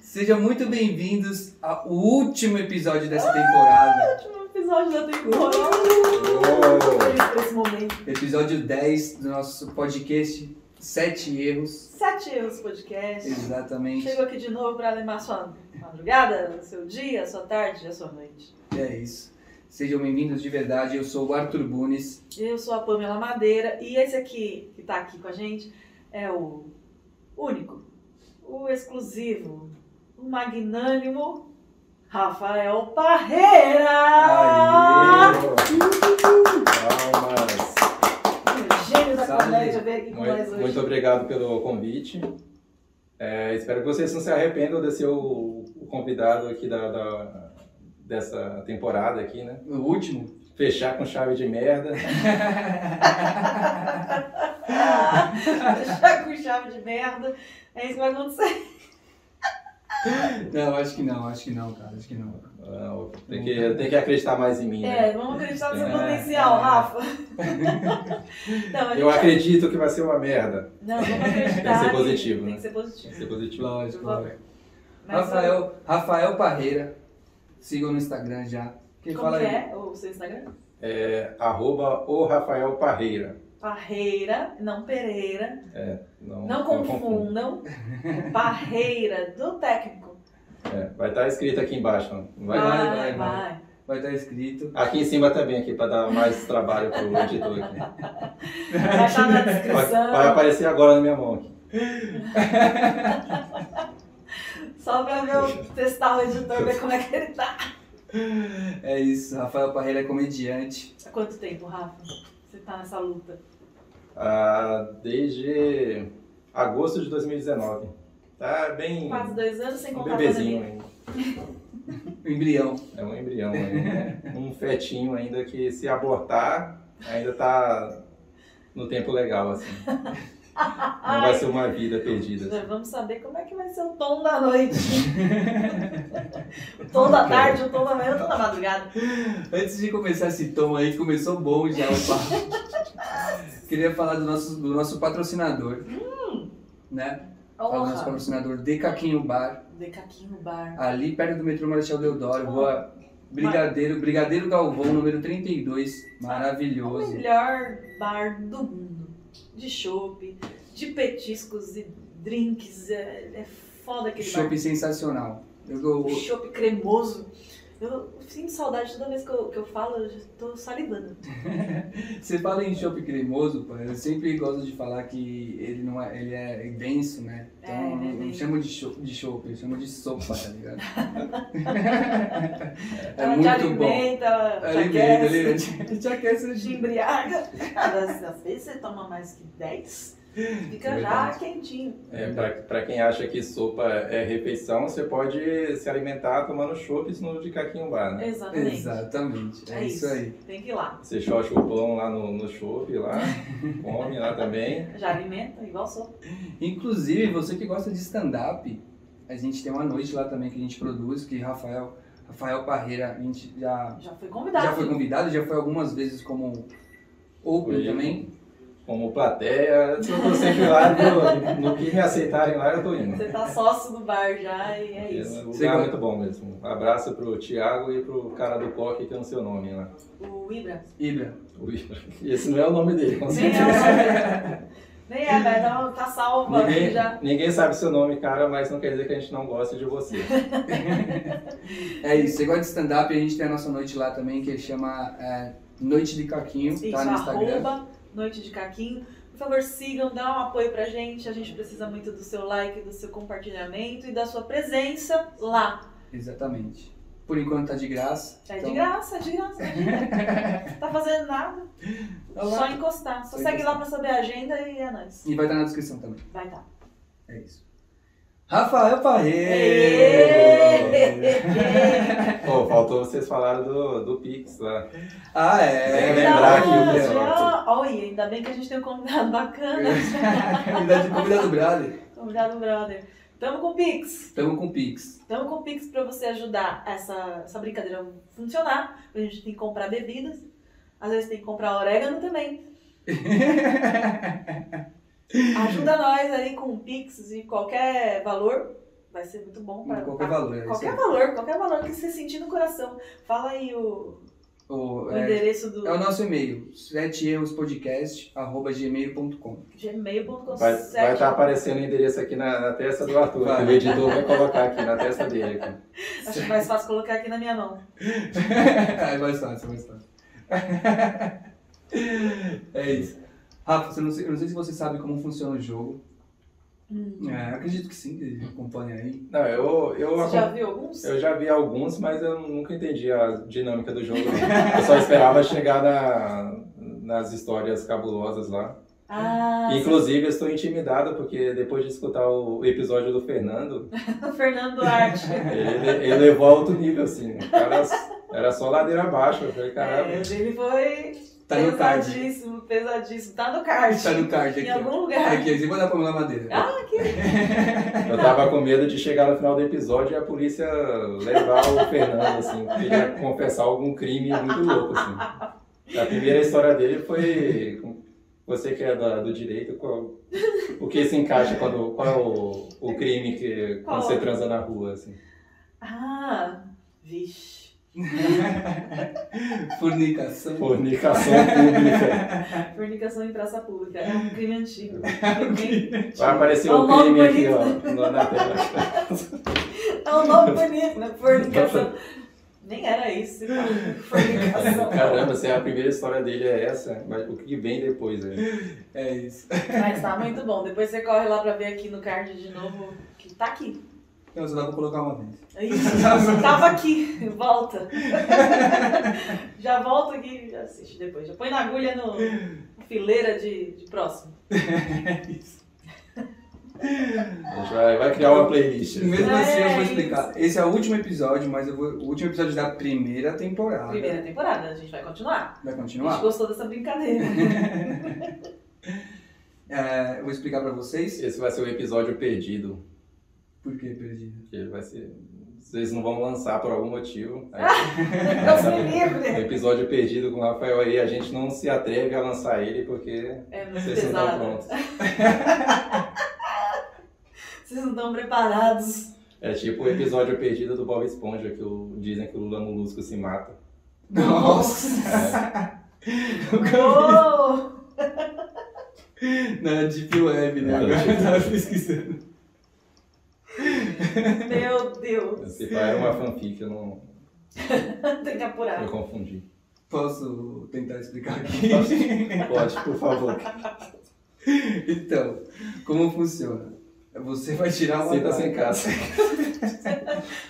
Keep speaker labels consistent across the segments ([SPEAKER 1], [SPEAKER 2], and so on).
[SPEAKER 1] Sejam muito bem-vindos ao último episódio dessa temporada.
[SPEAKER 2] Último episódio da temporada. Feliz por esse momento.
[SPEAKER 1] Episódio 10 do nosso podcast Sete Erros.
[SPEAKER 2] Sete anos podcast.
[SPEAKER 1] Exatamente.
[SPEAKER 2] Chegou aqui de novo pra lembrar sua madrugada, seu dia, sua tarde, a sua noite.
[SPEAKER 1] É isso. Sejam bem-vindos de verdade. Eu sou o Arthur Bunes.
[SPEAKER 2] Eu sou a Pamela Madeira e esse aqui que tá aqui com a gente é o único, o exclusivo, o magnânimo Rafael Parreira!
[SPEAKER 1] Aê!
[SPEAKER 3] Palmas.
[SPEAKER 2] O gênio da
[SPEAKER 1] Salve.
[SPEAKER 2] comédia veio aqui com nós
[SPEAKER 3] Muito,
[SPEAKER 2] hoje.
[SPEAKER 3] muito obrigado pelo convite. É, espero que vocês não se arrependam de ser o, o convidado aqui da, da- dessa temporada aqui, né?
[SPEAKER 1] O último?
[SPEAKER 3] Fechar com chave de merda.
[SPEAKER 2] Deixar Tá, com chave de merda. É isso que vai acontecer.
[SPEAKER 1] não, acho que não, acho que não, cara. Acho que não.
[SPEAKER 3] Não, Tem que, tem que acreditar mais em mim, né?
[SPEAKER 2] É, vamos acreditar no seu
[SPEAKER 3] É,
[SPEAKER 2] potencial,
[SPEAKER 1] é.
[SPEAKER 2] Rafa. não, a gente- é-
[SPEAKER 3] Eu acredito que vai ser uma merda.
[SPEAKER 2] Não, vamos acreditar.
[SPEAKER 3] Tem que ser
[SPEAKER 2] que-
[SPEAKER 3] positivo,
[SPEAKER 2] Tem
[SPEAKER 3] né?
[SPEAKER 2] que ser positivo.
[SPEAKER 3] Tem que ser positivo.
[SPEAKER 1] Lógico, lógico.
[SPEAKER 2] Mas,
[SPEAKER 1] Rafael, Rafael Parreira. Sigam no Instagram já. Quem
[SPEAKER 2] Como
[SPEAKER 1] fala
[SPEAKER 2] que
[SPEAKER 1] aí?
[SPEAKER 2] é o seu Instagram?
[SPEAKER 3] É, arroba o Rafael Parreira.
[SPEAKER 2] Parreira, não Pereira.
[SPEAKER 3] Não,
[SPEAKER 2] Não,
[SPEAKER 3] confunda.
[SPEAKER 2] confundam. Parreira do técnico.
[SPEAKER 3] É, vai estar escrito aqui embaixo. não Vai,
[SPEAKER 1] Ah. vai, vai.
[SPEAKER 2] vai. vai.
[SPEAKER 1] Vai estar escrito.
[SPEAKER 3] Aqui em cima também, aqui, para dar mais trabalho para o editor aqui.
[SPEAKER 2] Vai tá- estar na
[SPEAKER 3] Vai,
[SPEAKER 2] descrição.
[SPEAKER 3] vai aparecer agora na minha mão aqui.
[SPEAKER 2] Só pra ver, eu testar o editor, ver como é que ele tá.
[SPEAKER 1] É isso. Rafael Parreira é comediante.
[SPEAKER 2] Há quanto tempo, Rafa? Você tá nessa luta?
[SPEAKER 3] Ah, desde agosto de 2019. Tá bem.
[SPEAKER 2] Quase dois anos sem
[SPEAKER 3] um
[SPEAKER 2] contar a
[SPEAKER 3] bebezinho
[SPEAKER 2] pandemia.
[SPEAKER 3] ainda.
[SPEAKER 1] Embrião.
[SPEAKER 3] É um embrião ainda. né? um fetinho ainda que se abortar ainda tá no tempo legal, assim. Não vai ser uma vida perdida. assim.
[SPEAKER 2] Nós Né, Vamos saber como é que vai ser o tom da noite. o tom da tarde, o tom da manhã, o tom da madrugada.
[SPEAKER 1] Antes de começar esse tom aí, começou bom já o papo. Queria falar do nosso, do nosso patrocinador. Né? Falar do nosso
[SPEAKER 2] Honra.
[SPEAKER 1] patrocinador Decaquinho Bar,
[SPEAKER 2] De caquinho bar.
[SPEAKER 1] ali perto do metrô Marechal Deodoro, rua Brigadeiro, Brigadeiro Galvão, número 32.
[SPEAKER 2] É O
[SPEAKER 1] Maravilhoso.
[SPEAKER 2] melhor bar do mundo. De chopp, de petiscos e drinks. É, é foda aquele
[SPEAKER 1] Shopping sensacional. Eu, eu,
[SPEAKER 2] bar. Chopp cremoso. Eu sinto saudade toda vez que eu, que eu falo, eu já tô salivando.
[SPEAKER 1] Você fala em chopp cremoso, pô, eu sempre gosto de falar que ele não é, ele é denso, né? Então
[SPEAKER 2] É,
[SPEAKER 1] eu
[SPEAKER 2] ele é
[SPEAKER 1] não
[SPEAKER 2] denso.
[SPEAKER 1] chamo de chopp, de chopp, eu chamo de sopa, tá ligado? é
[SPEAKER 2] Ela te
[SPEAKER 1] muito bom.
[SPEAKER 2] alimenta, ela te
[SPEAKER 1] Alimenta,
[SPEAKER 2] aquece,
[SPEAKER 1] ele te- te aquece
[SPEAKER 2] te
[SPEAKER 1] de
[SPEAKER 2] embriaga. Às às Ah, vezes você toma mais que 10, fica já
[SPEAKER 1] Verdade.
[SPEAKER 2] quentinho.
[SPEAKER 3] É, pra, pra quem acha que sopa é refeição, você pode se alimentar tomando chopes no de caquinho bar,
[SPEAKER 2] É.
[SPEAKER 3] né?
[SPEAKER 2] Exatamente.
[SPEAKER 1] Exatamente, é,
[SPEAKER 2] É
[SPEAKER 1] isso
[SPEAKER 2] isso.
[SPEAKER 1] aí.
[SPEAKER 2] Tem que ir lá.
[SPEAKER 3] Você chocha o pão lá no, no chope, lá, come lá também.
[SPEAKER 2] Já alimenta, igual sou.
[SPEAKER 1] Inclusive, você que gosta de stand-up, a gente tem uma noite lá também que a gente produz, que Rafael, Rafael Parreira, a gente Ah. já,
[SPEAKER 2] Já fui convidado.
[SPEAKER 1] já foi convidado, já foi algumas vezes como open
[SPEAKER 3] Foi.
[SPEAKER 1] também.
[SPEAKER 3] como plateia. Se eu tô sempre lá, eu- no que me aceitarem lá, eu tô indo.
[SPEAKER 2] Você tá sócio do bar já e é isso.
[SPEAKER 3] O
[SPEAKER 1] Você
[SPEAKER 3] lugar é
[SPEAKER 1] gosta-
[SPEAKER 3] muito bom mesmo. Um abraço pro Thiago e pro cara do coque que eu não sei o nome lá.
[SPEAKER 2] O Ibra.
[SPEAKER 1] Ibra,
[SPEAKER 3] Ui, Esse não é o nome dele, com
[SPEAKER 2] Nem é,
[SPEAKER 3] certeza.
[SPEAKER 2] sócio. Nem é, mas não, tá salvo aqui
[SPEAKER 3] Ninguém,
[SPEAKER 2] já.
[SPEAKER 3] ninguém sabe seu nome, cara, mas não quer dizer que a gente não gosta de você.
[SPEAKER 1] É isso, você gosta de stand-up, a gente tem a nossa noite lá também, que chama é, Noite de Caquinho,
[SPEAKER 2] Isso,
[SPEAKER 1] tá no Instagram.
[SPEAKER 2] arroba Noite de Caquinho. Por favor, sigam, dá um apoio pra gente. A gente precisa muito do seu like, do seu compartilhamento e da sua presença lá.
[SPEAKER 1] Exatamente. Por enquanto tá de graça.
[SPEAKER 2] É
[SPEAKER 1] então-
[SPEAKER 2] de graça, é de graça, imagina. Não tá fazendo nada,
[SPEAKER 1] Tá
[SPEAKER 2] só
[SPEAKER 1] lá.
[SPEAKER 2] encostar. Só
[SPEAKER 1] Só
[SPEAKER 2] segue
[SPEAKER 1] encostar.
[SPEAKER 2] lá pra saber a agenda e é nóis.
[SPEAKER 1] E vai estar na descrição também.
[SPEAKER 2] Vai tá.
[SPEAKER 1] É isso. Rafael Parreira!
[SPEAKER 2] Êêêê!
[SPEAKER 3] Pô, faltou vocês falarem do, do Pix lá.
[SPEAKER 1] Ah, é.
[SPEAKER 3] Tem que lembrar aqui o
[SPEAKER 2] Olha,
[SPEAKER 3] pessoal.
[SPEAKER 2] Olha, ainda bem que a gente tem um convidado bacana.
[SPEAKER 1] Unidade de comida do brother.
[SPEAKER 2] Convidado brother. Tamo com o Pix.
[SPEAKER 1] Tamo com Pix.
[SPEAKER 2] Tamo com o Pix pra você ajudar essa, essa brincadeira a funcionar. A gente tem que comprar bebidas. Às vezes tem que comprar orégano também.
[SPEAKER 1] Hum,
[SPEAKER 2] Ajuda nós aí com o Pix de qualquer valor. vai ser muito bom
[SPEAKER 1] De
[SPEAKER 2] para
[SPEAKER 1] qualquer valor. é isso
[SPEAKER 2] qualquer
[SPEAKER 1] aí.
[SPEAKER 2] valor, qualquer valor que você sentir no coração. Fala aí o,
[SPEAKER 1] O,
[SPEAKER 2] o
[SPEAKER 1] é,
[SPEAKER 2] endereço do
[SPEAKER 1] é o nosso e-mail, 7errospodcast.gmail.com.
[SPEAKER 2] gmail.com.
[SPEAKER 3] Vai estar
[SPEAKER 1] tá
[SPEAKER 3] aparecendo o endereço aqui na, na testa do Arthur.
[SPEAKER 1] Vai.
[SPEAKER 3] que O editor vai colocar aqui na testa dele. aqui.
[SPEAKER 2] Acho que é mais fácil colocar aqui na minha mão.
[SPEAKER 1] é mais fácil, é mais fácil. é isso. Rafa, você não sei- eu não sei se você sabe como funciona o jogo.
[SPEAKER 2] Hum.
[SPEAKER 1] É, acredito que sim, que acompanha aí.
[SPEAKER 3] Não, eu, eu,
[SPEAKER 2] Você já viu alguns?
[SPEAKER 3] eu já vi alguns, mas eu nunca entendi a dinâmica do jogo. não. Eu só esperava chegar na- nas histórias cabulosas lá.
[SPEAKER 2] Ah,
[SPEAKER 3] Inclusive, eu estou intimidado, porque depois de escutar o episódio do Fernando,
[SPEAKER 2] o Fernando Arte.
[SPEAKER 3] ele, ele levou a outro nível, assim. O cara era só ladeira abaixo. Eu falei, caramba.
[SPEAKER 2] É, ele foi
[SPEAKER 1] Tá no card.
[SPEAKER 2] pesadíssimo, pesadíssimo. Tá no card.
[SPEAKER 1] Tá no card
[SPEAKER 2] Em
[SPEAKER 1] aqui. ó.
[SPEAKER 2] algum lugar.
[SPEAKER 1] Aqui, assim, vou dar pra Pamela Madeira.
[SPEAKER 2] Ah, aqui.
[SPEAKER 3] Eu tava com medo de chegar no final do episódio e a polícia levar o Fernando, assim, porque ele ia confessar algum crime muito louco, assim. A primeira história dele foi. Você que é da- do direito, qual- o que se encaixa quando. Qual é o, o crime que
[SPEAKER 2] Qual?
[SPEAKER 3] quando você transa na rua, assim?
[SPEAKER 2] Ah, vixe. Ah.
[SPEAKER 1] Fornicação.
[SPEAKER 3] Fornicação pública.
[SPEAKER 2] Fornicação em praça pública. É um crime antigo.
[SPEAKER 1] um
[SPEAKER 2] Ninguém-
[SPEAKER 3] Vai aparecer
[SPEAKER 2] Ó,
[SPEAKER 3] o
[SPEAKER 2] o nome
[SPEAKER 3] crime aqui, ó, na- na tela.
[SPEAKER 2] É um nome bonito, né? Fornicação. Nem era isso. Fornicação.
[SPEAKER 3] Caramba, se a primeira história dele é essa, mas o que vem depois, né? velho?
[SPEAKER 1] É isso.
[SPEAKER 2] Mas tá muito bom. Depois você corre lá pra ver aqui no card de novo. Que tá aqui.
[SPEAKER 1] Não, só dá pra colocar uma vez.
[SPEAKER 2] É Isso. Tava aqui. Volta. Já volta aqui e já assiste depois. Já põe na agulha no na fileira de, de próximo.
[SPEAKER 1] É isso.
[SPEAKER 3] A gente vai, vai criar uma playlist.
[SPEAKER 1] Mesmo assim, eu vou
[SPEAKER 2] É isso.
[SPEAKER 1] explicar. Esse é o último episódio, mas eu vou, o último episódio da primeira
[SPEAKER 3] Ah,
[SPEAKER 1] temporada.
[SPEAKER 3] é.
[SPEAKER 2] Primeira temporada, a gente vai continuar.
[SPEAKER 1] Vai
[SPEAKER 2] A gente
[SPEAKER 1] continuar?
[SPEAKER 2] gostou dessa brincadeira.
[SPEAKER 1] É, eu vou explicar pra vocês.
[SPEAKER 3] Esse vai ser o episódio perdido.
[SPEAKER 1] Por que perdi?
[SPEAKER 3] Porque vai ser. Vocês não vão lançar por algum motivo. Aí,
[SPEAKER 2] Deus me
[SPEAKER 3] o
[SPEAKER 2] livre.
[SPEAKER 3] episódio perdido com o Rafael aí, a gente não se atreve a lançar ele porque
[SPEAKER 2] É muito
[SPEAKER 3] vocês não estão
[SPEAKER 2] pesado.
[SPEAKER 3] prontos.
[SPEAKER 2] Vocês não estão preparados.
[SPEAKER 3] É tipo o episódio perdido do Bob Esponja, que o- dizem que o Lula Molusco se mata.
[SPEAKER 1] Nossa!
[SPEAKER 2] Uou!
[SPEAKER 1] Na Deep Web, né?
[SPEAKER 3] Não,
[SPEAKER 1] Agora
[SPEAKER 3] Deep
[SPEAKER 1] eu tava pesquisando.
[SPEAKER 2] Meu Deus.
[SPEAKER 3] Esse pai era uma fanfic, eu não
[SPEAKER 2] Tem que apurar.
[SPEAKER 3] eu confundi.
[SPEAKER 1] Posso tentar explicar aqui?
[SPEAKER 3] Pode, por favor.
[SPEAKER 1] então, como funciona? Você vai tirar né? uma
[SPEAKER 3] Sinta-se em
[SPEAKER 1] carta.
[SPEAKER 3] casa.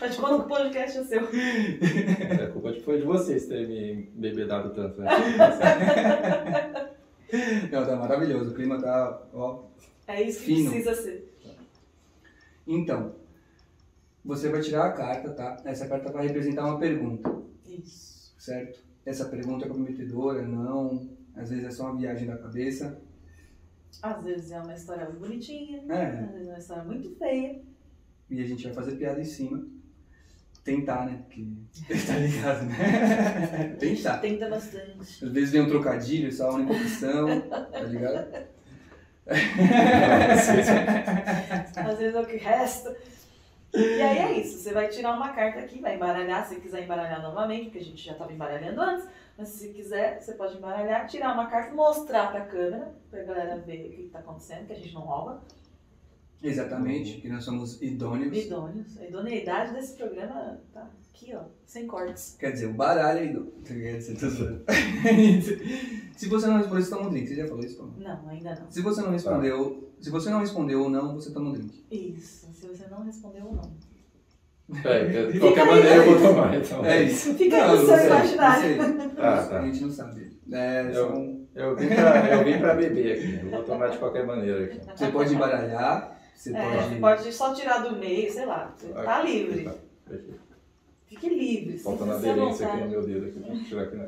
[SPEAKER 2] Mas quando o podcast é seu.
[SPEAKER 3] É culpa de- foi de vocês terem me bebedado tanto. Né?
[SPEAKER 1] Não, tá maravilhoso. O clima tá, ó,
[SPEAKER 2] É isso que
[SPEAKER 1] Fino.
[SPEAKER 2] precisa ser.
[SPEAKER 1] Então, você vai tirar a carta, tá? Essa carta vai representar uma pergunta,
[SPEAKER 2] Isso.
[SPEAKER 1] certo? Essa pergunta é comprometedora, não. Às vezes é só uma viagem da cabeça.
[SPEAKER 2] Às vezes é uma história bonitinha,
[SPEAKER 1] É.
[SPEAKER 2] às vezes é uma história muito feia.
[SPEAKER 1] E a gente vai fazer piada em cima. Tentar, né? Porque. Tá ligado, né?
[SPEAKER 2] A
[SPEAKER 1] Tentar.
[SPEAKER 2] gente tenta bastante.
[SPEAKER 1] Às vezes vem um trocadilho, essa é a única opção, tá ligado?
[SPEAKER 2] Às vezes é o que resta. E aí é isso, você vai tirar uma carta aqui, vai embaralhar, se quiser embaralhar novamente, porque a gente já estava embaralhando antes, mas se quiser, você pode embaralhar, tirar uma carta, mostrar pra câmera, pra galera ver o que tá acontecendo, que a gente não rouba.
[SPEAKER 1] Exatamente, que nós somos idôneos.
[SPEAKER 2] Idôneos, a idoneidade desse programa tá aqui, ó, sem cortes.
[SPEAKER 1] Quer dizer, o baralho é idôneo. Quer dizer, tô zoando. Se você não responder, você toma um drink. Você já falou isso, Paulo?
[SPEAKER 2] Não, ainda não.
[SPEAKER 1] Se você não respondeu, se você não respondeu ou não, você toma um drink.
[SPEAKER 2] Isso, se você não respondeu ou não.
[SPEAKER 3] É, de qualquer maneira eu vou tomar, então.
[SPEAKER 1] É isso.
[SPEAKER 2] Fica aí
[SPEAKER 1] Não,
[SPEAKER 2] no
[SPEAKER 1] eu
[SPEAKER 2] seu
[SPEAKER 1] sei, Ah,
[SPEAKER 2] imaginário.
[SPEAKER 1] eu sei.
[SPEAKER 3] Tá, tá.
[SPEAKER 1] A gente não sabe. É,
[SPEAKER 3] Eu-
[SPEAKER 1] são-
[SPEAKER 3] Eu vim, pra, eu vim pra beber aqui, eu vou tomar de qualquer maneira aqui.
[SPEAKER 1] Você pode embaralhar, você
[SPEAKER 2] É,
[SPEAKER 1] pode.
[SPEAKER 2] você pode só tirar do meio, sei lá, você tá livre. Fique livre,
[SPEAKER 3] Faltando
[SPEAKER 2] sinta se à
[SPEAKER 3] aderência aqui no
[SPEAKER 2] vontade.
[SPEAKER 3] meu dedo aqui, vou tirar aqui na...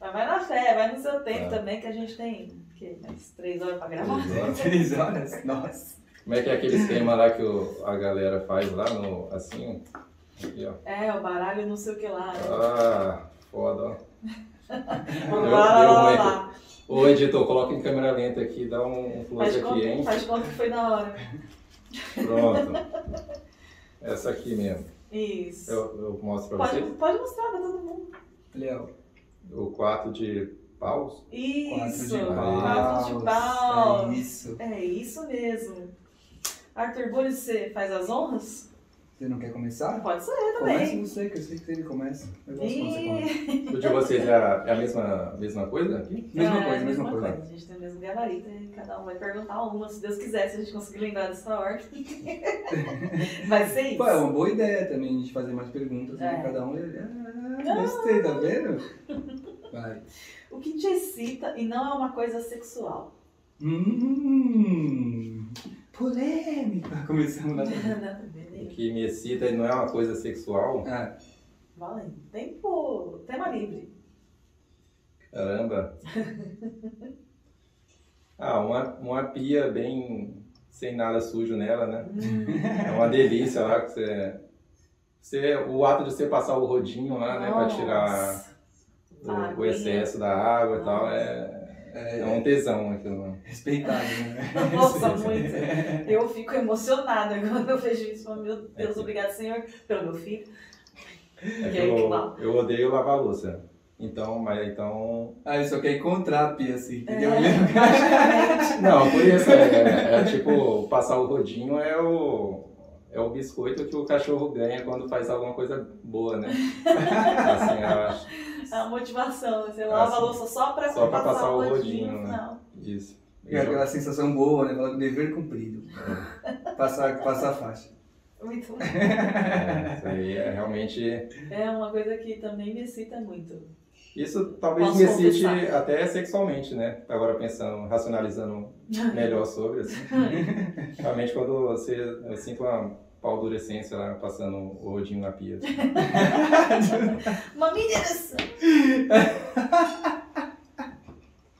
[SPEAKER 2] Mas vai na fé, vai no seu tempo
[SPEAKER 3] É.
[SPEAKER 2] também, que a gente tem o quê? mais três horas pra gravar.
[SPEAKER 1] Três horas? Nossa.
[SPEAKER 3] Como é que é aquele esquema lá que o- a galera faz lá no. assim? Aqui, ó.
[SPEAKER 2] É, o baralho não sei o que lá. né?
[SPEAKER 3] Ah, foda, ó.
[SPEAKER 2] Lá,
[SPEAKER 3] eu-
[SPEAKER 2] lá,
[SPEAKER 3] eu
[SPEAKER 2] lá,
[SPEAKER 3] aguento.
[SPEAKER 2] lá.
[SPEAKER 3] Ô editor, coloca em câmera lenta aqui, dá um
[SPEAKER 2] Faz
[SPEAKER 3] close
[SPEAKER 2] de
[SPEAKER 3] aqui,
[SPEAKER 2] conta,
[SPEAKER 3] hein?
[SPEAKER 2] faz de conta que foi na hora.
[SPEAKER 3] Pronto. Essa aqui mesmo.
[SPEAKER 2] Isso.
[SPEAKER 3] Eu, eu mostro pra
[SPEAKER 2] Pode,
[SPEAKER 3] vocês.
[SPEAKER 2] pode mostrar pra todo mundo.
[SPEAKER 1] Léo,
[SPEAKER 3] O quarto de paus.
[SPEAKER 1] quatro
[SPEAKER 2] Isso.
[SPEAKER 1] de
[SPEAKER 3] paus.
[SPEAKER 2] Quatro de pau.
[SPEAKER 1] É isso.
[SPEAKER 2] É isso mesmo. Arthur Bulli, você faz as honras?
[SPEAKER 1] Você não quer começar?
[SPEAKER 2] Pode ser
[SPEAKER 1] Começa
[SPEAKER 2] também.
[SPEAKER 1] você, que eu sei que ele começa. Eu gosto quando você começa.
[SPEAKER 2] E...
[SPEAKER 3] O de vocês é a, é a mesma, mesma coisa aqui?
[SPEAKER 1] Mesma
[SPEAKER 2] É,
[SPEAKER 1] coisa, mesma coisa.
[SPEAKER 2] A gente tem o mesmo gabarito e cada um vai perguntar uma, se Deus quiser, se a gente conseguir lembrar dessa ordem. vai ser isso.
[SPEAKER 1] Pô,
[SPEAKER 3] um
[SPEAKER 1] é uma boa ideia também a gente fazer mais perguntas
[SPEAKER 2] É.
[SPEAKER 1] né? cada um. ele- Ah, gostei, tá vendo? Vai.
[SPEAKER 2] O que te excita e não é uma coisa sexual?
[SPEAKER 1] Hum, polêmica. Começamos
[SPEAKER 3] é
[SPEAKER 1] lá.
[SPEAKER 3] O
[SPEAKER 2] Beleza.
[SPEAKER 3] que me excita e não é uma coisa sexual.
[SPEAKER 1] Ah,
[SPEAKER 2] Valendo. Tempo. Tema livre.
[SPEAKER 3] Caramba. Ah, uma, uma pia bem sem nada sujo nela, né?
[SPEAKER 2] Hum,
[SPEAKER 3] É uma delícia lá que você. você- o ato de você passar o rodinho lá, né? Pra tirar o,
[SPEAKER 2] Ah,
[SPEAKER 3] o excesso da água e tal. É,
[SPEAKER 1] é,
[SPEAKER 3] é um tesão aquilo. lá.
[SPEAKER 1] respeitado, né?
[SPEAKER 2] Nossa, muito. Eu fico emocionada quando eu vejo isso. Falo, Meu Deus, obrigado, Senhor, pelo meu filho.
[SPEAKER 3] É que
[SPEAKER 2] Que- que
[SPEAKER 3] eu,
[SPEAKER 2] mal.
[SPEAKER 3] eu odeio lavar louça. Então, mas então.
[SPEAKER 1] Ah, eu só quero encontrar a pia, assim, entendeu?
[SPEAKER 2] É,
[SPEAKER 3] Não, por isso é, é tipo, passar o rodinho é o. É o biscoito que o cachorro ganha quando faz alguma coisa boa, né? Assim, eu acho.
[SPEAKER 2] A motivação, né? você lava a
[SPEAKER 3] Ah, sim.
[SPEAKER 2] louça só pra
[SPEAKER 3] Só pra passar o rodinho,
[SPEAKER 2] no
[SPEAKER 3] né?
[SPEAKER 2] final.
[SPEAKER 3] Isso.
[SPEAKER 1] E aquela sensação boa, né? Fala, dever cumprido. Passar, passar a faixa.
[SPEAKER 2] Muito bom.
[SPEAKER 3] É, isso aí é realmente.
[SPEAKER 2] É uma coisa que também me excita muito.
[SPEAKER 3] Isso talvez
[SPEAKER 2] Posso
[SPEAKER 3] me excite
[SPEAKER 2] confessar.
[SPEAKER 3] até sexualmente, né? Agora pensando, racionalizando melhor sobre, assim. Realmente quando você, eu sinto uma paudurescência lá, passando o rodinho na pia. assim.
[SPEAKER 2] Uma menina!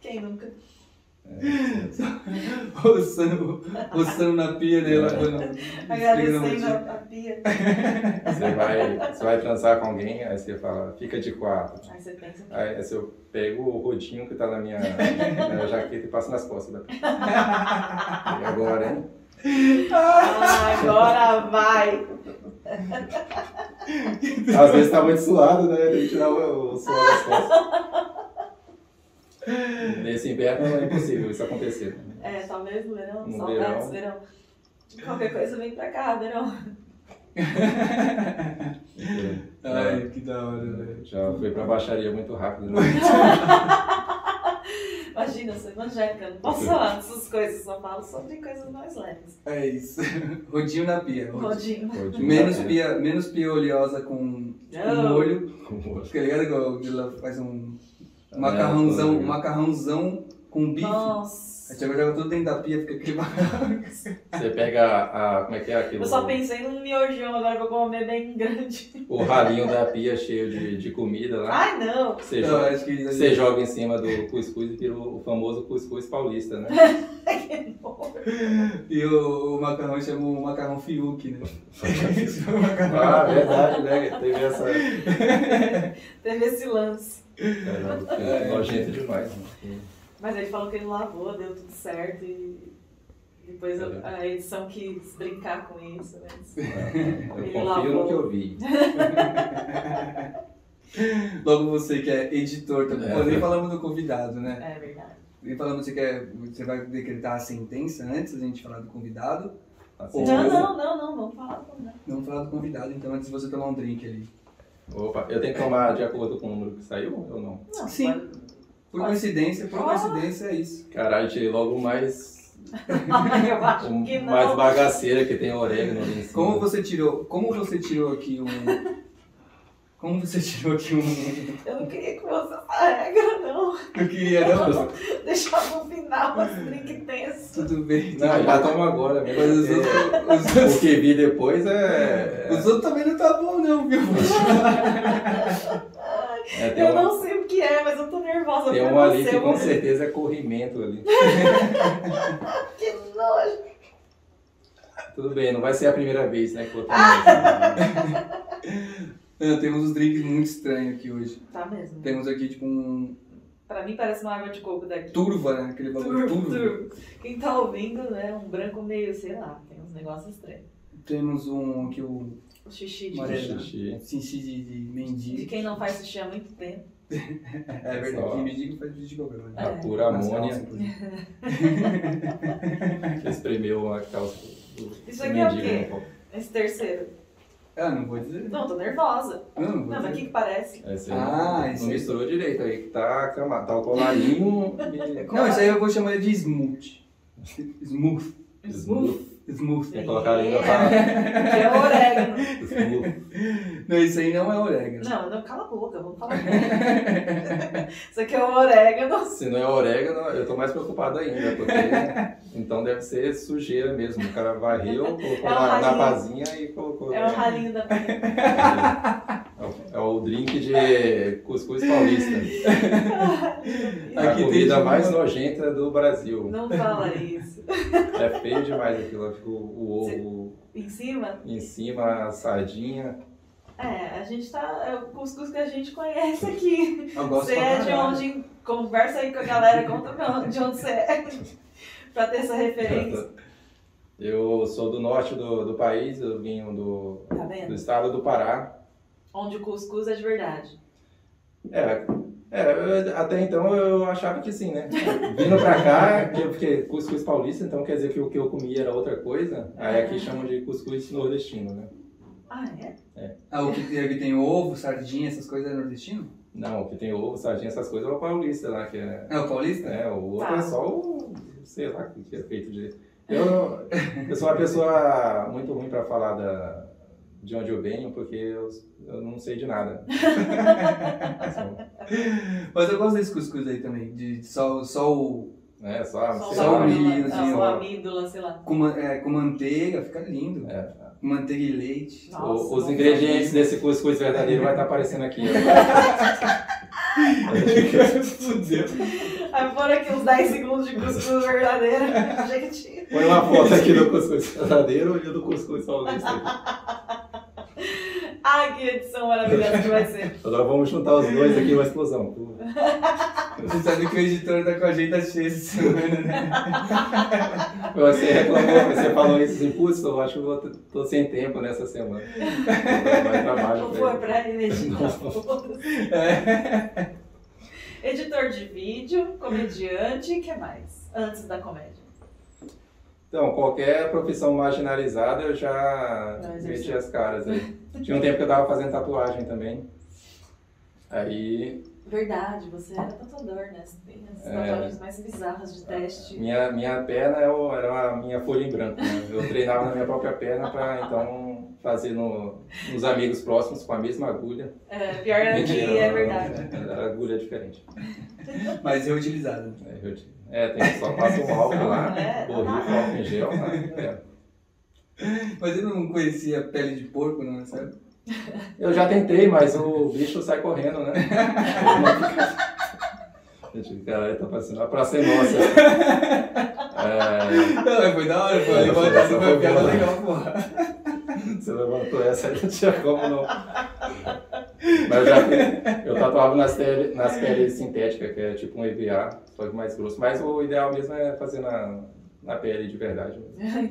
[SPEAKER 2] Quem nunca?
[SPEAKER 1] Roçando, roçando na pia, né? Ela quando
[SPEAKER 2] Agradecendo a, a pia.
[SPEAKER 3] Você vai, você vai transar com alguém, aí você fala, fica de quatro.
[SPEAKER 2] Aí você pensa que
[SPEAKER 3] Aí, assim, eu pego o rodinho que tá na minha, na minha jaqueta e passo nas costas da pia. E agora, hein?
[SPEAKER 2] ah, agora vai!
[SPEAKER 3] Às vezes tá muito suado, né? Tem que tirar o, o suor das costas. Nesse inverno é impossível isso acontecer. né?
[SPEAKER 2] É, talvez no verão,
[SPEAKER 3] No
[SPEAKER 2] saudades, verão. Qualquer coisa vem pra cá, verão.
[SPEAKER 1] Ai,
[SPEAKER 3] É.
[SPEAKER 1] que da hora, velho.
[SPEAKER 3] Já fui pra baixaria muito rápido, né?
[SPEAKER 2] Imagina, eu sou evangélica, eu não posso falar dessas coisas, só falo sobre coisas mais leves.
[SPEAKER 1] É isso. Rodinho na pia.
[SPEAKER 2] Rodinho.
[SPEAKER 3] Rodinho
[SPEAKER 1] Menos
[SPEAKER 3] na
[SPEAKER 1] pia, menos pia oleosa com,
[SPEAKER 3] Tipo,
[SPEAKER 1] com
[SPEAKER 3] um
[SPEAKER 2] Não.
[SPEAKER 1] molho. é
[SPEAKER 3] Com o rosto.
[SPEAKER 1] Fica ligado que ela faz um
[SPEAKER 3] É,
[SPEAKER 1] macarrãozão,
[SPEAKER 3] tô
[SPEAKER 1] um macarrãozão com bife. A
[SPEAKER 2] Nossa.
[SPEAKER 1] tia joga tudo dentro da pia, fica aquele macarrão.
[SPEAKER 3] Você pega a, a- Como é que é aquilo?
[SPEAKER 2] Eu só pensei num miojão, agora que eu vou comer bem grande.
[SPEAKER 3] O ralinho da pia cheio de, de comida lá.
[SPEAKER 2] Ai, não!
[SPEAKER 3] Você
[SPEAKER 1] Eu
[SPEAKER 3] joga,
[SPEAKER 1] acho que
[SPEAKER 3] você joga em cima do cuscuz e vira o famoso cuscuz paulista, né?
[SPEAKER 1] E o, o macarrão chama o macarrão Fiuk, né? Chama o macarrão.
[SPEAKER 3] Ah, verdade, né? Teve essa.
[SPEAKER 2] Teve esse lance.
[SPEAKER 3] É, nojento demais. né?
[SPEAKER 2] Mas ele falou que ele lavou, deu tudo certo e.
[SPEAKER 3] Tá
[SPEAKER 2] Depois eu- a edição quis brincar com isso, né?
[SPEAKER 3] Eu
[SPEAKER 2] Ele
[SPEAKER 3] confio
[SPEAKER 2] lavou.
[SPEAKER 3] no que eu vi.
[SPEAKER 1] Logo você que é editor também.
[SPEAKER 3] É.
[SPEAKER 1] Pô, nem falamos do convidado, né?
[SPEAKER 2] É verdade.
[SPEAKER 1] Nem falamos você quer. Você vai decretar a sentença antes da gente falar do convidado.
[SPEAKER 3] Assim,
[SPEAKER 2] Não, não, não, não, vamos falar com não.
[SPEAKER 1] Não falar do convidado, então antes de você tomar um drink ali.
[SPEAKER 3] Opa, eu tenho que tomar de acordo com o número que saiu ou não?
[SPEAKER 2] Não,
[SPEAKER 1] Sim.
[SPEAKER 2] pode-
[SPEAKER 1] Por
[SPEAKER 2] Ah.
[SPEAKER 1] coincidência, por
[SPEAKER 2] Ah.
[SPEAKER 1] coincidência é isso.
[SPEAKER 3] Caralho, tirei logo o mais,
[SPEAKER 2] Ai, eu acho
[SPEAKER 3] o
[SPEAKER 2] que não.
[SPEAKER 3] mais bagaceira que tem orégano ali em cima.
[SPEAKER 1] Como você tirou, como você tirou aqui um Como você tirou aqui um
[SPEAKER 2] Eu não queria que fosse essa regra, não.
[SPEAKER 1] Eu queria né, não.
[SPEAKER 2] Deixar no final esse
[SPEAKER 3] É.
[SPEAKER 2] drink tenso.
[SPEAKER 1] Tudo bem. tudo
[SPEAKER 3] Não,
[SPEAKER 1] bem.
[SPEAKER 3] já tá- tomo agora mesmo.
[SPEAKER 1] Mas os
[SPEAKER 3] porque-
[SPEAKER 1] outros, os,
[SPEAKER 3] O que vi depois é.
[SPEAKER 1] os outros também não tá bom não, viu?
[SPEAKER 3] é, tem,
[SPEAKER 2] Eu
[SPEAKER 3] uma,
[SPEAKER 2] não sei o que é, mas eu assim, tô nervosa
[SPEAKER 3] tem
[SPEAKER 2] pra
[SPEAKER 3] um ali
[SPEAKER 2] você.
[SPEAKER 3] que com
[SPEAKER 2] mas-
[SPEAKER 3] certeza é corrimento ali.
[SPEAKER 2] Que nojo.
[SPEAKER 3] Tudo bem, não vai ser a primeira vez, né? Que eu vou tomar isso.
[SPEAKER 1] Não, temos uns drinks muito estranhos aqui hoje.
[SPEAKER 2] Tá mesmo.
[SPEAKER 1] Temos aqui tipo um
[SPEAKER 2] Pra mim parece uma água de coco daqui.
[SPEAKER 1] Turva, né? Aquele bagulho turvo.
[SPEAKER 2] Quem tá ouvindo, né? Um branco meio, sei lá, tem uns negócios estranhos.
[SPEAKER 1] Temos um aqui, o
[SPEAKER 2] O xixi de,
[SPEAKER 1] Morena.
[SPEAKER 3] Xixi.
[SPEAKER 1] xixi de, de
[SPEAKER 2] de
[SPEAKER 1] mendigo.
[SPEAKER 2] quem não faz xixi há muito tempo.
[SPEAKER 1] É verdade,
[SPEAKER 3] Só.
[SPEAKER 1] quem mendigo faz xixi de problema. né?
[SPEAKER 3] A
[SPEAKER 2] É.
[SPEAKER 3] pura
[SPEAKER 1] Nas calças,
[SPEAKER 3] amônia
[SPEAKER 1] inclusive.
[SPEAKER 3] que espremeu a calça do
[SPEAKER 2] Isso aqui é o
[SPEAKER 3] mendigo
[SPEAKER 2] quê?
[SPEAKER 3] no copo.
[SPEAKER 2] Esse terceiro.
[SPEAKER 1] Ah, não vou dizer.
[SPEAKER 2] Não, tô nervosa.
[SPEAKER 1] Não, não vou
[SPEAKER 2] Não, mas o
[SPEAKER 1] dizer.
[SPEAKER 2] que que parece?
[SPEAKER 3] É, Esse
[SPEAKER 1] Ah,
[SPEAKER 3] não,
[SPEAKER 1] esse
[SPEAKER 3] não
[SPEAKER 1] aí.
[SPEAKER 3] misturou direito aí, que tá camado, tá o colarinho
[SPEAKER 1] Não, isso aí eu vou chamar de smooth. Smooth.
[SPEAKER 3] e... Smooth.
[SPEAKER 1] Smooth.
[SPEAKER 3] Tem que colocar a língua
[SPEAKER 2] Yeah.
[SPEAKER 3] pra...
[SPEAKER 2] Que é orégano.
[SPEAKER 3] Smooth.
[SPEAKER 1] Não, isso aí não é orégano.
[SPEAKER 2] Não, não, cala a boca, vamos falar. Isso aqui é o orégano.
[SPEAKER 3] Se não é orégano, eu tô mais preocupado ainda, porque... Então deve ser sujeira mesmo. O cara varreu, colocou
[SPEAKER 2] É um
[SPEAKER 3] na, na
[SPEAKER 2] ralinho.
[SPEAKER 3] pazinha e colocou...
[SPEAKER 2] É o ralinho da panela.
[SPEAKER 3] É o- É o drink de cuscuz paulista.
[SPEAKER 2] É
[SPEAKER 3] a
[SPEAKER 1] Aqui tem
[SPEAKER 3] comida
[SPEAKER 1] de-
[SPEAKER 3] mais nojenta do Brasil.
[SPEAKER 2] Não fala isso.
[SPEAKER 3] É feio demais aquilo. Fica o, o ovo
[SPEAKER 2] Em cima?
[SPEAKER 3] em cima, a sardinha.
[SPEAKER 2] É, a gente tá. É o cuscuz que a gente conhece aqui.
[SPEAKER 1] Eu gosto
[SPEAKER 2] Você
[SPEAKER 1] pra
[SPEAKER 2] é de
[SPEAKER 1] caralho.
[SPEAKER 2] onde. Conversa aí com a galera, conta pra onde- de onde você é. pra ter essa referência.
[SPEAKER 3] Eu sou do norte do, do país, eu vim do,
[SPEAKER 2] Tá
[SPEAKER 3] do
[SPEAKER 2] vendo?
[SPEAKER 3] estado do Pará.
[SPEAKER 2] é
[SPEAKER 3] É, então né? então né?
[SPEAKER 1] Ah, é
[SPEAKER 2] Ah, é?
[SPEAKER 3] é
[SPEAKER 1] É
[SPEAKER 3] né? é né,
[SPEAKER 1] é,
[SPEAKER 3] tá
[SPEAKER 1] tá
[SPEAKER 3] assim, né? Então, um é né? então,
[SPEAKER 2] É,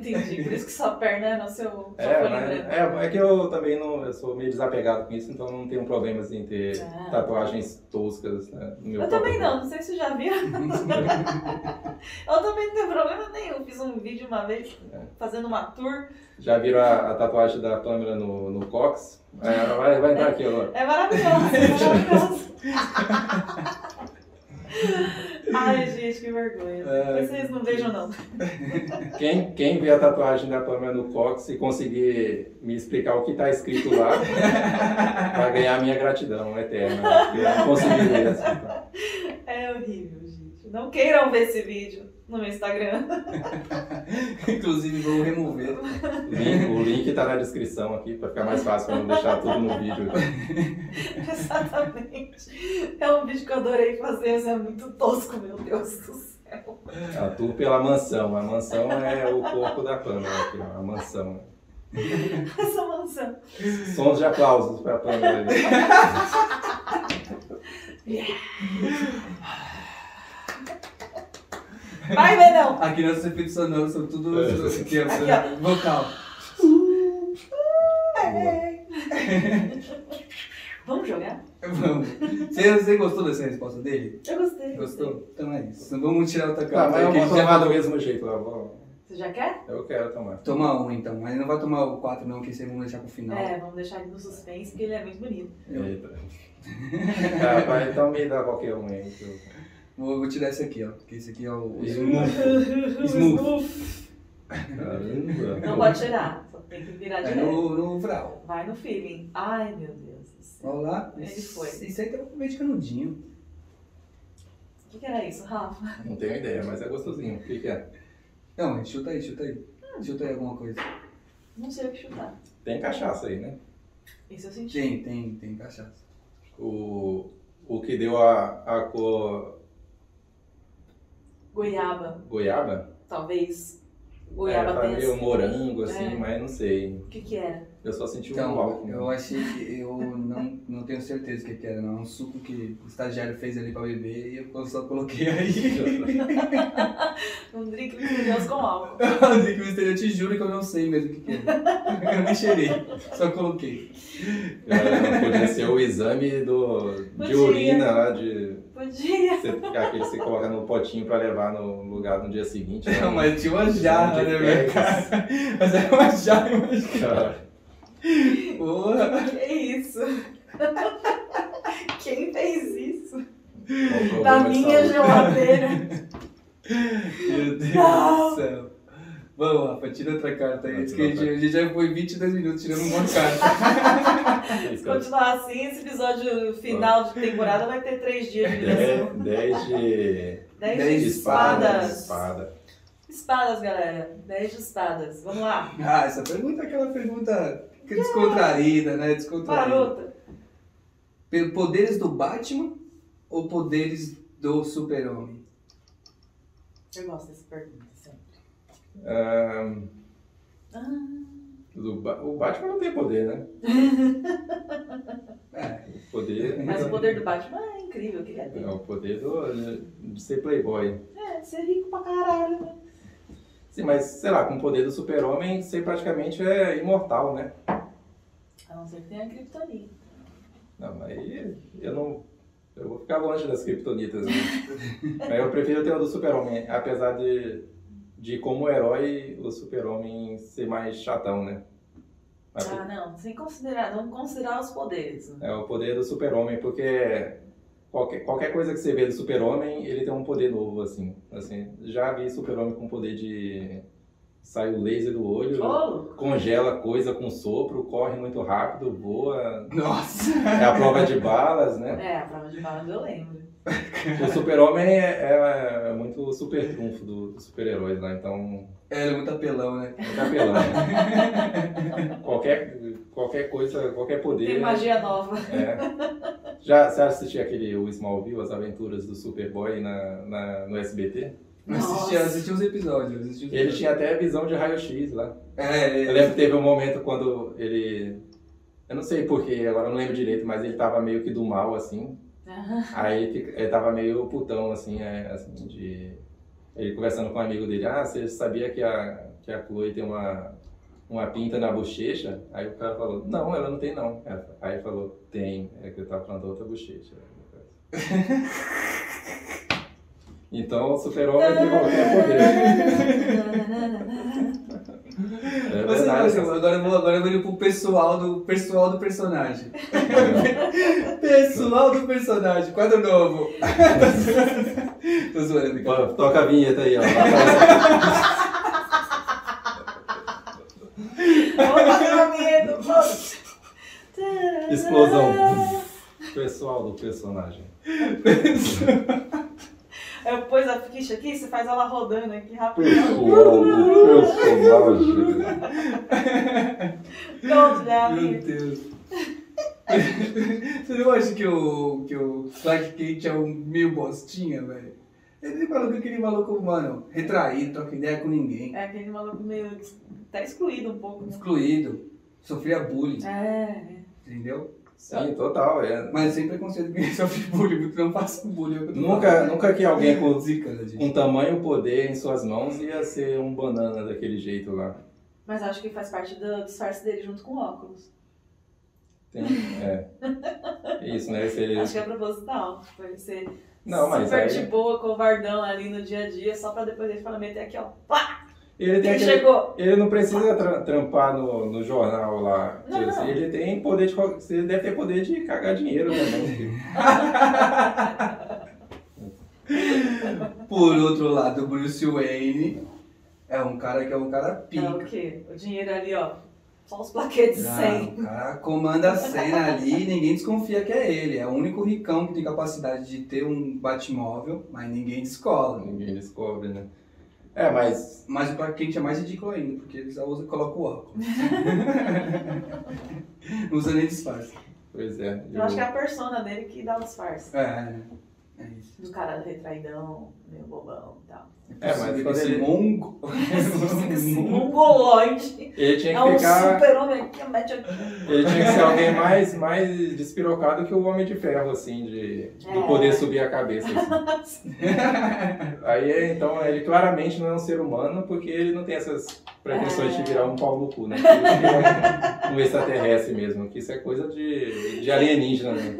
[SPEAKER 1] é É. É,
[SPEAKER 2] é Ah. um É É É um
[SPEAKER 3] É, um é. né? tá É, é tipo um É, então é. né, tá tá Tá é
[SPEAKER 2] Vai, Benão!
[SPEAKER 1] Aqui nossos efeitos sonoros são tudo
[SPEAKER 3] É.
[SPEAKER 1] que é
[SPEAKER 2] Aqui,
[SPEAKER 1] vocal.
[SPEAKER 2] Vamos jogar?
[SPEAKER 1] Vamos. Você, você gostou dessa resposta dele?
[SPEAKER 2] Eu gostei.
[SPEAKER 1] Gostou? Então é isso. Vamos tirar outra
[SPEAKER 3] Tá,
[SPEAKER 1] carta.
[SPEAKER 3] mas eu
[SPEAKER 1] que a
[SPEAKER 3] vou
[SPEAKER 1] gente já
[SPEAKER 3] tomar do
[SPEAKER 1] falou.
[SPEAKER 3] mesmo jeito. Eu, vou-
[SPEAKER 2] Você já quer?
[SPEAKER 3] eu quero tomar.
[SPEAKER 1] Toma um então, mas não vai tomar o 4 não, que vocês vão deixar pro final.
[SPEAKER 2] É, vamos deixar ele no suspense, porque ele é muito bonito.
[SPEAKER 1] Eu
[SPEAKER 3] Eita. Tá, vai, então me dá qualquer um aí. que eu-
[SPEAKER 1] vou, vou tirar esse aqui, ó. Porque esse aqui é o.
[SPEAKER 3] Tá Caramba.
[SPEAKER 2] Não pode tirar, só tem que virar
[SPEAKER 1] É
[SPEAKER 2] direto.
[SPEAKER 1] no, no Vral.
[SPEAKER 2] Vai no feeling. Ai, meu Deus do céu.
[SPEAKER 1] Olha lá.
[SPEAKER 2] Ele foi.
[SPEAKER 1] Isso aí tem um meio de canudinho.
[SPEAKER 2] O que, que era isso, Rafa?
[SPEAKER 3] Não tenho ideia, mas é gostosinho. O que, que é?
[SPEAKER 1] Não, mas chuta aí, chuta aí.
[SPEAKER 2] Ah.
[SPEAKER 1] Chuta aí alguma coisa.
[SPEAKER 2] Não sei o que chutar.
[SPEAKER 3] Tem cachaça aí, né?
[SPEAKER 2] Isso eu senti.
[SPEAKER 1] Tem, tem, tem cachaça.
[SPEAKER 3] O, o que deu a, a cor
[SPEAKER 2] Goiaba,
[SPEAKER 3] goiaba?
[SPEAKER 2] talvez. Goiaba
[SPEAKER 3] é, tá
[SPEAKER 2] tensa.
[SPEAKER 3] meio morango, assim,
[SPEAKER 2] É.
[SPEAKER 3] mas não sei.
[SPEAKER 2] O que que era?
[SPEAKER 3] Eu só senti um
[SPEAKER 1] Então,
[SPEAKER 3] álcool.
[SPEAKER 1] eu achei que eu não, não tenho certeza o que que era, não. É um suco que o estagiário fez ali pra beber e eu só coloquei aí.
[SPEAKER 2] Um drink misterioso com álcool.
[SPEAKER 1] Eu digo, "Mister, eu te juro que eu não sei mesmo o que, que é. Eu nem cheirei, só coloquei.
[SPEAKER 3] Cara, Podia ser o exame do, de
[SPEAKER 2] Podia.
[SPEAKER 3] urina lá, de
[SPEAKER 2] Podia.
[SPEAKER 3] você, aquele que você coloca no potinho pra levar no lugar no dia seguinte. né?
[SPEAKER 1] Não, mas tinha uma jarra, né, velho? Mas era uma jarra, mas...
[SPEAKER 3] Cara,
[SPEAKER 1] Porra!
[SPEAKER 2] Que isso? Quem fez isso?
[SPEAKER 3] qual o problema
[SPEAKER 2] Na
[SPEAKER 3] de
[SPEAKER 2] minha
[SPEAKER 3] saúde?
[SPEAKER 2] geladeira.
[SPEAKER 1] Meu Deus
[SPEAKER 2] Não.
[SPEAKER 1] do céu. Vamos, Rafa, tira outra carta aí.
[SPEAKER 3] Vai
[SPEAKER 1] Diz que a gente,
[SPEAKER 3] tirar
[SPEAKER 1] a gente já foi 22 minutos tirando uma carta.
[SPEAKER 2] Se continuar assim, esse episódio final de temporada vai ter três dias de duração.
[SPEAKER 3] 10 de,
[SPEAKER 2] Dez,
[SPEAKER 1] Dez
[SPEAKER 2] de
[SPEAKER 1] de
[SPEAKER 2] espadas.
[SPEAKER 3] de espada.
[SPEAKER 2] Espadas, galera. Dez de espadas. Vamos lá.
[SPEAKER 1] Ah, essa pergunta é aquela pergunta que é descontraída, né? Descontraída.
[SPEAKER 2] Marota.
[SPEAKER 1] Pe- Poderes do Batman ou poderes do Super-Homem?
[SPEAKER 2] Eu gosto dessa pergunta. assim.
[SPEAKER 3] Ahn,
[SPEAKER 2] Ah,
[SPEAKER 3] do Ba- o Batman não tem poder, né?
[SPEAKER 1] É,
[SPEAKER 3] O poder
[SPEAKER 2] mas o poder do Batman é incrível. Eu queria ter.
[SPEAKER 3] é o poder do, de ser playboy.
[SPEAKER 2] É, ser rico pra caralho. né?
[SPEAKER 3] Sim, mas sei lá, com o poder do super-homem, você praticamente é imortal, né?
[SPEAKER 2] A não ser que tenha criptonita.
[SPEAKER 3] Não, mas aí eu não. Eu vou ficar longe das criptonitas. Né? mas eu prefiro ter o do super-homem, apesar de, de como herói o super-homem ser mais chatão, né? Mas
[SPEAKER 2] Ah, não. Sem considerar. Vamos considerar os poderes. né?
[SPEAKER 3] É o poder do super-homem, porque qualquer, qualquer coisa que você vê do super-homem, ele tem um poder novo, assim. assim já vi super-homem com poder de. sai o laser do olho.
[SPEAKER 2] Ô,
[SPEAKER 3] congela coisa com sopro, corre muito rápido, voa.
[SPEAKER 1] nossa!
[SPEAKER 3] É a prova de balas, né?
[SPEAKER 2] É, a prova de balas eu lembro.
[SPEAKER 3] O super-homem é, é muito o super trunfo do- dos super-heróis lá, então
[SPEAKER 1] É, ele é muito apelão, né?
[SPEAKER 3] é capelão. Né? Qualquer, qualquer coisa, qualquer
[SPEAKER 2] Tem
[SPEAKER 3] poder.
[SPEAKER 2] magia nova.
[SPEAKER 3] é. Já você assistiu aquele o Smallville, as aventuras do Superboy na, na- no SBT?
[SPEAKER 1] Eu assisti, eu assisti uns episódios. eu assisti uns
[SPEAKER 3] Ele
[SPEAKER 1] episódios.
[SPEAKER 3] tinha até a visão de raio-x lá.
[SPEAKER 1] É,
[SPEAKER 3] Eu
[SPEAKER 1] é,
[SPEAKER 3] lembro que teve um momento quando ele. Eu não sei porquê, agora eu não lembro direito, mas ele tava meio que do mal, assim. Aí ele, fica- ele tava meio putão, assim, é, assim, de. Ele conversando com um amigo dele, ah, você sabia que a, que a Chloe tem uma, uma pinta na bochecha? Aí o cara falou, não, ela não tem não. Ela- Aí ele falou, tem, é que eu tava falando da outra bochecha. Então o super-homem tem qualquer poder. É
[SPEAKER 1] Você não,
[SPEAKER 3] verdade.
[SPEAKER 1] assim, agora eu vou, agora eu vou ir pro pessoal do, pessoal do personagem.
[SPEAKER 3] essa-
[SPEAKER 1] Pessoal do personagem, quadro novo. Tô zoando, cara.
[SPEAKER 3] Pô, Toca a vinheta aí, ó.
[SPEAKER 2] Vamos fazer uma vinheta, vamos.
[SPEAKER 3] Explosão. Pessoal do personagem.
[SPEAKER 2] Eu pus a ficha aqui, você faz ela rodando aqui rapidão.
[SPEAKER 3] Pessoal do personagem.
[SPEAKER 2] Pronto, já
[SPEAKER 1] Meu
[SPEAKER 2] vi.
[SPEAKER 1] Deus. Você não acha que o, que o Clark Kent é um meio bostinha, velho? Ele falou que aquele maluco, mano, retraído, troca ideia com ninguém,
[SPEAKER 2] É aquele maluco meio. tá excluído um pouco. né?
[SPEAKER 1] excluído, sofria bullying,
[SPEAKER 2] É,
[SPEAKER 1] entendeu?
[SPEAKER 3] Sim, total. É.
[SPEAKER 1] Mas sem preconceito que sofre bullying, porque não faço bullying. é o que eu tô
[SPEAKER 3] Nunca, nunca que alguém com,
[SPEAKER 1] falando. Zica,
[SPEAKER 2] É.
[SPEAKER 1] né, gente?
[SPEAKER 3] com tamanho poder em suas mãos ia ser um banana daquele jeito lá.
[SPEAKER 2] Mas acho que faz parte do disfarce dele junto com o óculos.
[SPEAKER 3] Tem- é. Isso, né? Se ele-
[SPEAKER 2] Acho que é proposital. Pra ele ser
[SPEAKER 3] Não, mas
[SPEAKER 2] super
[SPEAKER 3] aí-
[SPEAKER 2] de boa, covardão ali no dia a dia, só pra depois ele falar, meter aqui, ó.
[SPEAKER 3] Ele, tem
[SPEAKER 2] Quem
[SPEAKER 3] aquele-
[SPEAKER 2] chegou?
[SPEAKER 3] ele não precisa tra- trampar no, no jornal lá.
[SPEAKER 2] Não,
[SPEAKER 3] Ele-
[SPEAKER 2] não.
[SPEAKER 3] Ele tem poder de. co- Ele deve ter poder de cagar dinheiro também.
[SPEAKER 1] Por outro lado, o Bruce Wayne é um cara que é um cara
[SPEAKER 2] É o
[SPEAKER 1] pica.
[SPEAKER 2] quê? O dinheiro ali, ó. Só os plaquetes de 100.
[SPEAKER 1] Ah, o cara comanda a cena ali e ninguém desconfia que é ele. É o único ricão que tem capacidade de ter um Batmóvel, mas ninguém descola.
[SPEAKER 3] Ninguém descobre, né? É, mas.
[SPEAKER 1] Mas o Clark é mais ridículo ainda, porque ele só usa, coloca o óculos. Não usa nem disfarce.
[SPEAKER 3] Pois é.
[SPEAKER 2] Eu acho que é a persona dele que dá o disfarce.
[SPEAKER 1] É, é isso.
[SPEAKER 2] Do cara retraídão, meio bobão e tal.
[SPEAKER 3] É, mas quando
[SPEAKER 1] esse
[SPEAKER 3] ele-
[SPEAKER 1] mongo...
[SPEAKER 2] Esse tipo mongoloide.
[SPEAKER 3] Ele
[SPEAKER 2] um
[SPEAKER 3] tinha
[SPEAKER 2] É
[SPEAKER 3] que
[SPEAKER 2] um
[SPEAKER 3] ficar.
[SPEAKER 2] super-homem aqui, mete aqui.
[SPEAKER 3] Ele tinha que ser alguém mais, mais despirocado que o Homem de Ferro, assim, de, de
[SPEAKER 2] É.
[SPEAKER 3] poder subir a cabeça. assim. Aí, é, então, ele claramente não é um ser humano, porque ele não tem essas pretensões de virar um pau no cu, né? Ele é um- um extraterrestre mesmo, que isso é coisa de, de alienígena, né?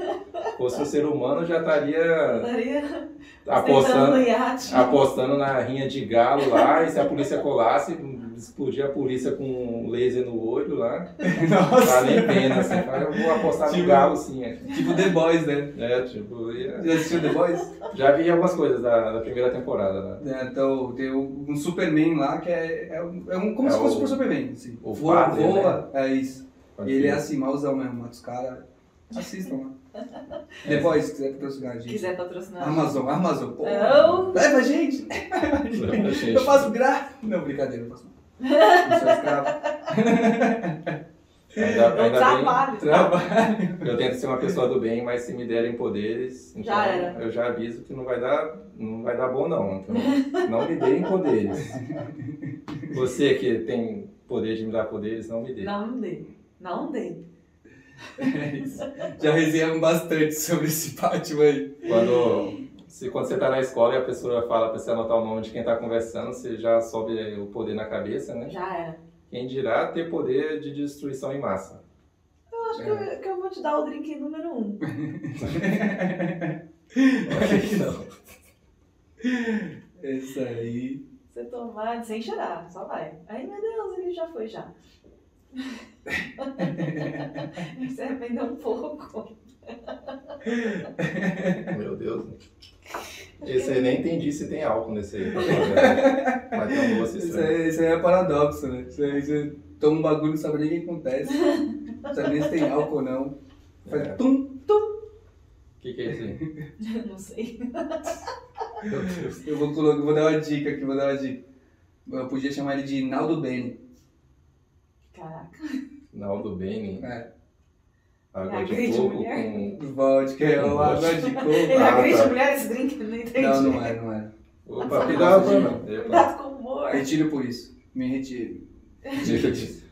[SPEAKER 3] Se fosse um ser humano, já estaria
[SPEAKER 2] Daria tentando no
[SPEAKER 3] apostando, Ah,
[SPEAKER 2] iate.
[SPEAKER 3] apostando na rinha de galo lá, e se a polícia colasse, explodia a polícia com um laser no olho lá. Vale a
[SPEAKER 1] Nossa,
[SPEAKER 3] pena, assim, fala, eu vou apostar no
[SPEAKER 1] Tipo-
[SPEAKER 3] galo sim. É,
[SPEAKER 1] tipo The Boys, né?
[SPEAKER 3] É, tipo, ia-
[SPEAKER 1] Já assistiu The Boys?
[SPEAKER 3] já vi algumas coisas da, da primeira temporada, né?
[SPEAKER 1] É, então tem um um Superman lá que é, é, um, é um- como
[SPEAKER 3] É
[SPEAKER 1] se fosse
[SPEAKER 3] o-
[SPEAKER 1] um Superman. Assim.
[SPEAKER 3] o
[SPEAKER 1] voa,
[SPEAKER 3] padre, né?
[SPEAKER 1] voa, é isso.
[SPEAKER 3] Pode
[SPEAKER 1] E ele é
[SPEAKER 3] ver.
[SPEAKER 1] assim, mauzão mesmo, mata os caras. Assistam lá. Depois, se quiser patrocinar a gente.
[SPEAKER 2] Quiser patrocinar.
[SPEAKER 1] Amazon, Amazon, pô.
[SPEAKER 2] Não.
[SPEAKER 1] Leva a gente!
[SPEAKER 3] Leva a gente.
[SPEAKER 1] Eu faço graça. Não, brincadeira, eu faço. Não sou escravo.
[SPEAKER 3] Ainda,
[SPEAKER 2] É um
[SPEAKER 3] ainda bem,
[SPEAKER 2] trabalho.
[SPEAKER 1] Trabalho.
[SPEAKER 3] eu tento ser uma pessoa do bem, mas se me derem poderes, então
[SPEAKER 2] Já era.
[SPEAKER 3] eu já aviso que não vai dar, não vai dar bom não. Então, não me deem poderes. Você que tem poder de me dar poderes, não me dê.
[SPEAKER 2] Não dei. Não dei.
[SPEAKER 1] É isso. Já resenhamos bastante sobre esse Batman aí.
[SPEAKER 3] Quando, se, quando você tá na escola e a pessoa fala pra você anotar o nome de quem tá conversando, você já sobe o poder na cabeça, né?
[SPEAKER 2] Já era.
[SPEAKER 3] Quem dirá ter poder de destruição em massa?
[SPEAKER 2] Eu acho que
[SPEAKER 1] É.
[SPEAKER 2] eu, que eu vou te dar o drink número um.
[SPEAKER 3] Não.
[SPEAKER 1] Esse aí.
[SPEAKER 2] Você tomar sem cheirar, só vai. Aí, meu Deus, ele já foi já. Você arrependeu um pouco.
[SPEAKER 3] Meu Deus. Esse aí nem entendi se tem álcool nesse aí. Mas tem um gosto
[SPEAKER 1] Isso
[SPEAKER 3] estranho.
[SPEAKER 1] aí, isso aí é paradoxo, né? Isso aí você toma um bagulho e não sabe nem o que acontece. Não sabe nem se tem álcool ou não. Faz
[SPEAKER 3] É.
[SPEAKER 1] tum,
[SPEAKER 3] O que, que é isso aí?
[SPEAKER 2] Não sei.
[SPEAKER 3] Meu Deus.
[SPEAKER 1] eu vou, colocar, vou dar uma dica aqui, vou dar uma dica. Eu podia chamar ele de Naldo Bene.
[SPEAKER 2] Caraca.
[SPEAKER 3] Naldo Bene,
[SPEAKER 1] É.
[SPEAKER 3] água de
[SPEAKER 2] Agride
[SPEAKER 3] coco
[SPEAKER 2] mulher?
[SPEAKER 3] com.
[SPEAKER 1] Vodka, é
[SPEAKER 3] Eu
[SPEAKER 1] uma água
[SPEAKER 3] gosto.
[SPEAKER 1] de
[SPEAKER 2] Ele
[SPEAKER 3] Ah,
[SPEAKER 1] coco.
[SPEAKER 2] agride
[SPEAKER 3] tá.
[SPEAKER 2] mulher esse drink? Não entendi.
[SPEAKER 1] Não, não é, não é.
[SPEAKER 3] Opa, cuidado, mano.
[SPEAKER 2] Cuidado com o humor.
[SPEAKER 1] Retiro por isso. Me retiro. Retiro por isso.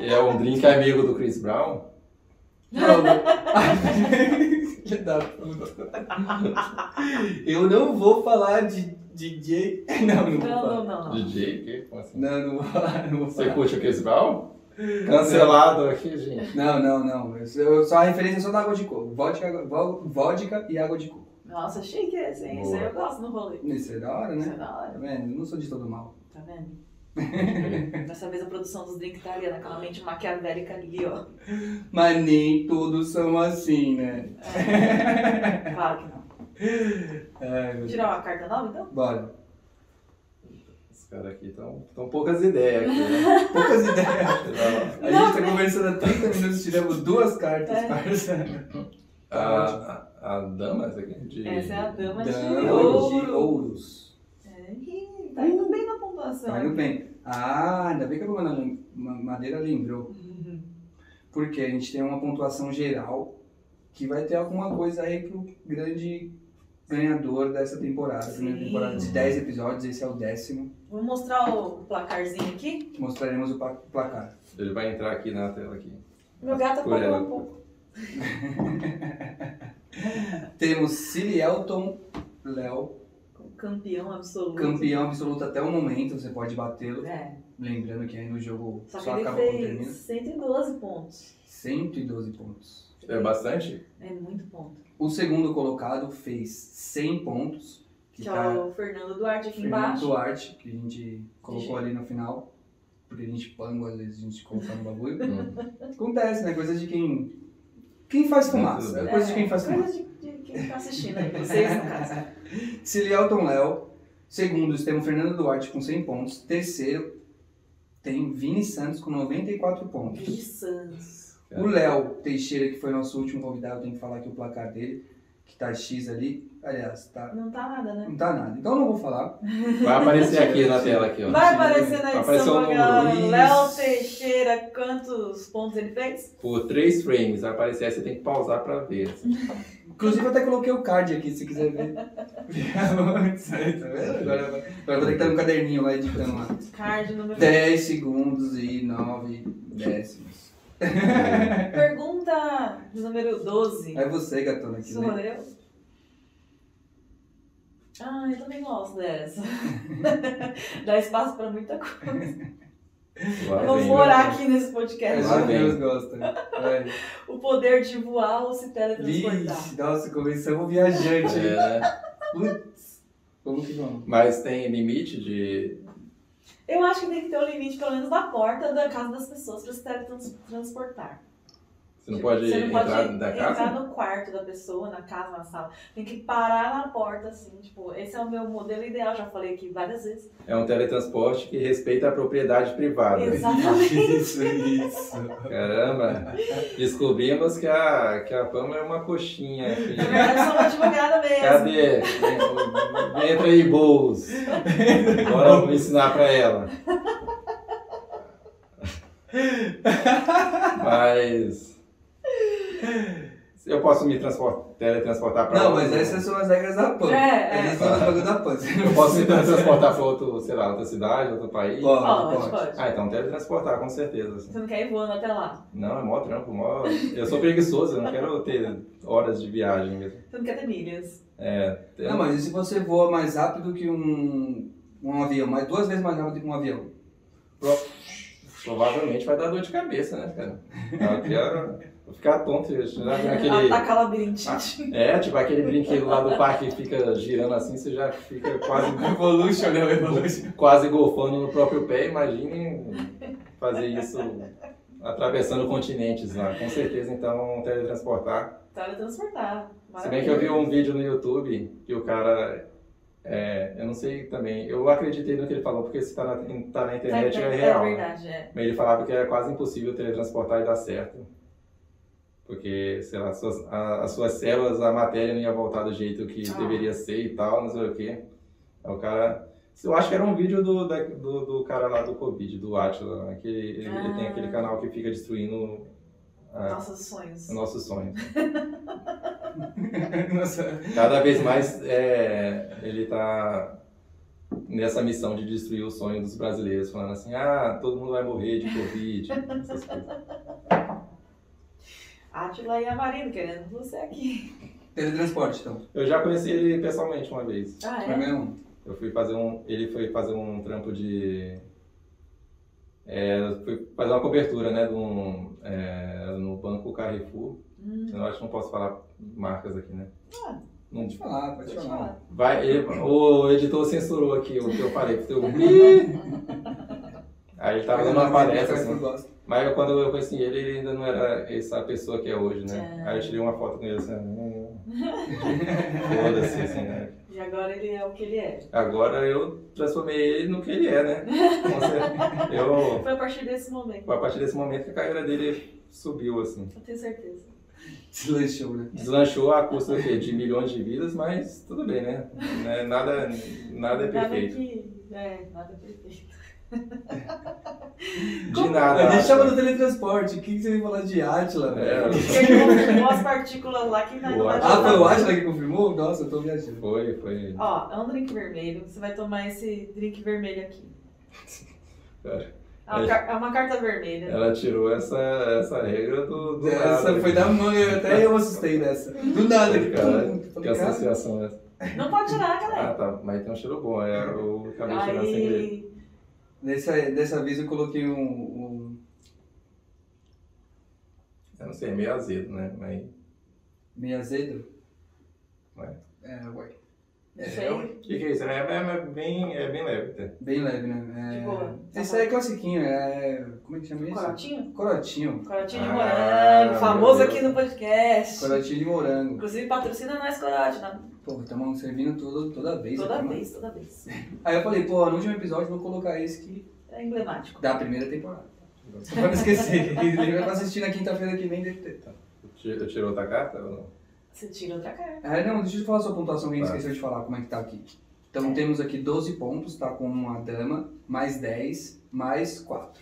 [SPEAKER 3] É um drink amigo do Chris Brown?
[SPEAKER 1] Não, não. Filha da puta. Eu não vou falar de DJ. Não, não vou
[SPEAKER 2] Não,
[SPEAKER 1] falar.
[SPEAKER 2] não, não. não.
[SPEAKER 3] DJ? Que? Como assim?
[SPEAKER 1] Não, não vou falar. Não vou
[SPEAKER 3] Você
[SPEAKER 1] falar.
[SPEAKER 3] curte o Chris Brown? Cancelado aqui, gente.
[SPEAKER 1] Não, não, não. Eu, só a referência é só da água de coco. Vodka, vo- vodka e água de coco.
[SPEAKER 2] Nossa, chique esse, hein? Isso aí eu gosto no rolê.
[SPEAKER 1] Isso é da hora,
[SPEAKER 2] Isso é
[SPEAKER 1] né?
[SPEAKER 2] da
[SPEAKER 1] Tá
[SPEAKER 2] hora,
[SPEAKER 1] vendo? Eu não sou de todo mal.
[SPEAKER 2] tá vendo? Dessa vez a produção dos drinks tá ali, naquela mente maquiavélica ali, ó.
[SPEAKER 1] Mas nem todos são assim, né?
[SPEAKER 2] É. Claro que não.
[SPEAKER 1] Ai, meu Deus.
[SPEAKER 2] Tirar uma carta nova, então?
[SPEAKER 1] Bora.
[SPEAKER 3] Os caras aqui estão tão poucas ideias aqui, né?
[SPEAKER 1] Poucas ideias.
[SPEAKER 3] Sei
[SPEAKER 1] A gente tá conversando há 30 minutos, tiramos duas cartas,
[SPEAKER 2] É.
[SPEAKER 1] parça.
[SPEAKER 3] lá. A, a, a dama, essa aqui? De...
[SPEAKER 2] Essa é a dama, de
[SPEAKER 1] Dama de
[SPEAKER 2] ouro.
[SPEAKER 1] ouros.
[SPEAKER 2] É, ih, tá indo bem na pontuação.
[SPEAKER 1] Tá indo bem. Ah, ainda bem que a Luana lem- Ma- Madeira lembrou.
[SPEAKER 2] Uhum.
[SPEAKER 1] Porque a gente tem uma pontuação geral que vai ter alguma coisa aí pro grande ganhador dessa temporada. Primeira
[SPEAKER 2] Sim.
[SPEAKER 1] temporada de 10 episódios, esse é o décimo.
[SPEAKER 2] Vou mostrar o placarzinho aqui.
[SPEAKER 1] Mostraremos o pa- placar.
[SPEAKER 3] Ele vai entrar aqui na tela aqui.
[SPEAKER 2] Meu gato
[SPEAKER 3] Por
[SPEAKER 2] apagou
[SPEAKER 3] ela.
[SPEAKER 2] um pouco.
[SPEAKER 1] Temos Cilielton Léo,
[SPEAKER 2] Campeão absoluto.
[SPEAKER 1] campeão absoluto até o momento, você pode batê-lo.
[SPEAKER 2] É.
[SPEAKER 1] Lembrando que aí no jogo
[SPEAKER 2] Só
[SPEAKER 1] só,
[SPEAKER 2] que ele
[SPEAKER 1] acaba quando
[SPEAKER 2] fez
[SPEAKER 1] termina.
[SPEAKER 2] 112 pontos.
[SPEAKER 1] 112 pontos.
[SPEAKER 3] É bastante?
[SPEAKER 2] É muito ponto.
[SPEAKER 1] O segundo colocado fez 100 pontos, que
[SPEAKER 2] Que é
[SPEAKER 1] tá
[SPEAKER 2] o Fernando Duarte aqui
[SPEAKER 1] Fernando
[SPEAKER 2] embaixo.
[SPEAKER 1] Duarte, que a gente colocou ali no final. Porque a gente pango, às vezes a gente coloca no bagulho.
[SPEAKER 3] Hum.
[SPEAKER 1] Acontece, né? Coisa de quem. Quem faz fumaça.
[SPEAKER 2] né?
[SPEAKER 1] É coisa de quem faz fumaça.
[SPEAKER 2] Coisa de, de quem tá assistindo aí, vocês no caso.
[SPEAKER 1] Cilielton é Léo. Segundo, temos Fernando Duarte com 100 pontos. Terceiro, tem Vini Santos com 94 pontos.
[SPEAKER 2] Vini Santos.
[SPEAKER 1] O Léo Teixeira, que foi nosso último convidado, tem que falar aqui o placar dele, que tá X ali. Aliás, tá.
[SPEAKER 2] Não tá nada, né?
[SPEAKER 1] Não tá nada. Então eu não vou falar.
[SPEAKER 3] Vai aparecer aqui na tela aqui, ó.
[SPEAKER 2] Vai aparecer na
[SPEAKER 3] Vai
[SPEAKER 2] edição
[SPEAKER 3] aparecer o
[SPEAKER 2] do programa.
[SPEAKER 3] número.
[SPEAKER 2] Léo
[SPEAKER 3] Isso.
[SPEAKER 2] Teixeira, quantos pontos ele fez?
[SPEAKER 3] Por três frames vai aparecer, aí você tem que pausar pra ver. assim.
[SPEAKER 1] Inclusive, eu até coloquei o card aqui, se quiser ver. agora, agora eu vou ter que estar no caderninho lá editando lá.
[SPEAKER 2] Card número
[SPEAKER 1] 10 segundos e 9 décimos.
[SPEAKER 2] Pergunta de número 12.
[SPEAKER 1] É você, gatona, que
[SPEAKER 2] Sou
[SPEAKER 1] lê.
[SPEAKER 2] eu? Ah, eu também gosto dessa. Dá espaço pra muita coisa.
[SPEAKER 3] Vai
[SPEAKER 2] Vamos
[SPEAKER 3] vendo.
[SPEAKER 2] morar aqui nesse
[SPEAKER 1] É,
[SPEAKER 2] podcast.
[SPEAKER 3] Lá
[SPEAKER 1] Os
[SPEAKER 3] vem.
[SPEAKER 1] meus gostam. Vai.
[SPEAKER 2] O poder de voar ou se teletransportar.
[SPEAKER 1] Vixe, nossa, começamos viajante. hein?
[SPEAKER 3] É, né?
[SPEAKER 1] Como que vamos?
[SPEAKER 3] Mas tem limite de.
[SPEAKER 2] Eu acho que tem que ter um limite, pelo menos, da porta da casa das pessoas pra se teletransportar.
[SPEAKER 3] Você não pode
[SPEAKER 2] Tipo, Você não pode
[SPEAKER 3] entrar da
[SPEAKER 2] entrar
[SPEAKER 3] casa?
[SPEAKER 2] no quarto da pessoa, na casa, na sala. Tem que parar na porta, assim, tipo, esse é o meu modelo ideal, já falei aqui várias vezes.
[SPEAKER 3] É um teletransporte que respeita a propriedade privada.
[SPEAKER 2] Exatamente.
[SPEAKER 1] Isso, isso.
[SPEAKER 3] Caramba! Descobrimos que a, que a Pama é uma coxinha aqui.
[SPEAKER 2] Na verdade, eu sou uma advogada mesmo.
[SPEAKER 3] Cadê? Entra aí, Boulos. Bora vamos ensinar pra ela. Mas. Eu posso me transpor- teletransportar pra
[SPEAKER 1] Não,
[SPEAKER 3] outro-
[SPEAKER 1] mas é essas são as regras da PAN.
[SPEAKER 2] É, é.
[SPEAKER 1] Essas são as regras da PAN. Você
[SPEAKER 3] Eu
[SPEAKER 1] não
[SPEAKER 3] posso me
[SPEAKER 1] precisa-
[SPEAKER 3] teletransportar pra outro, sei lá, outra cidade, outro país?
[SPEAKER 1] Pode, pode.
[SPEAKER 2] Pode, pode.
[SPEAKER 3] Ah, então teletransportar, com certeza. assim.
[SPEAKER 2] Você não quer ir voando até lá.
[SPEAKER 3] Não, é mó trampo, mó. Eu sou preguiçoso, eu não quero ter horas de viagem mesmo.
[SPEAKER 2] Você não quer ter milhas.
[SPEAKER 3] É.
[SPEAKER 1] Não, mas e se você voa mais rápido que um, um avião? Mas duas vezes mais rápido que um avião.
[SPEAKER 3] Provavelmente vai dar dor de cabeça, né, cara? Eu quero- Vou ficar tonto. eu já vi aquele...
[SPEAKER 2] Atacar labirintite.
[SPEAKER 3] É, tipo aquele brinquedo lá do parque que fica girando assim, você já fica quase,
[SPEAKER 1] Evolution, né? Evolution.
[SPEAKER 3] quase golfando no próprio pé. Imagine fazer isso atravessando continentes lá. Com certeza, então, teletransportar.
[SPEAKER 2] Tá Teletransportar.
[SPEAKER 3] Se bem que eu vi um vídeo no YouTube que o cara. é, eu não sei também, eu acreditei no que ele falou, porque se tá na, tá na internet é real.
[SPEAKER 2] É
[SPEAKER 3] né?
[SPEAKER 2] verdade, é.
[SPEAKER 3] Mas ele falava que era quase impossível teletransportar e dar certo. Porque, sei lá, suas- a- as suas células, a matéria não ia voltar do jeito que
[SPEAKER 2] Ah.
[SPEAKER 3] deveria ser e tal, não sei o quê. Aí o cara. Eu acho que era um vídeo do, da- do, do cara lá do Covid, do Atila, né? que ele, ele tem
[SPEAKER 2] Ah.
[SPEAKER 3] aquele canal que fica destruindo ah,
[SPEAKER 2] Nossos sonhos.
[SPEAKER 3] os nossos sonhos.
[SPEAKER 1] Nossa.
[SPEAKER 3] Cada vez mais é, ele tá nessa missão de destruir o sonho dos brasileiros, falando assim, ah, todo mundo vai morrer de Covid, essas coisas.
[SPEAKER 2] Atila e a Marina querendo você aqui.
[SPEAKER 1] Teletransporte, então.
[SPEAKER 3] Eu já conheci ele pessoalmente uma vez.
[SPEAKER 2] Ah,
[SPEAKER 1] É
[SPEAKER 2] é?
[SPEAKER 1] mesmo?
[SPEAKER 3] Eu fui fazer um, ele foi fazer um trampo de, é, fui fazer uma cobertura, né, de um, é, no banco Carrefour.
[SPEAKER 2] Hum,
[SPEAKER 3] Eu acho que não posso falar marcas aqui, né?
[SPEAKER 2] Ah.
[SPEAKER 3] Não,
[SPEAKER 1] Pode falar, pode
[SPEAKER 2] deixa eu
[SPEAKER 1] falar.
[SPEAKER 2] falar.
[SPEAKER 3] vai, ele- o editor censurou aqui o que eu falei. porque eu- Ih! Aí ele tava dando
[SPEAKER 1] um, né?
[SPEAKER 3] uma palestra assim. Mas eu- quando eu conheci ele, ele ainda não era essa pessoa que é hoje, né?
[SPEAKER 2] Ah.
[SPEAKER 3] Aí eu tirei uma foto com ele assim. hum, Foda-se, assim, né?
[SPEAKER 2] E agora ele é o que ele é.
[SPEAKER 3] Agora eu transformei ele no que ele é, né? Com certeza. Eu,
[SPEAKER 2] Foi a partir desse momento,
[SPEAKER 3] a partir desse momento que a carreira dele subiu, assim.
[SPEAKER 2] eu tenho certeza.
[SPEAKER 1] Deslanchou, né?
[SPEAKER 3] Deslanchou a custa do quê? de milhões de vidas, mas tudo bem, né? Né? Nada, nada é perfeito.
[SPEAKER 2] que. É, nada é perfeito.
[SPEAKER 3] De
[SPEAKER 2] Como-
[SPEAKER 1] A
[SPEAKER 3] nada. assim.
[SPEAKER 1] gente chama do teletransporte. O que que você ia falar de Atila, velho?
[SPEAKER 3] É,
[SPEAKER 2] Porque ele confirmou as partículas lá que não vai
[SPEAKER 3] Boa.
[SPEAKER 1] Ah, foi
[SPEAKER 2] dar.
[SPEAKER 1] o Atila que confirmou? Nossa, eu tô viajando.
[SPEAKER 3] foi, foi.
[SPEAKER 2] Ó, é um drink vermelho. Você vai tomar esse drink vermelho aqui. É uma car- é uma carta vermelha.
[SPEAKER 3] Ela tirou essa, essa regra do, do
[SPEAKER 1] Essa
[SPEAKER 3] nada, né?
[SPEAKER 1] foi da
[SPEAKER 3] cara.
[SPEAKER 1] mãe, eu até eu assustei dessa. Do nada, que
[SPEAKER 3] Cara,
[SPEAKER 1] pum,
[SPEAKER 3] Que
[SPEAKER 1] falei, cara,
[SPEAKER 3] associação é essa?
[SPEAKER 2] Não pode tirar,
[SPEAKER 3] Ah,
[SPEAKER 2] galera.
[SPEAKER 3] tá. Mas tem um cheiro bom. É, eu acabei de tirar sem querer.
[SPEAKER 2] Aí,
[SPEAKER 1] Dessa, dessa vez eu coloquei um, um
[SPEAKER 3] Eu não sei, meio azedo, né? Mas
[SPEAKER 1] meio azedo.
[SPEAKER 3] Ué.
[SPEAKER 1] É, ué.
[SPEAKER 2] não sei.
[SPEAKER 3] O que, que é isso? É, é- é bem, é bem leve, até.
[SPEAKER 1] Bem leve, né? É...
[SPEAKER 2] De boa.
[SPEAKER 1] Esse aí é classiquinho, é... Como é que chama isso?
[SPEAKER 2] Corotinho?
[SPEAKER 1] Corotinho.
[SPEAKER 2] Corotinho de
[SPEAKER 3] Ah,
[SPEAKER 2] morango, famoso
[SPEAKER 3] meu
[SPEAKER 2] aqui
[SPEAKER 3] Deus.
[SPEAKER 2] no podcast.
[SPEAKER 1] Corotinho de morango.
[SPEAKER 2] Inclusive patrocina nós, Corote, na-
[SPEAKER 1] Pô, estamos servindo tudo, toda vez.
[SPEAKER 2] toda
[SPEAKER 1] aqui,
[SPEAKER 3] né?
[SPEAKER 1] mano.
[SPEAKER 2] vez, toda vez.
[SPEAKER 1] Aí eu falei, pô, no último episódio eu vou colocar esse que
[SPEAKER 2] É emblemático.
[SPEAKER 1] da primeira temporada. Só pra não esquecer. Ele vai assistir na quinta-feira que vem deve ter. tá.
[SPEAKER 3] Ti- Tirou outra carta? ou não?
[SPEAKER 2] Você tira outra carta.
[SPEAKER 1] Ah, não, deixa eu falar sua pontuação que a gente
[SPEAKER 3] Tá.
[SPEAKER 1] esqueceu de falar como é que tá aqui. Então
[SPEAKER 2] É.
[SPEAKER 1] temos aqui 12 pontos, tá? Com uma dama, mais 10, mais 4.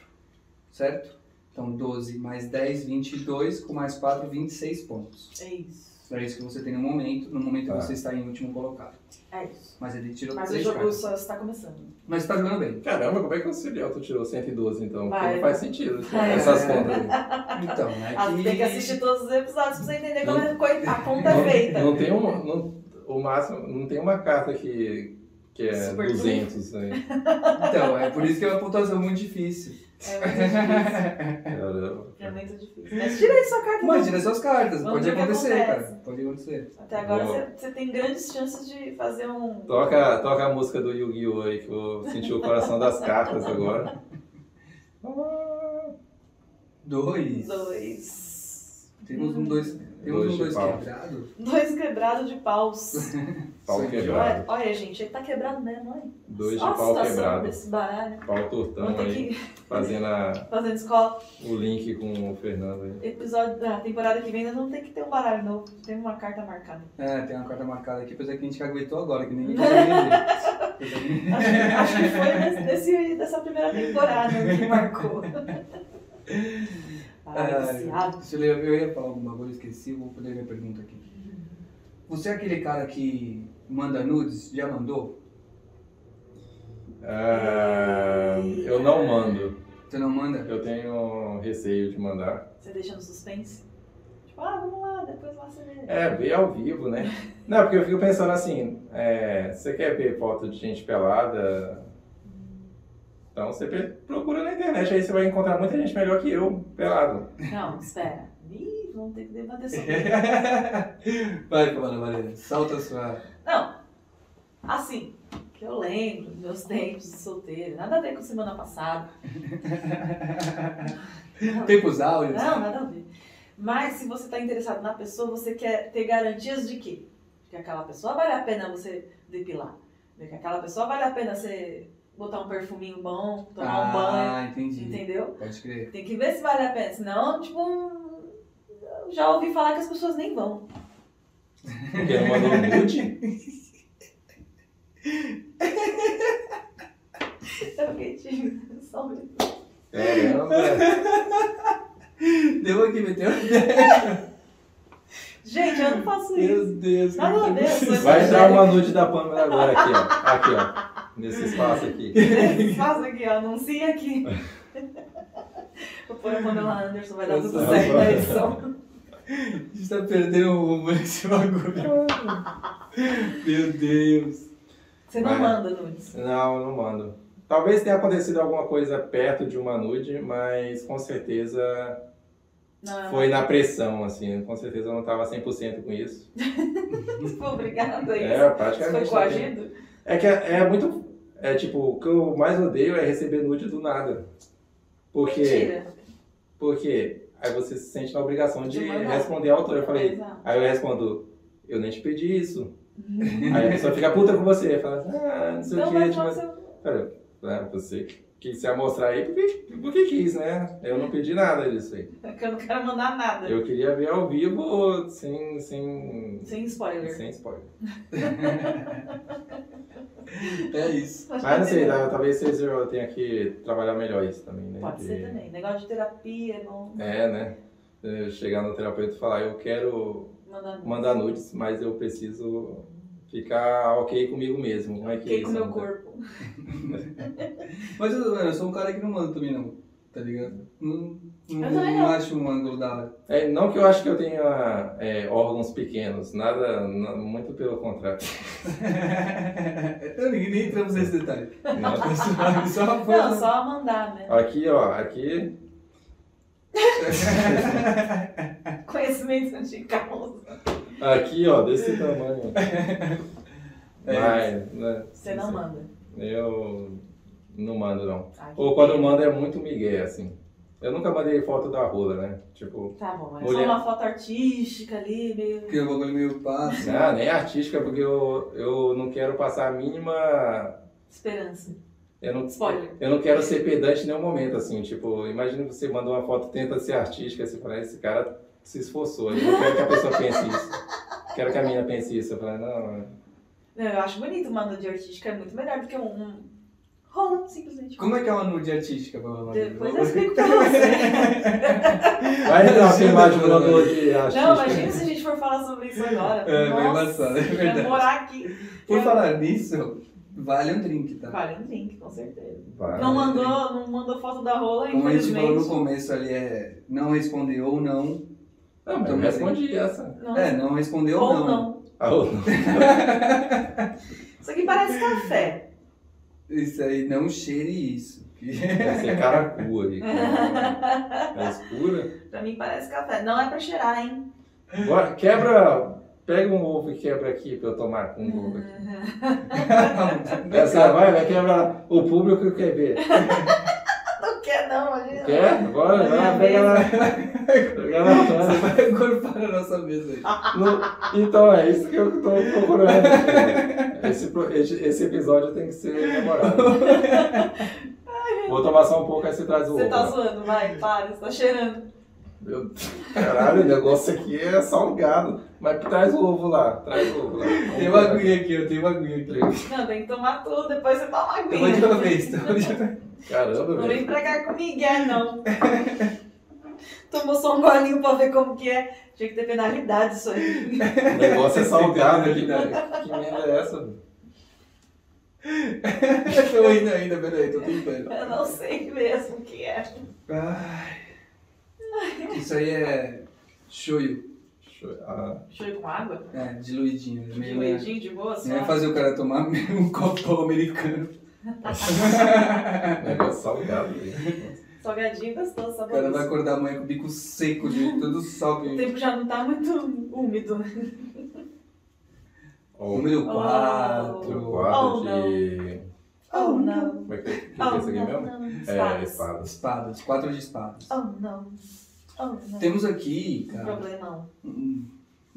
[SPEAKER 1] Certo? Então 12 mais 10, 22, com mais 4, 26 pontos.
[SPEAKER 2] É isso.
[SPEAKER 1] É isso que você tem no momento. No momento
[SPEAKER 3] Tá.
[SPEAKER 1] você está em último colocado.
[SPEAKER 2] É isso.
[SPEAKER 1] Mas ele tirou
[SPEAKER 2] Mas o
[SPEAKER 1] 3
[SPEAKER 2] jogo
[SPEAKER 1] cartas.
[SPEAKER 2] só está começando.
[SPEAKER 1] Mas tá jogando bem.
[SPEAKER 3] Caramba, como é que o Celioto tirou 112 então? Porque
[SPEAKER 2] Vai.
[SPEAKER 3] não faz sentido assim,
[SPEAKER 2] É.
[SPEAKER 3] essas contas. aí.
[SPEAKER 1] Então, né?
[SPEAKER 2] Ah, você tem que assistir todos os episódios pra você entender como é coi- a conta é feita.
[SPEAKER 3] Não, não tem um, não, o máximo, não tem uma carta que, que é
[SPEAKER 2] Super
[SPEAKER 3] 200. Né?
[SPEAKER 1] Então, é por isso que é uma pontuação muito difícil.
[SPEAKER 2] É muito difícil.
[SPEAKER 3] Caramba.
[SPEAKER 2] É muito difícil. Mas tira aí sua carta.
[SPEAKER 1] Mas tira suas cartas.
[SPEAKER 2] Vamos
[SPEAKER 1] Pode
[SPEAKER 2] ver o que
[SPEAKER 1] acontecer,
[SPEAKER 2] acontece.
[SPEAKER 1] cara. Pode acontecer.
[SPEAKER 2] Até agora
[SPEAKER 3] Boa.
[SPEAKER 2] você, você tem grandes chances de fazer um.
[SPEAKER 3] Toca, toca a música do Yu-Gi-Oh! aí que eu senti o coração das cartas agora.
[SPEAKER 1] Dois.
[SPEAKER 2] Dois. Uhum.
[SPEAKER 1] Temos um dois. Temos
[SPEAKER 3] Dois
[SPEAKER 1] um
[SPEAKER 3] de
[SPEAKER 1] dois
[SPEAKER 3] pau.
[SPEAKER 1] quebrado.
[SPEAKER 2] Dois quebrados de paus.
[SPEAKER 3] Pau
[SPEAKER 1] Sangue.
[SPEAKER 3] quebrado.
[SPEAKER 2] olha, olha, gente, ele tá quebrado mesmo, olha.
[SPEAKER 3] Dois de
[SPEAKER 2] Olha a
[SPEAKER 3] pau
[SPEAKER 2] situação
[SPEAKER 3] quebrado.
[SPEAKER 2] desse baralho.
[SPEAKER 3] Pau
[SPEAKER 2] Vamos
[SPEAKER 3] tortão
[SPEAKER 2] um ter
[SPEAKER 3] aí,
[SPEAKER 2] que
[SPEAKER 3] fazendo a-
[SPEAKER 2] fazendo escola.
[SPEAKER 3] o link com o Fernando aí.
[SPEAKER 2] Episódio da temporada que vem, nós vamos ter que ter um baralho novo. Tem uma carta marcada.
[SPEAKER 1] É, tem uma carta marcada aqui, apesar que a gente aguentou agora, que ninguém quer ver.
[SPEAKER 2] Acho, que- acho que foi desse, desse- dessa primeira temporada que marcou. Baralho
[SPEAKER 1] Ai.
[SPEAKER 2] viciado.
[SPEAKER 1] Se eu, eu ia falar algum bagulho, esqueci, vou poder minha pergunta aqui. Você é aquele cara que manda nudes? Já mandou?
[SPEAKER 3] Ah, eu não mando.
[SPEAKER 1] Você não manda?
[SPEAKER 3] Eu tenho receio de mandar.
[SPEAKER 2] Você deixa no suspense? Tipo, ah, vamos lá, depois lá você vê.
[SPEAKER 3] É, ver ao vivo, né? Não, porque eu fico pensando assim, é, você quer ver foto de gente pelada? Então você pe- procura na internet, aí você vai encontrar muita gente melhor que eu, pelado.
[SPEAKER 2] Não, espera. Ih, vamos ter que debater sobre isso.
[SPEAKER 1] Vai, Paula Maria, salta a sua.
[SPEAKER 2] Não. Assim, que eu lembro, meus tempos de solteiro, nada a ver com semana passada.
[SPEAKER 1] Tempos áureos?
[SPEAKER 2] Não, nada a ver. Mas se você está interessado na pessoa, você quer ter garantias de quê? De que aquela pessoa vale a pena você depilar. De que aquela pessoa vale a pena você botar um perfuminho bom, tomar um banho,
[SPEAKER 1] Ah, entendi.
[SPEAKER 2] entendeu?
[SPEAKER 1] Pode crer.
[SPEAKER 2] Tem que ver se vale a pena, senão, tipo, eu já ouvi falar que as pessoas nem vão.
[SPEAKER 3] Porque não mandou nude?
[SPEAKER 2] Eu fiquei tímida, só um minuto.
[SPEAKER 3] Caramba.
[SPEAKER 1] Deu aqui, meteu?
[SPEAKER 2] Gente, eu não faço isso.
[SPEAKER 1] Meu Deus.
[SPEAKER 2] Nada a ver, eu sou
[SPEAKER 3] Vai
[SPEAKER 2] evangélica.
[SPEAKER 3] entrar uma nude da Pamela agora aqui, ó. Aqui, ó. Nesse espaço aqui.
[SPEAKER 2] Faz aqui, ó, anuncia aqui. Vou pôr a Pamela Anderson, vai dar
[SPEAKER 1] Eu
[SPEAKER 2] tudo
[SPEAKER 1] sou-
[SPEAKER 2] certo né, na edição.
[SPEAKER 1] A gente tá perdendo o rumo nesse bagulho. Meu Deus.
[SPEAKER 2] Você não
[SPEAKER 3] Vai.
[SPEAKER 2] manda, Nunes.
[SPEAKER 3] Não, não mando. Talvez tenha acontecido alguma coisa perto de uma nude, mas com certeza
[SPEAKER 2] Não, eu
[SPEAKER 3] foi na pressão, assim. Com certeza eu não tava 100% com isso.
[SPEAKER 2] não fui obrigada a isso.
[SPEAKER 3] É,
[SPEAKER 2] Isso
[SPEAKER 3] praticamente.
[SPEAKER 2] foi coagido?
[SPEAKER 3] É que é, é muito. É tipo, o que eu mais odeio é receber nude do nada. Porque,
[SPEAKER 2] Mentira.
[SPEAKER 3] porque aí você se sente na obrigação de
[SPEAKER 2] De mandar.
[SPEAKER 3] responder à altura. Eu falei,
[SPEAKER 2] Exato.
[SPEAKER 3] aí eu respondo, eu nem te pedi isso. Aí a pessoa fica puta com você, fala, ah, não sei o
[SPEAKER 2] Então
[SPEAKER 3] que.
[SPEAKER 2] vai
[SPEAKER 3] te mandei."
[SPEAKER 2] falar seu...
[SPEAKER 3] Olha, né, você quis se amostrar aí porque, porque quis, né? Eu não pedi nada disso aí.
[SPEAKER 2] é que eu não quero mandar nada.
[SPEAKER 3] Eu queria ver ao vivo sem. sem.
[SPEAKER 2] Sem spoiler.
[SPEAKER 3] sem spoiler.
[SPEAKER 1] É isso.
[SPEAKER 2] Acho que
[SPEAKER 3] Mas não sei,
[SPEAKER 2] entendeu.
[SPEAKER 3] tá, talvez vocês eu tenha que trabalhar melhor isso também, né?
[SPEAKER 2] Pode
[SPEAKER 3] De-
[SPEAKER 2] ser também. Negócio de terapia, é bom.
[SPEAKER 3] É, né? Eu chegar no terapeuta e falar, eu quero
[SPEAKER 2] Mandar nudes.
[SPEAKER 3] mandar nudes, mas eu preciso Ficar ok comigo mesmo. Não é que
[SPEAKER 2] Fiquei com
[SPEAKER 3] isso,
[SPEAKER 2] meu
[SPEAKER 3] não.
[SPEAKER 2] corpo.
[SPEAKER 1] Mas eu, mano, eu sou um cara que não manda também, não. Tá ligado? Não, não,
[SPEAKER 2] Eu também
[SPEAKER 1] não
[SPEAKER 2] não.
[SPEAKER 1] acho um ângulo da hora.
[SPEAKER 3] É, não que eu acho que eu tenha é, órgãos pequenos, nada, na- muito pelo contrário.
[SPEAKER 1] então, nem, nem entramos nesse detalhe.
[SPEAKER 3] Não.
[SPEAKER 1] Só uma
[SPEAKER 2] Não,
[SPEAKER 1] coisa.
[SPEAKER 2] só mandar, né?
[SPEAKER 3] né? Aqui, ó, aqui,
[SPEAKER 2] Conhecimento de causa.
[SPEAKER 3] aqui, ó, desse tamanho.
[SPEAKER 2] É
[SPEAKER 3] Mas, né,
[SPEAKER 2] Você não manda. Tá,
[SPEAKER 3] eu não mando, não.
[SPEAKER 2] Ai, que
[SPEAKER 3] Ou quando eu
[SPEAKER 2] pena.
[SPEAKER 3] mando é muito migué, assim. Eu nunca mandei foto da rola, né? Tipo,
[SPEAKER 2] Tá bom, é
[SPEAKER 3] Mulher.
[SPEAKER 2] só uma foto artística ali, meio.
[SPEAKER 1] Porque o bagulho é meio passa.
[SPEAKER 3] ah, nem artística, porque eu, eu não quero passar a mínima...
[SPEAKER 2] Esperança.
[SPEAKER 3] Eu não,
[SPEAKER 2] Spoiler.
[SPEAKER 3] eu não quero ser pedante em nenhum momento, assim. Tipo, imagina que você manda uma foto, tenta ser artística, você fala, esse cara se esforçou. Eu não quero que a pessoa pense isso. Quero que a menina pense isso. Eu falo, não...
[SPEAKER 2] Não, eu acho bonito uma nude artística, é muito melhor do que um. um... Rola, simplesmente.
[SPEAKER 1] Como é que é uma nude artística, pelo amor de Deus?
[SPEAKER 2] Depois eu explico pra você.
[SPEAKER 3] Mas não, você imagina uma dor de artística.
[SPEAKER 2] Não, imagina se a gente for falar sobre isso agora.
[SPEAKER 1] É, vai
[SPEAKER 2] Nossa,
[SPEAKER 1] embaçar, é
[SPEAKER 2] vai
[SPEAKER 1] verdade.
[SPEAKER 2] morar aqui.
[SPEAKER 1] Por falar nisso, vale um drink, tá?
[SPEAKER 2] Vale um link, com certeza.
[SPEAKER 3] Vai.
[SPEAKER 2] Não mandou, não mandou foto da rola,
[SPEAKER 1] Como a gente falou no
[SPEAKER 2] infelizmente.
[SPEAKER 1] começo ali, é não responder ou não.
[SPEAKER 3] Ah, mas eu
[SPEAKER 1] Também.
[SPEAKER 3] respondi essa.
[SPEAKER 2] Não.
[SPEAKER 1] É, não responder ou,
[SPEAKER 2] Ou
[SPEAKER 1] não.
[SPEAKER 2] não.
[SPEAKER 3] Ah, ou não.
[SPEAKER 2] Isso aqui parece café.
[SPEAKER 1] Isso aí, não cheire isso.
[SPEAKER 3] Deve ser caracu aí. É escura.
[SPEAKER 2] pra mim parece café. Não é pra cheirar, hein?
[SPEAKER 3] Bora, quebra. Pega um ovo e quebra aqui pra eu tomar com um ovo aqui.
[SPEAKER 1] é
[SPEAKER 3] Essa vai, vai quebrar. O público quer ver.
[SPEAKER 2] Não quer não, imagina.
[SPEAKER 3] Quer? Bora,
[SPEAKER 2] Olha
[SPEAKER 3] vai,
[SPEAKER 2] a
[SPEAKER 3] pega lá. Pega lá.
[SPEAKER 1] assim.
[SPEAKER 3] fora.
[SPEAKER 1] Corpar a nossa mesa
[SPEAKER 2] Ah,
[SPEAKER 1] aí.
[SPEAKER 3] No- Então é isso que eu tô procurando. Esse, pro- esse esse episódio tem que ser memorável. Vou tomar só um pouco, aí você traz o
[SPEAKER 2] Você
[SPEAKER 3] ovo. né?
[SPEAKER 2] tá zoando, vai, para, você tá cheirando.
[SPEAKER 3] Meu Deus. Caralho, o negócio aqui é salgado. Mas traz o ovo lá, traz o ovo lá.
[SPEAKER 1] Tem uma aguinha aqui, eu tenho uma aguinha aqui.
[SPEAKER 2] Não, tem que tomar tudo, depois você toma
[SPEAKER 1] Toma de uma
[SPEAKER 2] aguinha.
[SPEAKER 1] vez, tá? toma de uma vez.
[SPEAKER 3] Caramba,
[SPEAKER 2] Não vem
[SPEAKER 3] velho.
[SPEAKER 2] pra cá comigo, é não. Tomou só um golinho pra ver como que é. Tinha que ter penalidade isso aí.
[SPEAKER 3] O negócio é salgado aqui, velho. Que merda é essa? velho?
[SPEAKER 1] Tô indo ainda, peraí, tô tentando.
[SPEAKER 2] Eu não sei mesmo o que é.
[SPEAKER 1] Ai. Isso aí é shoyu,
[SPEAKER 3] Deixa eu- ah,
[SPEAKER 2] Cheiro com água?
[SPEAKER 1] é, diluidinho. né?
[SPEAKER 2] De
[SPEAKER 1] Meio-
[SPEAKER 2] leite, de boa,
[SPEAKER 1] Não
[SPEAKER 2] só.
[SPEAKER 1] é fazer o cara tomar um copão americano.
[SPEAKER 3] negócio é salgado, velho.
[SPEAKER 2] Salgadinho gostoso,
[SPEAKER 1] O cara vai
[SPEAKER 2] saboroso.
[SPEAKER 1] acordar amanhã com o bico seco de todo o sal que
[SPEAKER 2] O tempo já não tá muito úmido.
[SPEAKER 3] Ó,
[SPEAKER 1] Número
[SPEAKER 2] Oh.
[SPEAKER 1] 4.
[SPEAKER 3] O
[SPEAKER 2] Oh,
[SPEAKER 3] quadro
[SPEAKER 2] não.
[SPEAKER 3] de.
[SPEAKER 2] Oh, não.
[SPEAKER 3] Como é que é que é
[SPEAKER 2] Oh,
[SPEAKER 3] isso aqui
[SPEAKER 2] não,
[SPEAKER 3] mesmo?
[SPEAKER 2] não.
[SPEAKER 3] É,
[SPEAKER 2] Espadas.
[SPEAKER 3] espadas.
[SPEAKER 1] Espadas, quatro de espadas.
[SPEAKER 2] Oh, não. Oh, Uhum. não.
[SPEAKER 1] Temos aqui,
[SPEAKER 2] Um
[SPEAKER 1] cara,
[SPEAKER 2] problemão.
[SPEAKER 1] um,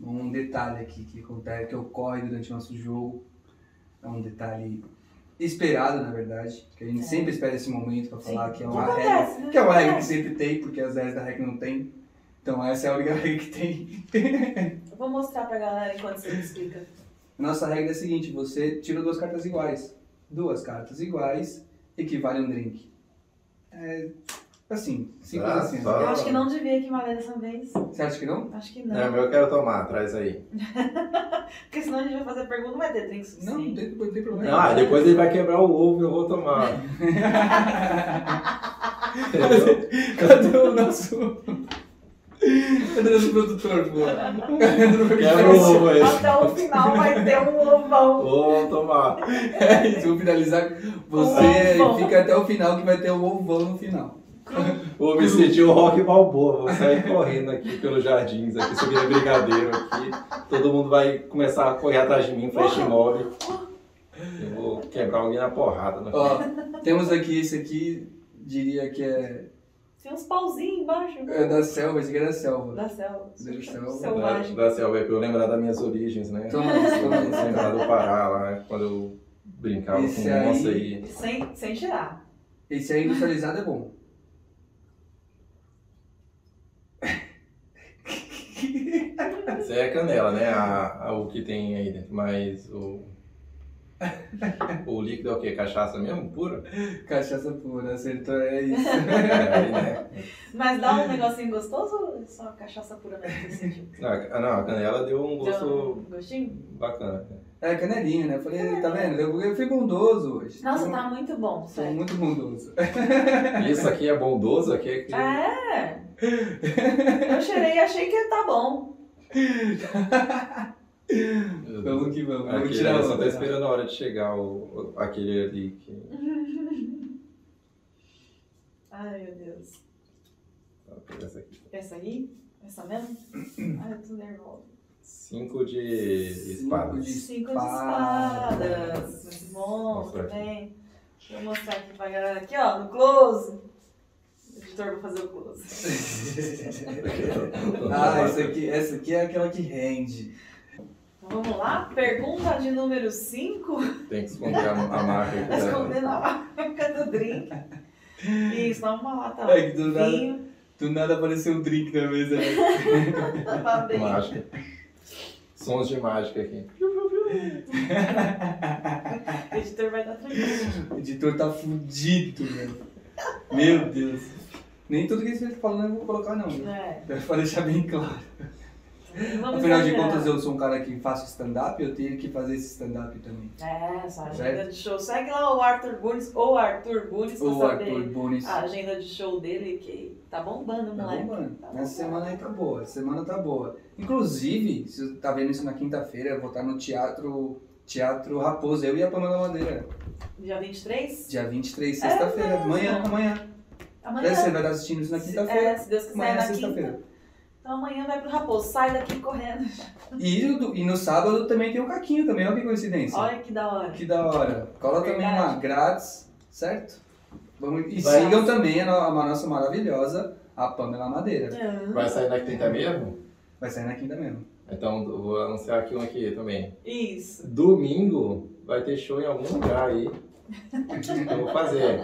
[SPEAKER 1] um detalhe aqui que acontece, que ocorre durante o nosso jogo. É um detalhe esperado, na verdade, que a gente
[SPEAKER 2] É.
[SPEAKER 1] sempre espera esse momento pra falar que é
[SPEAKER 2] O que
[SPEAKER 1] uma regra.
[SPEAKER 2] acontece, né?
[SPEAKER 1] Que é uma regra que sempre tem, porque as 10 da regra não tem. Então essa é a única regra que tem.
[SPEAKER 2] Eu vou mostrar pra galera enquanto você me explica.
[SPEAKER 1] Nossa regra é a seguinte, você tira duas cartas iguais. Duas cartas iguais equivale a um drink. É assim, simples
[SPEAKER 3] Ah,
[SPEAKER 1] assim.
[SPEAKER 3] só-
[SPEAKER 2] Eu acho que não devia equivaler dessa vez.
[SPEAKER 1] Você acha que não?
[SPEAKER 2] Acho que
[SPEAKER 3] É,
[SPEAKER 2] não.
[SPEAKER 3] meu eu quero tomar, traz aí.
[SPEAKER 2] Porque senão a gente vai fazer pergunta, não vai ter drink
[SPEAKER 1] Não, não
[SPEAKER 2] suficiente.
[SPEAKER 1] tem, não tem problema.
[SPEAKER 3] Não, ah, depois ele vai quebrar o ovo e eu vou tomar. Entendeu?
[SPEAKER 1] Cadê o nosso. Cadê o nosso produtor, pô?
[SPEAKER 3] Quebra o um ovo
[SPEAKER 1] é
[SPEAKER 3] aí.
[SPEAKER 2] Até o final vai ter um ovão.
[SPEAKER 3] Vou tomar.
[SPEAKER 1] É isso, vou finalizar. Você
[SPEAKER 2] Um ovão.
[SPEAKER 1] fica até o final que vai ter o ovão no final.
[SPEAKER 3] Vou me sentir o Rock Balboa, vou sair correndo aqui pelos jardins, aqui subindo brigadeiro aqui. Todo mundo vai começar a correr atrás de mim, flash mob. Eu vou quebrar alguém na porrada. Né?
[SPEAKER 1] Ó, temos aqui esse aqui, diria que é,
[SPEAKER 2] Tem uns pauzinhos embaixo.
[SPEAKER 1] é da selva, esse aqui é da selva.
[SPEAKER 2] Da selva.
[SPEAKER 1] Da selva.
[SPEAKER 3] Da,
[SPEAKER 2] Selvagem.
[SPEAKER 3] da selva, é pra eu lembrar das minhas origens, né?
[SPEAKER 1] Toma isso,
[SPEAKER 3] Eu
[SPEAKER 1] toma isso.
[SPEAKER 3] lembrar do Pará lá, né? quando eu brincava
[SPEAKER 1] Esse
[SPEAKER 3] com
[SPEAKER 1] aí-
[SPEAKER 3] moça aí.
[SPEAKER 2] Sem, sem cheirar.
[SPEAKER 1] Esse aí industrializado é bom.
[SPEAKER 3] Isso aí é canela, né? A, a- o que tem aí dentro. Mas o. O líquido é o quê? Cachaça mesmo? Pura?
[SPEAKER 1] Cachaça pura, acertou, é isso.
[SPEAKER 3] É, aí, né?
[SPEAKER 2] Mas dá um negocinho gostoso ou é assim, só cachaça pura mesmo que você sentiu?
[SPEAKER 3] Não, a- não, a canela deu um
[SPEAKER 2] Deu
[SPEAKER 3] gosto
[SPEAKER 2] um tipo, gostinho?
[SPEAKER 3] bacana.
[SPEAKER 1] É, canelinha, né? Eu falei, tá vendo? Eu, eu fui bondoso hoje.
[SPEAKER 2] Nossa,
[SPEAKER 1] Eu-
[SPEAKER 2] tá muito bom,
[SPEAKER 1] Sou
[SPEAKER 2] sério.
[SPEAKER 1] muito bondoso.
[SPEAKER 3] Isso aqui é bondoso, aqui é que...
[SPEAKER 2] É. Eu cheirei e achei que tá bom.
[SPEAKER 1] Vamos que vamos. Vamos
[SPEAKER 3] Aqui, tá
[SPEAKER 1] tirar
[SPEAKER 3] eu só tô
[SPEAKER 1] onda.
[SPEAKER 3] esperando a hora de chegar o, o- aquele ali que
[SPEAKER 2] Ai, meu Deus.
[SPEAKER 3] tá por essa aqui.
[SPEAKER 2] Essa aí? Essa mesmo? Ai, eu tô nervosa.
[SPEAKER 3] Cinco de espadas.
[SPEAKER 1] de-
[SPEAKER 2] Cinco de
[SPEAKER 1] Espadas.
[SPEAKER 2] espadas. Muito bom,
[SPEAKER 3] Mostra aqui.
[SPEAKER 2] também. Deixa eu mostrar aqui pra galera. Aqui, ó, no close. O editor vai fazer o close.
[SPEAKER 1] ah, essa aqui, essa aqui é aquela que rende.
[SPEAKER 2] Então vamos lá? Pergunta de número 5.
[SPEAKER 3] Tem que esconder a, a marca aqui. né?
[SPEAKER 2] Tá
[SPEAKER 3] da-
[SPEAKER 2] escondendo a marca do drink. Isso, dá uma lata.
[SPEAKER 1] É que do nada-
[SPEAKER 2] Vinho,
[SPEAKER 1] Do nada apareceu um drink na mesa. né?
[SPEAKER 2] tá bem.
[SPEAKER 3] Mágica. Sons de mágica aqui.
[SPEAKER 2] O editor vai dar tranquilo.
[SPEAKER 1] O editor tá fudido, meu. Meu Deus. Nem tudo que ele tá falando eu vou colocar, não. viu?
[SPEAKER 2] É.
[SPEAKER 1] Pra deixar bem claro.
[SPEAKER 2] Vamos
[SPEAKER 1] Afinal de
[SPEAKER 2] exagerar.
[SPEAKER 1] contas, eu sou um cara que faço stand-up, eu tenho que fazer esse stand-up também.
[SPEAKER 2] É, essa agenda
[SPEAKER 1] Certo?
[SPEAKER 2] de show. Segue lá o Arthur Bunes ou Arthur Bunes pra
[SPEAKER 1] Ou
[SPEAKER 2] saber Ah,
[SPEAKER 1] Arthur Bones.
[SPEAKER 2] a agenda de show dele, que tá bombando,
[SPEAKER 1] Tá
[SPEAKER 2] moleque.
[SPEAKER 1] bombando.
[SPEAKER 2] Tá bombando.
[SPEAKER 1] Essa semana aí tá boa, essa semana tá boa. Inclusive, se você tá vendo isso na quinta-feira, eu vou estar no Teatro, teatro Raposa, eu e a Pamela Madeira.
[SPEAKER 2] Dia 23?
[SPEAKER 1] Dia 23,
[SPEAKER 2] É
[SPEAKER 1] sexta-feira,
[SPEAKER 2] mesmo?
[SPEAKER 1] amanhã, amanhã. Deve
[SPEAKER 2] Amanhã.
[SPEAKER 1] ser, vai estar assistindo isso na
[SPEAKER 2] É,
[SPEAKER 1] quinta-feira.
[SPEAKER 2] se Deus quiser,
[SPEAKER 1] Amanhã, é
[SPEAKER 2] na
[SPEAKER 1] sexta-feira.
[SPEAKER 2] quinta. Então amanhã vai pro Raposo. Sai daqui correndo.
[SPEAKER 1] E, o do- e no sábado também tem o Caquinho também, olha que coincidência.
[SPEAKER 2] Olha que da hora.
[SPEAKER 1] Que da hora. Cola também
[SPEAKER 2] Verdade.
[SPEAKER 1] lá, grátis, certo? Vamos, e
[SPEAKER 3] Vai.
[SPEAKER 1] sigam também a, no- a nossa maravilhosa, a Pamela Madeira.
[SPEAKER 3] Vai sair na quinta mesmo?
[SPEAKER 1] Vai sair na quinta mesmo.
[SPEAKER 3] Então eu vou anunciar aqui um aqui também.
[SPEAKER 2] Isso.
[SPEAKER 3] Domingo vai ter show em algum lugar aí. Eu vou fazer.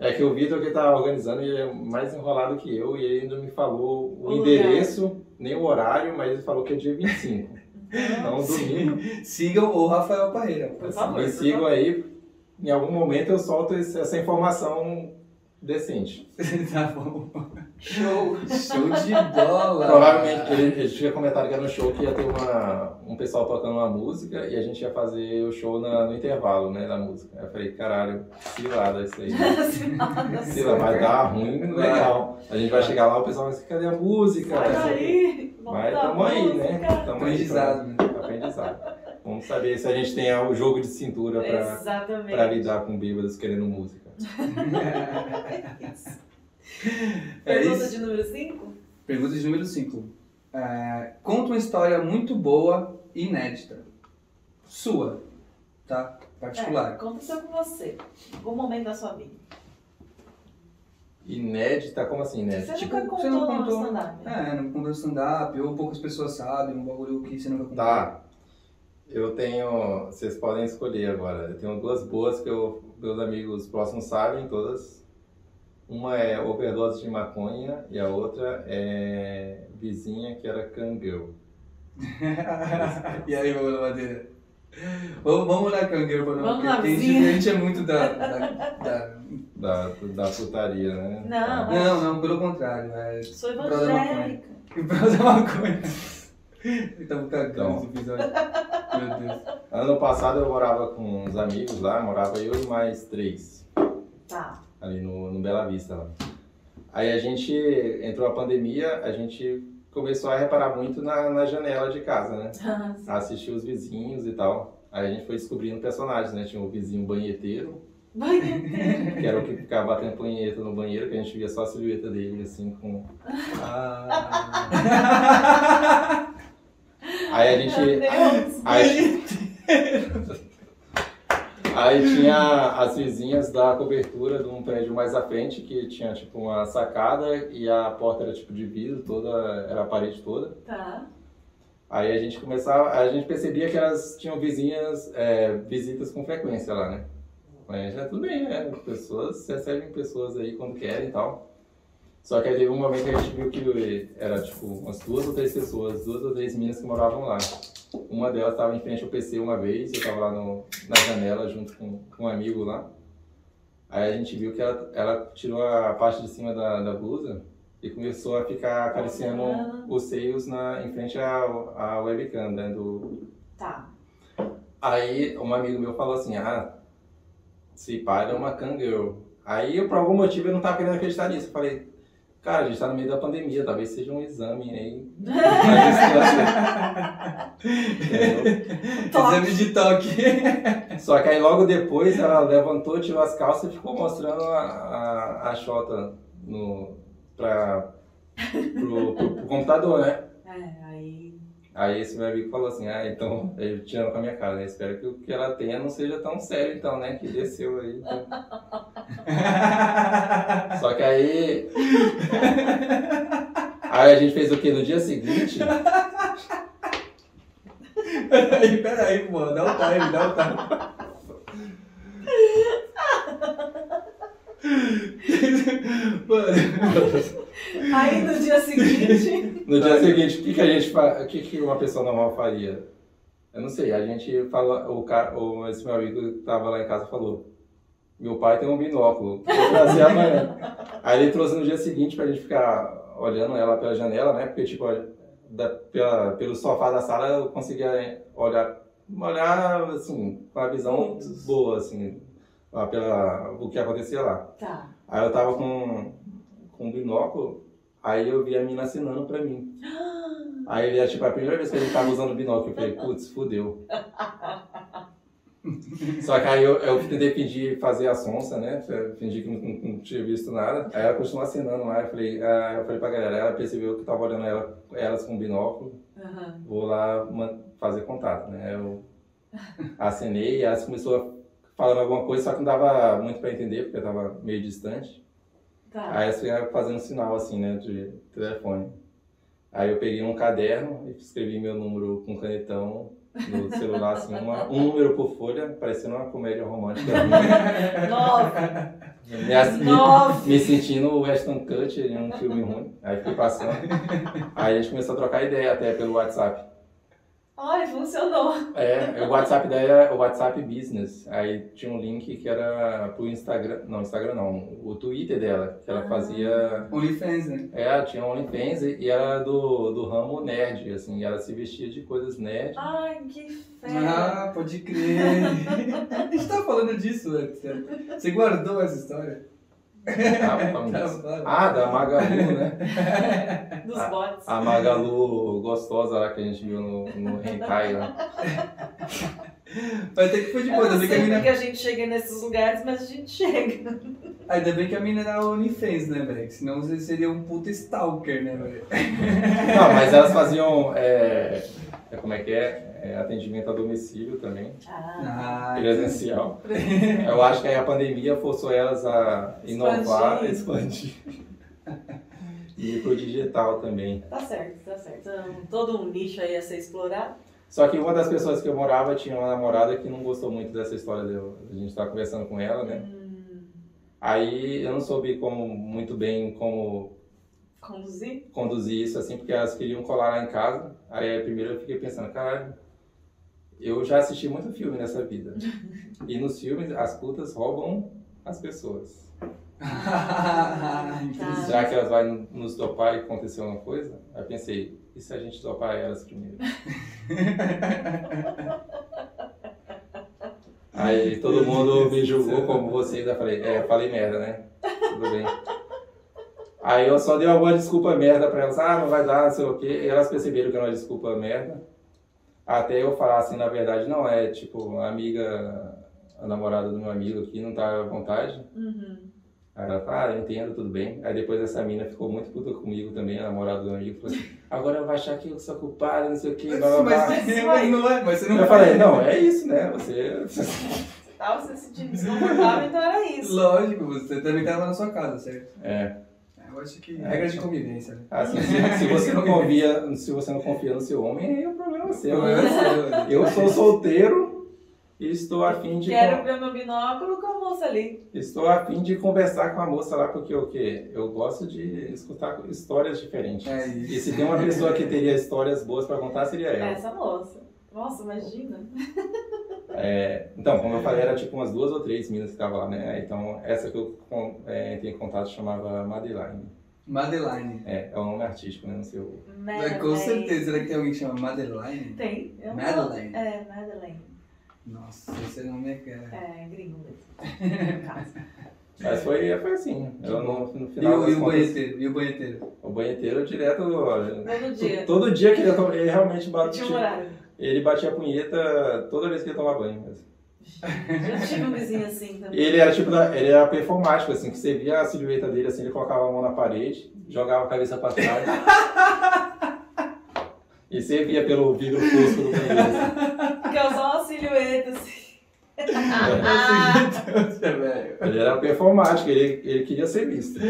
[SPEAKER 3] É que o Vitor que tá organizando, ele é mais enrolado que eu e ele não me falou o,
[SPEAKER 2] O
[SPEAKER 3] endereço, nem o horário, mas ele falou que é dia 25. Então domingo,
[SPEAKER 1] Sigam o Rafael Parreira.
[SPEAKER 2] Por favor,
[SPEAKER 3] me
[SPEAKER 2] por
[SPEAKER 3] sigam
[SPEAKER 2] favor.
[SPEAKER 3] aí. Em algum momento eu solto esse- essa informação decente.
[SPEAKER 1] tá bom.
[SPEAKER 2] Show.
[SPEAKER 1] Show de bola!
[SPEAKER 3] Provavelmente ele, ele tinha comentado que era um show que ia ter uma, um pessoal tocando uma música e a gente ia fazer o show na- no intervalo, né, da música. Aí eu falei, caralho, cilada isso aí. Cila, vai dar ruim, legal. A gente vai chegar lá, o pessoal vai dizer, cadê a música?
[SPEAKER 2] Sai
[SPEAKER 3] Não sei o quê.
[SPEAKER 2] daí. Volta
[SPEAKER 3] Mas tamo
[SPEAKER 2] a
[SPEAKER 3] aí, né?
[SPEAKER 2] música.
[SPEAKER 3] Tamo aí,
[SPEAKER 1] Aprendizado, né?
[SPEAKER 3] pra- Aprendizado. Vamos saber se a gente tem o jogo de cintura pra,
[SPEAKER 2] Exatamente.
[SPEAKER 3] pra lidar com bêbados querendo música. É
[SPEAKER 2] Isso.
[SPEAKER 1] É
[SPEAKER 2] Pergunta
[SPEAKER 1] isso?
[SPEAKER 2] de número 5?
[SPEAKER 1] Pergunta de número 5. conta uma história muito boa, inédita. Sua, tá?
[SPEAKER 2] É,
[SPEAKER 1] Particular.
[SPEAKER 2] aconteceu com você. Algum momento da sua vida.
[SPEAKER 3] Inédita, como assim
[SPEAKER 2] Você
[SPEAKER 3] inédita?
[SPEAKER 2] nunca
[SPEAKER 1] tipo,
[SPEAKER 2] contou
[SPEAKER 1] você não contou.
[SPEAKER 2] no stand-up.
[SPEAKER 3] um,
[SPEAKER 2] né?
[SPEAKER 1] É, não conversa stand-up, ou poucas pessoas sabem, um bagulho que você nunca contou.
[SPEAKER 3] Tá. Eu tenho. Vocês podem escolher agora. Eu tenho duas boas que eu, meus amigos próximos sabem todas. Uma é overdose de maconha e a outra é vizinha que era cangirl.
[SPEAKER 1] e aí, vamos na madeira? Vamos, vamos lá, Cangueiro,
[SPEAKER 2] Vamos lá,
[SPEAKER 1] porque a gente,
[SPEAKER 2] vizinha.
[SPEAKER 1] a gente é muito da- da- da
[SPEAKER 3] Da, da putaria, né?
[SPEAKER 2] Não,
[SPEAKER 3] Tá.
[SPEAKER 1] Não, não, pelo contrário. É...
[SPEAKER 3] um
[SPEAKER 2] Sou
[SPEAKER 1] Brother maconha.
[SPEAKER 2] evangélica.
[SPEAKER 1] Pra usar maconha. Estamos cagando
[SPEAKER 3] Então.
[SPEAKER 1] tá esse episódio. Meu Deus.
[SPEAKER 3] Ano passado eu morava com uns amigos lá, morava eu e mais três.
[SPEAKER 2] Tá.
[SPEAKER 3] ali no, no Bela Vista. Lá. Aí a gente entrou a pandemia, a gente começou a reparar muito na, na janela de casa, né? A assistir os vizinhos e tal. Aí a gente foi descobrindo personagens, né? Tinha o vizinho banheteiro,
[SPEAKER 2] Vai entender.
[SPEAKER 3] que era o que ficava batendo punheta no banheiro, que a gente via só a silhueta dele, assim, com...
[SPEAKER 1] Ah.
[SPEAKER 3] Aí a gente... é Aí, aí tinha as vizinhas da cobertura de um prédio mais à frente, que tinha tipo uma sacada e a porta era tipo de vidro, toda, era a parede toda.
[SPEAKER 2] Tá.
[SPEAKER 3] Aí a gente começava, a gente percebia que elas tinham vizinhas, é, visitas com frequência lá, né? Mas já tudo bem, né? Pessoas recebem pessoas aí quando querem e tal. Só que aí teve um momento que a gente viu que era tipo umas duas ou três pessoas, duas ou três meninas que moravam lá. Uma delas estava em frente ao PC uma vez, eu estava lá no, na janela junto com, com um amigo lá. Aí a gente viu que ela, ela tirou a parte de cima da, da blusa e começou a ficar acariciando
[SPEAKER 2] Ah.
[SPEAKER 3] os seios na, em frente à, à webcam, né? Do,
[SPEAKER 2] Tá.
[SPEAKER 3] Aí um amigo meu falou assim, ah, se pá, ele é uma cangirl. Aí eu, por algum motivo, eu não tava querendo acreditar nisso. Eu falei, cara, a gente tá no meio da pandemia, talvez seja um exame aí. Entendeu?
[SPEAKER 1] Exame de toque.
[SPEAKER 3] Só que aí logo depois ela levantou, tirou as calças e ficou mostrando a, a, a xota no, pra, pro, pro- pro computador, né?
[SPEAKER 2] É, aí.
[SPEAKER 3] Aí esse meu amigo falou assim, ah, então, ele tirando com a minha cara, né? Espero que o que ela tenha não seja tão sério então, né? Que desceu aí. Só que aí. Aí a gente fez o que no dia seguinte?
[SPEAKER 1] peraí, peraí, mano. Dá o time, dá o time. Mano,
[SPEAKER 2] Aí no dia seguinte.
[SPEAKER 3] No dia seguinte, o que, que a gente fa... o que, que uma pessoa normal faria? Eu não sei, a gente fala, o cara, o, esse meu amigo que tava lá em casa falou, meu pai tem um binóculo, vou trazer amanhã. Aí ele trouxe no dia seguinte pra gente ficar olhando ela pela janela, né? Porque tipo, da, pela, pelo sofá da sala eu conseguia olhar, olhar assim, com a visão
[SPEAKER 2] Pontos.
[SPEAKER 3] boa, assim, lá pela, o que acontecia lá.
[SPEAKER 2] Tá.
[SPEAKER 3] Aí eu tava com, com um binóculo, aí eu vi a mina assinando pra mim. Aí era tipo a primeira vez que a gente tava usando binóculo, eu falei, putz, fudeu. Só que aí eu, eu tentei fingir fazer a sonsa, né? Fingir que não, não- não tinha visto nada. Aí ela continuou assinando lá, eu falei, ah, eu falei pra galera, ela percebeu que eu tava olhando ela, elas com binóculo,
[SPEAKER 2] Aham.
[SPEAKER 3] vou lá man- fazer contato, né? Eu assinei e elas começou falando alguma coisa, só que não dava muito pra entender, porque eu tava meio distante.
[SPEAKER 2] Tá.
[SPEAKER 3] Aí eu ficava fazendo sinal assim, né, de telefone. Aí eu peguei um caderno e escrevi meu número com canetão no celular, assim, uma- um número por folha, parecendo uma comédia romântica.
[SPEAKER 2] Nove.
[SPEAKER 3] me, ass-
[SPEAKER 2] Nossa.
[SPEAKER 3] me, me sentindo o Weston Cut em um filme ruim. Aí fiquei passando. Aí a gente começou a trocar ideia até pelo WhatsApp.
[SPEAKER 2] Ai, funcionou.
[SPEAKER 3] É, o WhatsApp daí era o WhatsApp Business. Aí tinha um link que era pro Instagram. Não, Instagram não, o Twitter dela, que ela
[SPEAKER 2] Ah.
[SPEAKER 3] fazia.
[SPEAKER 1] OnlyFans, né?
[SPEAKER 3] É, ela tinha um OnlyFans e e era do, do ramo nerd, assim, ela se vestia de coisas nerd.
[SPEAKER 2] Ai, que fera.
[SPEAKER 1] Ah, pode crer. A gente tava falando disso antes. né? Você guardou essa história? Tá
[SPEAKER 3] Tava falando disso. Ah, da Magalu, né?
[SPEAKER 2] Dos bots.
[SPEAKER 3] A Magalu gostosa lá que a gente viu no, no Hentai, né?
[SPEAKER 1] Vai ter que foi de boa.
[SPEAKER 2] Eu
[SPEAKER 1] Ainda bem
[SPEAKER 2] não
[SPEAKER 1] que a
[SPEAKER 2] sei
[SPEAKER 1] mina...
[SPEAKER 2] porque a gente chega nesses lugares, mas a gente chega.
[SPEAKER 1] Ainda bem que a mina é era OnlyFans, né, velho? Senão você seria um puta stalker, né, velho?
[SPEAKER 3] Não, mas elas faziam, é, é, como é que é? É, atendimento a domicílio também,
[SPEAKER 2] Ah,
[SPEAKER 1] Ah,
[SPEAKER 3] presencial. Eu acho que aí a pandemia forçou elas a inovar,
[SPEAKER 2] Expandir.
[SPEAKER 3] expandir. E ir pro digital também.
[SPEAKER 2] tá certo, tá certo. Então, todo um nicho aí a ser explorado.
[SPEAKER 3] Só que uma das pessoas que eu morava tinha uma namorada que não gostou muito dessa história de eu- a gente estar conversando com ela, né?
[SPEAKER 2] Hum,
[SPEAKER 3] Aí eu não soube como muito bem como
[SPEAKER 2] conduzir.
[SPEAKER 3] conduzir isso assim, porque elas queriam colar lá em casa. Aí primeiro eu fiquei pensando, caralho, eu já assisti muito filme nessa vida. E nos filmes as putas roubam as pessoas.
[SPEAKER 1] Ah,
[SPEAKER 3] Já que elas vão nos topar e acontecer alguma coisa, aí pensei, e se a gente topar elas primeiro? Aí todo mundo me julgou como vocês, eu falei, é, falei merda, né? Tudo bem. Aí eu só dei alguma desculpa merda pra elas, ah, não vai dar, não sei o quê. E elas perceberam que era uma desculpa merda. Até eu falar assim, na verdade, não, é tipo, a amiga, a namorada do meu amigo aqui não tá à vontade.
[SPEAKER 2] Uhum.
[SPEAKER 3] Aí ela fala, ah, eu entendo, tudo bem. Aí depois essa mina ficou muito puta comigo também, a namorada do meu amigo, falou assim, agora vai achar que eu sou culpada, não sei o quê, blá blá blá.
[SPEAKER 1] Mas, mas, mas não é, mas você não
[SPEAKER 3] Eu falei, não, é isso, né? Você.
[SPEAKER 2] Você tava se sentindo desconfortável, então era isso.
[SPEAKER 1] Lógico, você também tava na sua casa, certo?
[SPEAKER 3] É.
[SPEAKER 1] Eu acho que. Regra de convivência, né?
[SPEAKER 3] Assim, se, se você não confia, se você não confia no seu homem, aí o problema é seu.
[SPEAKER 1] Uhum.
[SPEAKER 3] né?
[SPEAKER 1] Eu,
[SPEAKER 3] Eu sou solteiro e estou a fim de.
[SPEAKER 2] Quero ver meu binóculo com a moça ali.
[SPEAKER 3] Estou a fim de conversar com a moça lá, porque o quê? Eu gosto de escutar histórias diferentes.
[SPEAKER 1] É isso.
[SPEAKER 3] E se tem uma pessoa que teria histórias boas pra contar, seria ela.
[SPEAKER 2] Essa moça. Nossa, imagina.
[SPEAKER 3] Então, como eu falei, era tipo umas duas ou três minas que estavam lá, né? Então, essa que eu con- é, entrei em contato chamava Madeline.
[SPEAKER 1] Madeline.
[SPEAKER 3] É, é um nome artístico, né? Não sei o...
[SPEAKER 2] É,
[SPEAKER 1] Mas com certeza, será que tem alguém que chama Madeline?
[SPEAKER 2] Tem. Eu não-
[SPEAKER 1] Madeline.
[SPEAKER 2] É, Madeleine.
[SPEAKER 1] Nossa, você não me quer.
[SPEAKER 2] É, gringo mesmo. No caso.
[SPEAKER 3] Mas foi, foi assim. Eu no, no
[SPEAKER 1] E,
[SPEAKER 3] final.
[SPEAKER 1] o-
[SPEAKER 3] das
[SPEAKER 1] e o
[SPEAKER 3] contas,
[SPEAKER 1] banheteiro? E o banheteiro?
[SPEAKER 3] O banheteiro direto. olha,
[SPEAKER 2] Todo
[SPEAKER 3] tu-
[SPEAKER 2] dia.
[SPEAKER 3] Todo dia que ele, to- ele realmente
[SPEAKER 2] Tinha um
[SPEAKER 3] batia.
[SPEAKER 2] horário.
[SPEAKER 3] Ele batia a punheta toda vez que ele tomava banho. assim.
[SPEAKER 2] Já tive um vizinho assim também.
[SPEAKER 3] Ele era tipo da, ele era performático, assim, que você via a silhueta dele assim, ele colocava a mão na parede, jogava a cabeça pra trás. e você via pelo vidro fosco do banheiro. assim.
[SPEAKER 2] Porque eu só uma silhueta assim.
[SPEAKER 3] É
[SPEAKER 1] Nossa, é velho.
[SPEAKER 3] Ele era performático, ele, ele queria ser visto.
[SPEAKER 2] É,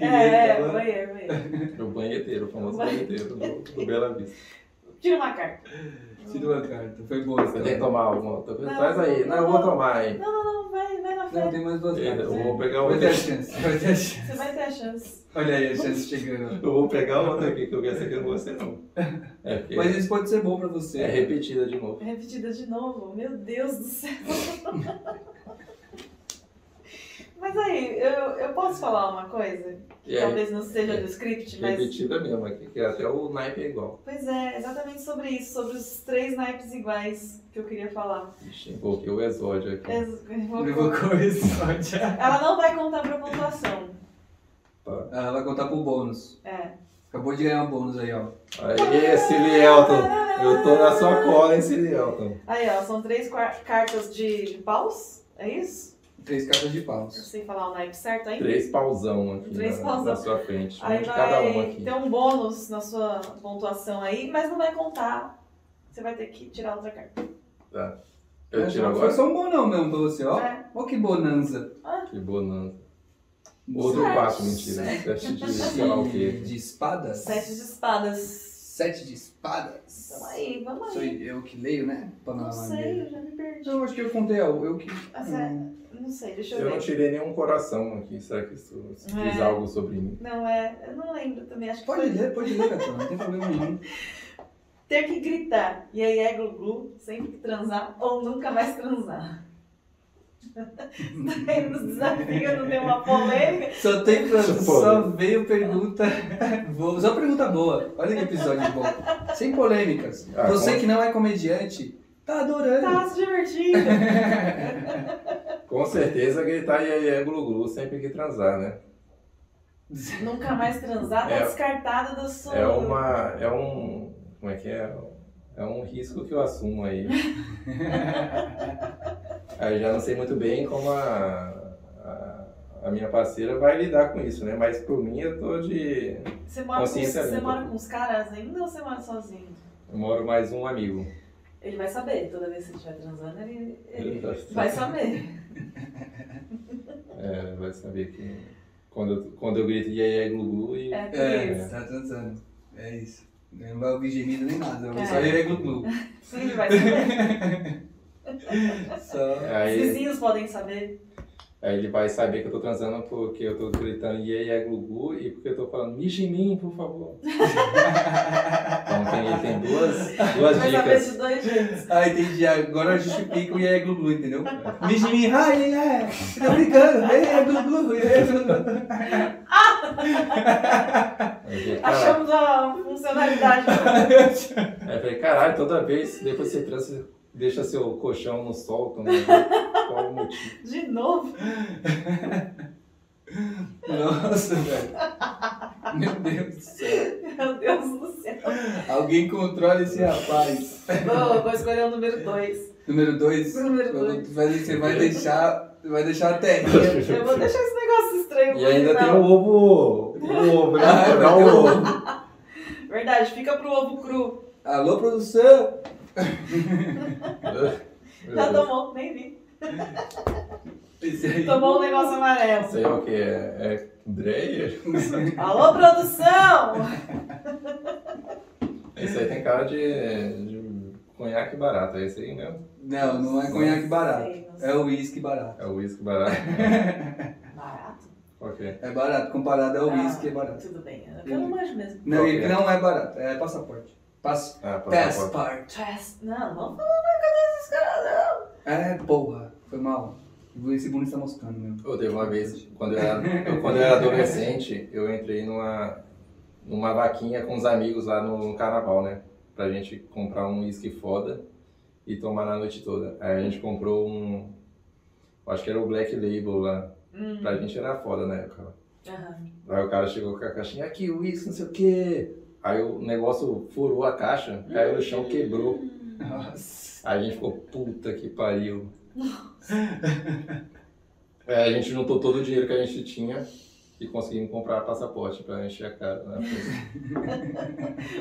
[SPEAKER 3] né?
[SPEAKER 2] é, banheiro, banheiro.
[SPEAKER 3] O banheteiro, o famoso banheteiro do, do Bela Vista.
[SPEAKER 2] Tira uma carta.
[SPEAKER 1] Tira uma carta. Foi boa essa.
[SPEAKER 3] Você tem que tomar alguma outra coisa?
[SPEAKER 2] Não.
[SPEAKER 3] Traz aí, não, eu vou tomar aí.
[SPEAKER 2] Não, não, não, vai, vai na
[SPEAKER 1] Não,
[SPEAKER 2] frente.
[SPEAKER 1] tem mais duas
[SPEAKER 3] Eu
[SPEAKER 1] cartas. né?
[SPEAKER 3] vou pegar
[SPEAKER 1] Vai ter a
[SPEAKER 3] outra.
[SPEAKER 1] chance. Vai ter a chance.
[SPEAKER 2] Você vai ter a chance.
[SPEAKER 1] Olha aí a chance chegando.
[SPEAKER 3] Eu vou pegar outra aqui, que eu vi essa aqui eu não gostei não. É porque
[SPEAKER 1] Mas isso pode ser bom pra você.
[SPEAKER 3] é repetida de novo.
[SPEAKER 2] Repetida de novo. Meu Deus do céu. Mas aí, eu, eu posso falar uma coisa?
[SPEAKER 3] E é
[SPEAKER 2] Talvez não seja do script, mas
[SPEAKER 3] repetida mesmo aqui, que até o naipe é igual.
[SPEAKER 2] Pois é, exatamente sobre isso, sobre os três naipes iguais que eu queria falar.
[SPEAKER 3] Ixi, invoquei o exódio aqui.
[SPEAKER 2] Ex-
[SPEAKER 1] Eu vou começar.
[SPEAKER 2] Ela não vai contar pra pontuação.
[SPEAKER 1] Ah, Ela vai contar pro bônus.
[SPEAKER 2] É.
[SPEAKER 1] Acabou de ganhar um bônus aí, ó.
[SPEAKER 3] Aê, Cili
[SPEAKER 2] Ah,
[SPEAKER 3] Elton! Eu tô na sua cola, hein, Cili Elton?
[SPEAKER 2] Aí, ó, são três quar- cartas de, de paus, é isso?
[SPEAKER 1] Três cartas de
[SPEAKER 2] Eu
[SPEAKER 1] paus.
[SPEAKER 2] sei falar o naipe certo ainda.
[SPEAKER 3] Três pauzão aqui
[SPEAKER 2] Três
[SPEAKER 3] na,
[SPEAKER 2] pauzão.
[SPEAKER 3] na sua frente. Um
[SPEAKER 2] Aí
[SPEAKER 3] de cada uma
[SPEAKER 2] vai
[SPEAKER 3] aqui.
[SPEAKER 2] ter um bônus na sua pontuação aí, mas não vai contar. Você vai ter que tirar outra carta.
[SPEAKER 3] Eu tiro
[SPEAKER 1] Não
[SPEAKER 3] agora.
[SPEAKER 1] Foi só um bonão mesmo pra você, ó.
[SPEAKER 2] É.
[SPEAKER 1] Ó que bonanza.
[SPEAKER 3] Que bonança. Outro
[SPEAKER 2] Sete. Tá
[SPEAKER 3] quatro, mentira. Sete de sei lá o
[SPEAKER 1] De,
[SPEAKER 3] quê.
[SPEAKER 1] de espadas.
[SPEAKER 2] Sete de espadas.
[SPEAKER 1] Sete de espadas.
[SPEAKER 2] Então aí, vamos
[SPEAKER 1] Sou
[SPEAKER 2] aí.
[SPEAKER 1] eu que leio, né?
[SPEAKER 2] Não
[SPEAKER 1] Panorama
[SPEAKER 2] sei,
[SPEAKER 1] dele.
[SPEAKER 2] eu já me perdi.
[SPEAKER 1] Não, acho que Então, eu contei, ó. Eu que... Hum,
[SPEAKER 2] Ah, sério? Não sei, deixa eu,
[SPEAKER 3] Eu
[SPEAKER 2] ver.
[SPEAKER 3] não tirei nenhum coração aqui. Será que isso isso
[SPEAKER 2] É.
[SPEAKER 3] diz algo sobre mim?
[SPEAKER 2] Não, é. Eu não lembro também. Acho que
[SPEAKER 1] Pode
[SPEAKER 2] foi-
[SPEAKER 1] ler, pode ler, Catona. Não tem problema nenhum.
[SPEAKER 2] Ter que gritar. E aí é glu-glu, sempre que transar ou nunca mais transar. Tá Aí nos desafia, não tem uma polêmica.
[SPEAKER 1] Só tem pra...
[SPEAKER 3] Só
[SPEAKER 1] Só veio pergunta... boa. Só pergunta boa. Olha que episódio bom. Sem polêmicas.
[SPEAKER 3] Ah,
[SPEAKER 1] Você
[SPEAKER 3] bom.
[SPEAKER 1] que não é comediante, tá adorando.
[SPEAKER 2] Tá se divertindo. Tá.
[SPEAKER 3] Com certeza gritar e aí é glu-glu sempre que transar, né?
[SPEAKER 2] nunca mais transar, tá
[SPEAKER 3] É.
[SPEAKER 2] descartada do sua.
[SPEAKER 3] É uma. É um. Como é que é? É um risco que eu assumo aí. Aí eu já não sei muito bem como a, a, a minha parceira vai lidar com isso, né? Mas por mim eu tô de.
[SPEAKER 2] Você mora, com,
[SPEAKER 3] consciência
[SPEAKER 2] você
[SPEAKER 3] limpa.
[SPEAKER 2] mora com os caras ainda ou você mora sozinho?
[SPEAKER 3] Eu moro mais um amigo.
[SPEAKER 2] Ele vai saber, toda vez que ele estiver transando, ele, ele
[SPEAKER 3] Ele tá-
[SPEAKER 2] vai saber.
[SPEAKER 3] É, vai saber que quando eu, quando eu grito e aí é glu-glu e.
[SPEAKER 2] É,
[SPEAKER 1] É,
[SPEAKER 2] porque
[SPEAKER 1] tá transando. É isso. Eu não vai ouvir gemido nem nada, eu vou
[SPEAKER 2] É.
[SPEAKER 1] só ele é glu
[SPEAKER 2] sim, ele vai saber.
[SPEAKER 1] Só.
[SPEAKER 2] Os
[SPEAKER 3] Aí,
[SPEAKER 2] vizinhos podem saber.
[SPEAKER 3] aí ele vai saber que eu tô transando porque eu tô gritando e aí é glu-glu e porque eu tô falando mixe em mim, por favor. então tem, ele tem duas, duas
[SPEAKER 2] Vai saber
[SPEAKER 3] dicas.
[SPEAKER 2] de dois jeitos.
[SPEAKER 1] Ah, entendi. Agora justifica o Yaya Glu Glu, é entendeu? Mijin Min, ai, ele é. Você tá brincando? Ele é Glu Glu, ele é Glu Glu.
[SPEAKER 3] Aí eu falei, "Caralho."
[SPEAKER 2] Achamos a funcionalidade.
[SPEAKER 3] Aí eu falei, caralho, toda vez, depois que você transa, você deixa seu colchão no sol também. Qual o motivo?
[SPEAKER 2] De novo?
[SPEAKER 1] Nossa, velho. Meu Deus do céu.
[SPEAKER 2] Meu Deus do céu.
[SPEAKER 1] Alguém controla esse rapaz.
[SPEAKER 2] Vou, vou escolher o número 2.
[SPEAKER 1] Número 2.
[SPEAKER 2] Número dois.
[SPEAKER 1] Você vai deixar. Vai deixar a terrinha.
[SPEAKER 2] Eu vou deixar esse negócio estranho.
[SPEAKER 3] E
[SPEAKER 2] pro
[SPEAKER 3] ainda tem
[SPEAKER 2] final.
[SPEAKER 3] o ovo. O ovo, né?
[SPEAKER 1] Ah, vai
[SPEAKER 3] Dá
[SPEAKER 1] ter
[SPEAKER 3] o
[SPEAKER 1] um
[SPEAKER 3] ovo. um-
[SPEAKER 2] Verdade, fica pro ovo cru.
[SPEAKER 1] Alô, produção!
[SPEAKER 2] Já tomou, nem vi.
[SPEAKER 1] Esse aí.
[SPEAKER 2] Tomou um negócio amarelo.
[SPEAKER 3] Sei lá o que é. É Dreyer?
[SPEAKER 2] Alô, produção!
[SPEAKER 3] Esse aí tem cara de, de conhaque barato, é esse aí mesmo?
[SPEAKER 1] Não, não é conhaque barato.
[SPEAKER 2] Sei, não sei. é
[SPEAKER 1] É o uísque barato.
[SPEAKER 3] É o uísque barato?
[SPEAKER 2] Barato?
[SPEAKER 3] Ok.
[SPEAKER 1] É barato, comparado ao
[SPEAKER 2] Ah,
[SPEAKER 1] uísque é barato.
[SPEAKER 2] Tudo bem, eu eu não manjo mesmo.
[SPEAKER 1] Não,
[SPEAKER 3] Qual que
[SPEAKER 1] ele
[SPEAKER 3] é?
[SPEAKER 1] não é barato, é passaporte. Pass...
[SPEAKER 3] Ah, passaporte.
[SPEAKER 1] Passport.
[SPEAKER 2] Trust. Não, não fala mais cadê esses caras,
[SPEAKER 1] É, porra, foi mal. Esse bonito tá mostrando mesmo.
[SPEAKER 3] Eu teve uma vez, quando eu era, eu- quando eu era adolescente, eu entrei numa, numa vaquinha com os amigos lá no carnaval, né? Pra gente comprar um uísque foda. e tomar na noite toda. Aí a gente comprou um. eu Acho que era o Black Label lá.
[SPEAKER 2] Hum.
[SPEAKER 3] Pra gente era foda na época.
[SPEAKER 1] Tá.
[SPEAKER 2] Aham.
[SPEAKER 3] Aí o cara chegou com a caixinha, aqui, uísque, não sei o quê. Aí o negócio furou a caixa, caiu no chão, quebrou.
[SPEAKER 2] Hum,
[SPEAKER 1] Nossa.
[SPEAKER 3] Aí a gente ficou, puta que pariu. É, a gente juntou todo o dinheiro que a gente tinha e conseguimos comprar passaporte pra encher a cara. Né?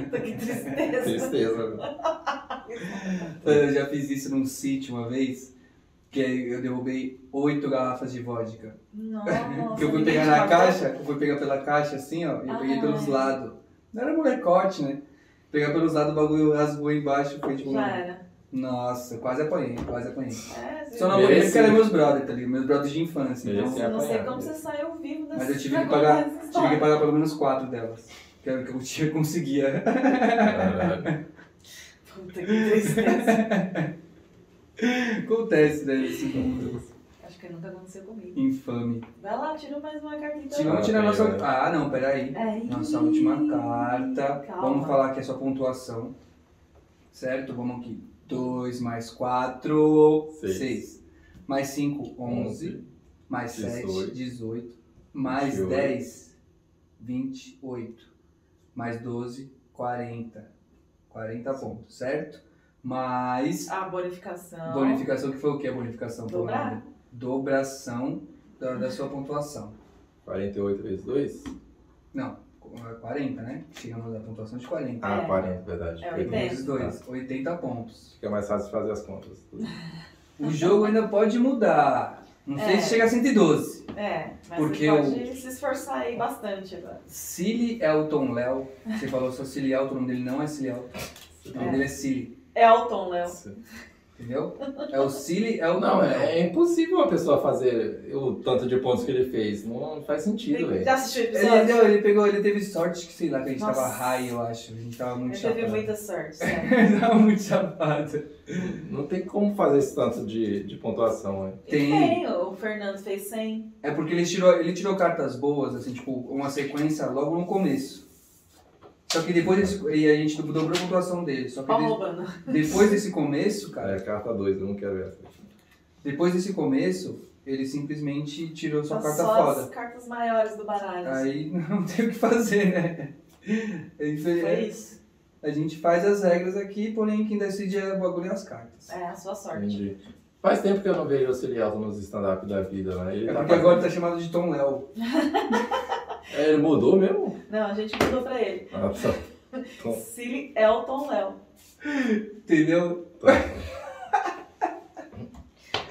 [SPEAKER 2] Puta, que
[SPEAKER 3] Foi
[SPEAKER 2] tristeza.
[SPEAKER 3] Tristeza. né?
[SPEAKER 1] Eu já fiz isso num sítio uma vez, que aí eu derrubei oito garrafas de vodka.
[SPEAKER 2] Nossa. é
[SPEAKER 1] Que eu fui
[SPEAKER 2] ninguém
[SPEAKER 1] pegar na
[SPEAKER 2] te
[SPEAKER 1] caixa, eu fui pegar pela caixa assim, ó, e eu peguei
[SPEAKER 2] Ai.
[SPEAKER 1] pelos lados. Não era molecote, né? Pegar pelos lados, o bagulho rasgou embaixo, foi
[SPEAKER 2] matou.
[SPEAKER 1] tipo...
[SPEAKER 2] Já era.
[SPEAKER 1] Nossa, quase apanhei, quase apanhei.
[SPEAKER 2] É, você-
[SPEAKER 1] Só não apanhei
[SPEAKER 3] Merecido.
[SPEAKER 1] porque era meus brother, tá ligado? Meus brothers de infância. Então,
[SPEAKER 3] Merecido.
[SPEAKER 2] Eu não sei
[SPEAKER 3] apanhado.
[SPEAKER 2] como você saiu vivo dessa
[SPEAKER 1] Mas eu tive que
[SPEAKER 2] agora
[SPEAKER 1] pagar-
[SPEAKER 2] dessa
[SPEAKER 1] tive que
[SPEAKER 2] história.
[SPEAKER 1] pagar pelo menos quatro delas. Que era o que eu tinha conseguia.
[SPEAKER 3] Caralho.
[SPEAKER 2] Puta que tristeza.
[SPEAKER 1] Acontece, né? Esse mundo
[SPEAKER 2] Acho que nunca aconteceu comigo.
[SPEAKER 1] infame.
[SPEAKER 2] Vai lá, tira mais uma carta então.
[SPEAKER 1] Sim, vamos tirar
[SPEAKER 3] Ah,
[SPEAKER 1] nossa.
[SPEAKER 3] peraí,
[SPEAKER 1] Ah, não, peraí.
[SPEAKER 2] É,
[SPEAKER 1] Nossa
[SPEAKER 2] ih,
[SPEAKER 1] última carta.
[SPEAKER 2] Calma.
[SPEAKER 1] Vamos falar aqui a sua pontuação. Certo? Vamos aqui. 2 mais 4,
[SPEAKER 3] Seis.
[SPEAKER 1] 6. Mais 5, 11. Mais 7,
[SPEAKER 3] Dezoito.
[SPEAKER 1] 18. Mais
[SPEAKER 3] Vinte e oito.
[SPEAKER 1] 10, 28. Mais 12, 40. 40 pontos, certo? Mais
[SPEAKER 2] A bonificação.
[SPEAKER 1] bonificação, que foi o que a bonificação?
[SPEAKER 2] Dobrar?
[SPEAKER 1] Paulina? Dobração da, da sua pontuação.
[SPEAKER 3] 48 vezes 2?
[SPEAKER 1] Não, 40, né? Chegamos à pontuação de 40.
[SPEAKER 3] Ah,
[SPEAKER 2] É.
[SPEAKER 3] 40, verdade.
[SPEAKER 2] É
[SPEAKER 3] Perdão.
[SPEAKER 2] 80.
[SPEAKER 1] Vezes
[SPEAKER 3] Tá.
[SPEAKER 1] dois, 80 pontos.
[SPEAKER 3] Fica é mais fácil fazer as contas.
[SPEAKER 1] O jogo ainda pode mudar. Não sei
[SPEAKER 2] É.
[SPEAKER 1] se chega a 112.
[SPEAKER 2] É, mas
[SPEAKER 1] Porque
[SPEAKER 2] você pode se esforçar aí bastante agora.
[SPEAKER 1] Cili Elton Léo. Você falou só Cili Elton, o nome dele não é Cili Elton. O nome
[SPEAKER 2] É.
[SPEAKER 1] dele é Cili,
[SPEAKER 2] Elton, né? Léo.
[SPEAKER 1] entendeu? É o Cili Elton
[SPEAKER 3] Não,
[SPEAKER 1] Léo.
[SPEAKER 3] é, é impossível uma pessoa fazer o tanto de pontos que ele fez. Não faz sentido, velho.
[SPEAKER 2] Já assistiu o
[SPEAKER 1] Ele,
[SPEAKER 2] episódio?
[SPEAKER 1] não, ele pegou, ele teve sorte que, sei lá, que a gente tava
[SPEAKER 2] Nossa.
[SPEAKER 1] high, eu acho. A gente tava muito
[SPEAKER 2] Eu teve
[SPEAKER 1] chapado.
[SPEAKER 2] muita sorte, né? sério.
[SPEAKER 1] tava muito chapado.
[SPEAKER 3] Não tem como fazer esse tanto de, de pontuação, né? velho.
[SPEAKER 2] E
[SPEAKER 1] Tem.
[SPEAKER 2] o Fernando fez 100.
[SPEAKER 1] É porque ele tirou, ele tirou cartas boas, assim, tipo, uma sequência logo no começo. Só que depois desse, e a gente dobrou a pontuação dele. Só que
[SPEAKER 2] Ó,
[SPEAKER 1] de-
[SPEAKER 2] roubando.
[SPEAKER 1] depois desse começo, cara,
[SPEAKER 3] Cara, é carta 2, eu não quero essa.
[SPEAKER 1] depois desse começo, ele simplesmente tirou sua carta
[SPEAKER 2] Tá só
[SPEAKER 1] foda.
[SPEAKER 2] as cartas maiores do baralho.
[SPEAKER 1] Aí não tem o que fazer, né? Ele fez-
[SPEAKER 2] Foi isso.
[SPEAKER 1] a gente faz as regras aqui, porém quem decide é o bagulho e as cartas.
[SPEAKER 2] É a sua sorte.
[SPEAKER 3] Entendi. Faz tempo que eu não vejo o Cilialto nos stand-up da vida, né? Ele,
[SPEAKER 1] É
[SPEAKER 3] tá
[SPEAKER 1] porque agora tá chamado de Tom Léo.
[SPEAKER 3] fazendo- É, ele mudou mesmo?
[SPEAKER 2] Não, a gente mudou pra ele.
[SPEAKER 3] Ah, tá. Tom.
[SPEAKER 2] Cili Elton Léo.
[SPEAKER 1] Entendeu?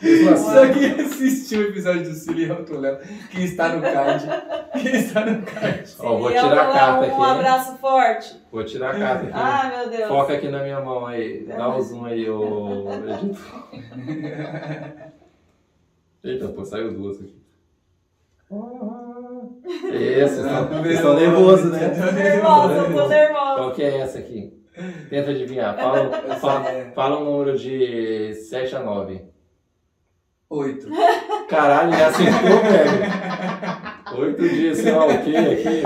[SPEAKER 3] Mesmo
[SPEAKER 1] Só
[SPEAKER 3] assim,
[SPEAKER 1] quem assistiu o episódio do Cili é o Tom Léo. Quem está no card. Quem está no card.
[SPEAKER 3] Ó, vou
[SPEAKER 2] Cili Elton
[SPEAKER 3] tirar a carta
[SPEAKER 2] Léo,
[SPEAKER 3] aqui,
[SPEAKER 2] Um
[SPEAKER 3] hein?
[SPEAKER 2] abraço forte.
[SPEAKER 3] vou tirar a carta aqui.
[SPEAKER 2] Ah, meu Deus.
[SPEAKER 3] Foca aqui na minha mão aí. Dá o zoom aí, ô editor. Eita, pô, saiu duas aqui. É Esse, vocês estão nervosos, né?
[SPEAKER 1] Tô
[SPEAKER 2] Nervosa, eu tô nervosa.
[SPEAKER 3] Qual que é essa aqui? Tenta adivinhar. Fala, fala, fala um número de 7 a 9.
[SPEAKER 1] Oito.
[SPEAKER 3] Caralho, ele acertou, velho. Oito dias, sei lá o que aqui.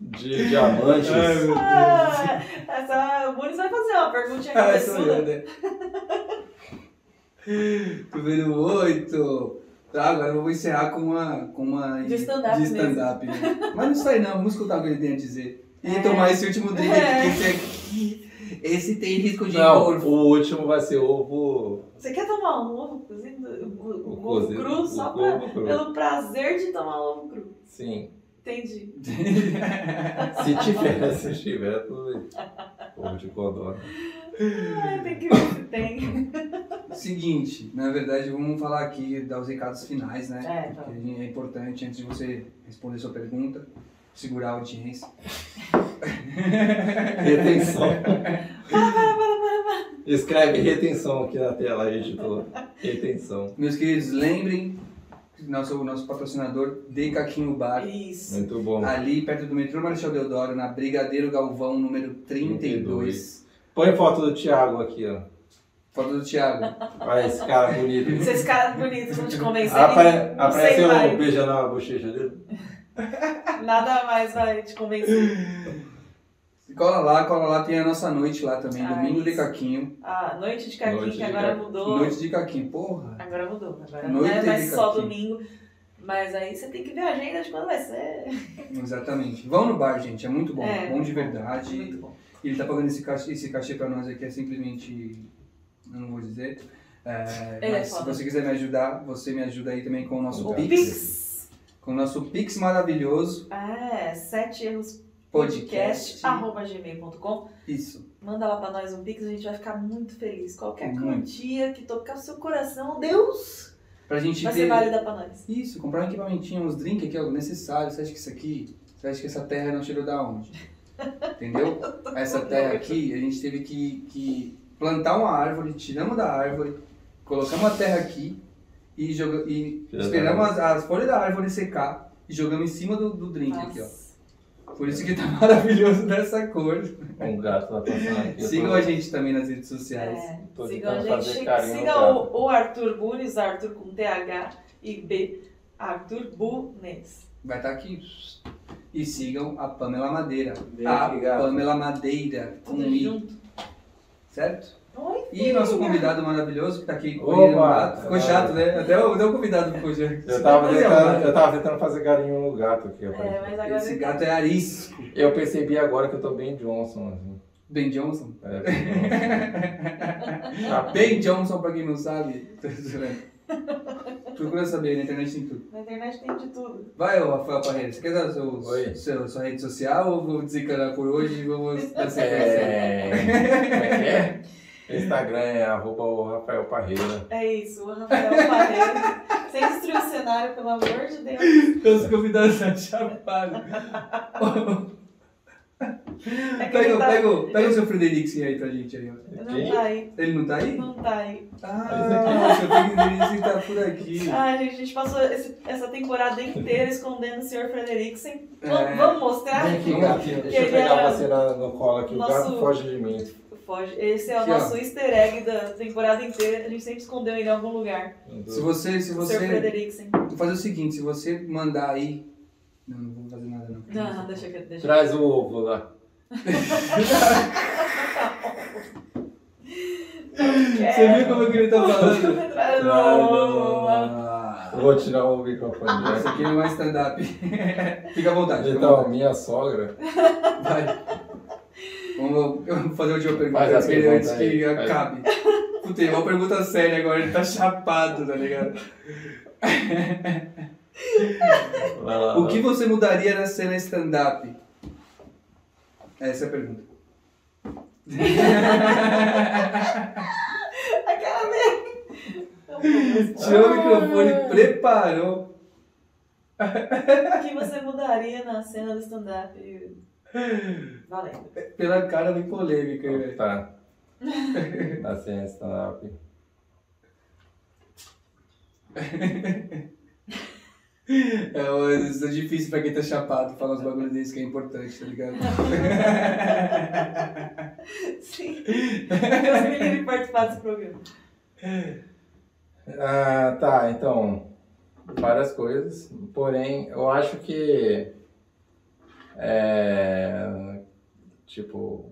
[SPEAKER 3] De diamantes.
[SPEAKER 2] Ah, essa, o Muniz vai fazer uma perguntinha
[SPEAKER 1] Ah, sou eu,
[SPEAKER 2] cabeçuda.
[SPEAKER 1] né? Número 8. Tá, agora eu vou encerrar com uma. Com uma
[SPEAKER 2] De stand-up
[SPEAKER 1] de stand-up, né? Mas não sai não, vamos escutar o que ele tem a dizer. E
[SPEAKER 2] É.
[SPEAKER 1] tomar esse último drink,
[SPEAKER 2] É.
[SPEAKER 1] que esse aqui. Esse tem risco de
[SPEAKER 3] Não,
[SPEAKER 1] envolver.
[SPEAKER 3] o último vai ser ovo.
[SPEAKER 2] Você quer tomar um ovo cozido? Um
[SPEAKER 3] o
[SPEAKER 2] um ovo
[SPEAKER 3] cozido,
[SPEAKER 2] cru?
[SPEAKER 3] o
[SPEAKER 2] Só pra,
[SPEAKER 3] ovo cru.
[SPEAKER 2] pelo prazer de tomar um ovo cru.
[SPEAKER 3] Sim.
[SPEAKER 2] Entendi.
[SPEAKER 3] Se tiver, se tiver, tudo bem. Ovo de codorna.
[SPEAKER 2] Ah, tem que ver se tem.
[SPEAKER 1] Seguinte, na verdade, vamos falar aqui, dar os recados finais, né?
[SPEAKER 2] É, tá.
[SPEAKER 1] Porque é importante, antes de você responder sua pergunta, segurar a audiência.
[SPEAKER 3] Retenção. Escreve retenção aqui na tela, editor. Retenção.
[SPEAKER 1] Meus queridos, lembrem que nosso, nosso patrocinador, De Caquinho Bar,
[SPEAKER 2] Isso.
[SPEAKER 3] Muito bom.
[SPEAKER 1] ali perto do metrô Marechal Deodoro, na Brigadeiro Galvão, número 32.
[SPEAKER 3] Põe foto do Thiago aqui, ó.
[SPEAKER 1] Foto do Thiago.
[SPEAKER 3] Olha esse cara bonito.
[SPEAKER 2] Esses caras bonitos vão te convencer.
[SPEAKER 3] Apare aparece
[SPEAKER 2] sei
[SPEAKER 3] um
[SPEAKER 2] mais.
[SPEAKER 3] beijando a bochecha dele.
[SPEAKER 2] Nada mais vai te convencer.
[SPEAKER 1] Cola lá, cola lá, tem a nossa noite lá também,
[SPEAKER 2] Ah,
[SPEAKER 1] domingo de
[SPEAKER 2] isso.
[SPEAKER 1] caquinho.
[SPEAKER 2] Ah, noite de caquinho,
[SPEAKER 3] Noite
[SPEAKER 2] que
[SPEAKER 3] de
[SPEAKER 2] agora
[SPEAKER 3] Ca-
[SPEAKER 2] mudou.
[SPEAKER 1] Noite de caquinho, porra.
[SPEAKER 2] Agora mudou. Agora não
[SPEAKER 1] Noite
[SPEAKER 2] é
[SPEAKER 1] de
[SPEAKER 2] mais só
[SPEAKER 1] caquinho.
[SPEAKER 2] domingo. Mas aí você tem que ver a agenda de quando vai ser.
[SPEAKER 1] Exatamente. Vão no bar, gente, é muito bom,
[SPEAKER 2] É.
[SPEAKER 1] bom de verdade.
[SPEAKER 2] Muito bom.
[SPEAKER 1] E Ele tá pagando esse cachê, esse cachê pra nós aqui, é simplesmente. Eu não vou dizer. É,
[SPEAKER 2] Ele é
[SPEAKER 1] mas se
[SPEAKER 2] foda.
[SPEAKER 1] você quiser me ajudar, você me ajuda aí também com o nosso
[SPEAKER 3] O
[SPEAKER 1] Pix.
[SPEAKER 2] Pix.
[SPEAKER 1] Com o nosso Pix maravilhoso.
[SPEAKER 2] É, sete erros
[SPEAKER 1] Podcast.
[SPEAKER 2] podcast, arroba gmail.com.
[SPEAKER 1] Isso.
[SPEAKER 2] Manda lá pra nós um pix, a gente vai ficar muito feliz. Qualquer
[SPEAKER 1] Muito.
[SPEAKER 2] quantia que tocar o seu coração, Deus,
[SPEAKER 1] Pra gente
[SPEAKER 2] vai
[SPEAKER 1] ver.
[SPEAKER 2] ser válida pra nós.
[SPEAKER 1] Isso, comprar um equipamentinho, uns drinks aqui, ó, necessário. Você acha que isso aqui? Você acha que essa terra não tirou da onde? Entendeu? Essa terra aqui, a gente teve que, que plantar uma árvore, tiramos da árvore, colocamos a terra aqui e, joga, e
[SPEAKER 3] Tiramos
[SPEAKER 1] esperamos as, as folhas da árvore secar e jogamos em cima do, do drink aqui, ó.
[SPEAKER 2] Nossa.
[SPEAKER 1] Por isso que tá maravilhoso dessa cor.
[SPEAKER 3] Um gato lá passando aqui. eu tô-
[SPEAKER 1] Sigam a gente também nas redes sociais.
[SPEAKER 2] É,
[SPEAKER 3] Tô
[SPEAKER 2] sigam a
[SPEAKER 3] tentando
[SPEAKER 2] gente,
[SPEAKER 3] fazer carinho no
[SPEAKER 2] sigam
[SPEAKER 3] gato.
[SPEAKER 2] o, o Arthur Bunes, Arthur com TH e B, Arthur Bunes.
[SPEAKER 1] Vai estar aqui. E sigam a Pamela Madeira.
[SPEAKER 3] Beijo,
[SPEAKER 1] A
[SPEAKER 3] gato.
[SPEAKER 1] Pamela Madeira com
[SPEAKER 2] Tudo
[SPEAKER 1] I,
[SPEAKER 2] junto.
[SPEAKER 1] certo?
[SPEAKER 2] Oi,
[SPEAKER 1] E nosso convidado maravilhoso que tá aqui
[SPEAKER 3] Opa!
[SPEAKER 1] correndo lá. Ficou chato, né? Até o, até o convidado ficou chato.
[SPEAKER 3] Eu tava,
[SPEAKER 1] Mas é,
[SPEAKER 3] tentando,
[SPEAKER 1] mano,
[SPEAKER 3] eu tava tentando fazer galinho no gato aqui. Eu,
[SPEAKER 2] É, mas agora
[SPEAKER 1] Esse gato é arisco.
[SPEAKER 3] eu percebi agora que eu tô bem Johnson. Assim.
[SPEAKER 1] Ben Johnson.
[SPEAKER 3] É, bem Johnson. Tá
[SPEAKER 1] Ben Johnson, pra quem não sabe. Procura saber, na internet tem tudo.
[SPEAKER 2] na internet tem de tudo.
[SPEAKER 1] Vai, ô Rafael Parreira, você quer dar seu,
[SPEAKER 3] Oi.
[SPEAKER 1] seu- sua rede social ou vou desencanar por hoje e vamos dar sequência?
[SPEAKER 3] É... Como é que é? Instagram é arroba o Rafael Parreira.
[SPEAKER 2] É isso, o Rafael Parreira. Sem destruir o cenário, pelo amor de Deus.
[SPEAKER 1] Os convidados estão chapados.
[SPEAKER 2] É que
[SPEAKER 1] pega,
[SPEAKER 2] ele
[SPEAKER 1] o-
[SPEAKER 2] tá-
[SPEAKER 1] pega, o- pega o seu Frederiksen aí pra gente aí, ó.
[SPEAKER 2] Não tá aí,
[SPEAKER 1] Ele não tá aí?
[SPEAKER 2] não tá aí.
[SPEAKER 1] Ah, seu Frederiksen tá por aqui.
[SPEAKER 2] Ai, gente, a gente passou esse- essa temporada inteira escondendo o senhor Frederiksen.
[SPEAKER 1] É.
[SPEAKER 2] Vamos, vamos mostrar?
[SPEAKER 3] Vem aqui,
[SPEAKER 1] Vamos
[SPEAKER 3] gato.
[SPEAKER 1] aqui, ó.
[SPEAKER 3] Deixa eu
[SPEAKER 2] Ele
[SPEAKER 3] pegar
[SPEAKER 2] era
[SPEAKER 3] você na, no colo aqui. O gato
[SPEAKER 2] nosso-
[SPEAKER 3] foge de mim.
[SPEAKER 2] Foge. Esse é o
[SPEAKER 1] Aqui, ó.
[SPEAKER 2] nosso easter egg da temporada inteira. A gente sempre escondeu ele em algum lugar.
[SPEAKER 1] Se você, se
[SPEAKER 2] o senhor
[SPEAKER 1] você,
[SPEAKER 2] Frederiksen.
[SPEAKER 1] vou fazer o seguinte, se você mandar aí, não, não vou fazer nada não.
[SPEAKER 2] Não, deixa eu... Deixa eu-
[SPEAKER 3] Traz o ovo lá.
[SPEAKER 1] Você viu como é que ele tá falando?
[SPEAKER 2] Traz uma-
[SPEAKER 1] Ah,
[SPEAKER 3] Vou tirar o microfone né?
[SPEAKER 1] Isso
[SPEAKER 3] dela.
[SPEAKER 1] aqui não é mais stand-up. Fica à vontade. fica à
[SPEAKER 3] Então,
[SPEAKER 1] vontade.
[SPEAKER 3] minha sogra.
[SPEAKER 1] Vai. Vamos vamos fazer a última pergunta
[SPEAKER 3] Faz a
[SPEAKER 1] antes que, ele-
[SPEAKER 3] pergunta
[SPEAKER 1] antes
[SPEAKER 3] aí,
[SPEAKER 1] que
[SPEAKER 3] faz.
[SPEAKER 1] acabe. Puta, é uma pergunta séria agora, ele tá chapado, tá ligado?
[SPEAKER 3] Vai lá.
[SPEAKER 1] O que você mudaria na cena stand-up? Essa é a pergunta.
[SPEAKER 2] A cara dele.
[SPEAKER 1] Tirou o microfone, preparou.
[SPEAKER 2] O que você mudaria na cena do stand-up? Valendo.
[SPEAKER 1] Pela cara bem polêmica, hein, velho.
[SPEAKER 3] Tá. Tá sem stand-up.
[SPEAKER 1] É, ó, isso é difícil pra quem tá chapado falar uns bagulhos desses que é importante, tá ligado?
[SPEAKER 2] Sim. Deus me livre de participar desse programa.
[SPEAKER 3] Ah, tá, então. Várias coisas. Porém, eu acho que. É, tipo.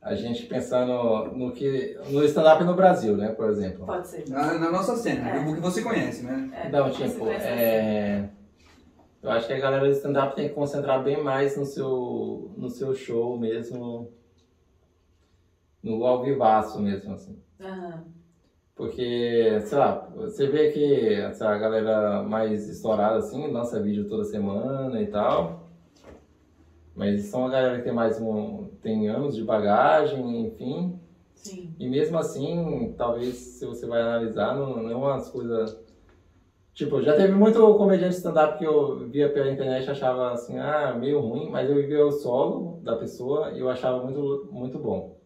[SPEAKER 3] A gente pensando no que. No stand-up no Brasil, né, por exemplo.
[SPEAKER 2] Pode ser.
[SPEAKER 1] Na, na nossa cena,
[SPEAKER 2] É.
[SPEAKER 1] o que você conhece, né?
[SPEAKER 2] É,
[SPEAKER 3] Não,
[SPEAKER 2] você
[SPEAKER 3] tipo,
[SPEAKER 2] conhece
[SPEAKER 3] é... Eu acho que a galera do stand-up tem que concentrar bem mais no seu, no seu show mesmo, no ao vivaço mesmo, assim.
[SPEAKER 2] assim. Aham.
[SPEAKER 3] Porque, sei lá, você vê que essa galera mais estourada, assim, lança vídeo toda semana e tal. Mas são a galera que tem mais um... tem anos de bagagem, enfim.
[SPEAKER 2] Sim.
[SPEAKER 3] E mesmo assim, talvez se você vai analisar, não, não é umas coisas. Tipo, já teve muito comediante stand-up que eu via pela internet e achava assim, ah, meio ruim, mas eu via o solo da pessoa e eu achava muito, muito bom.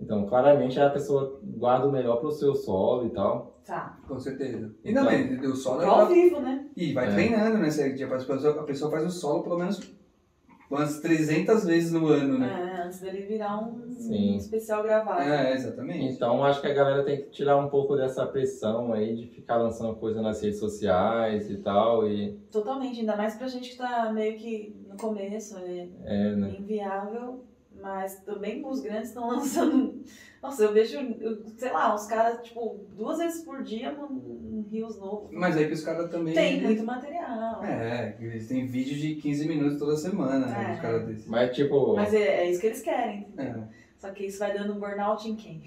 [SPEAKER 3] Então, claramente, a pessoa guarda o melhor pro seu solo e tal.
[SPEAKER 2] Tá.
[SPEAKER 1] Com certeza. E
[SPEAKER 3] Então.
[SPEAKER 1] também, o solo é
[SPEAKER 2] Ao vivo, né?
[SPEAKER 1] E vai
[SPEAKER 3] É.
[SPEAKER 1] tipo, treinando, né? Você- A pessoa, a pessoa faz o solo pelo menos umas 300 vezes no ano, né?
[SPEAKER 2] É, antes dele virar um,
[SPEAKER 3] Sim.
[SPEAKER 2] um especial gravado.
[SPEAKER 1] É, exatamente.
[SPEAKER 3] Então acho que a galera tem que tirar um pouco dessa pressão aí de ficar lançando coisa nas redes sociais e tal. E
[SPEAKER 2] Totalmente, ainda mais pra gente que tá meio que no começo, é
[SPEAKER 3] é, né?
[SPEAKER 2] inviável. Mas também os grandes estão lançando. Nossa, eu vejo, eu- sei lá, os caras, tipo, duas vezes por dia um, um rios novo.
[SPEAKER 1] Mas aí que os caras também.
[SPEAKER 2] Tem
[SPEAKER 1] eles-
[SPEAKER 2] muito material.
[SPEAKER 1] É, eles têm vídeo de 15 minutos toda semana, né?
[SPEAKER 2] É.
[SPEAKER 1] Os caras desses.
[SPEAKER 3] Mas tipo,
[SPEAKER 2] Mas é, é isso que eles querem. entendeu?
[SPEAKER 1] É,
[SPEAKER 2] Só que isso vai dando um burnout em quem?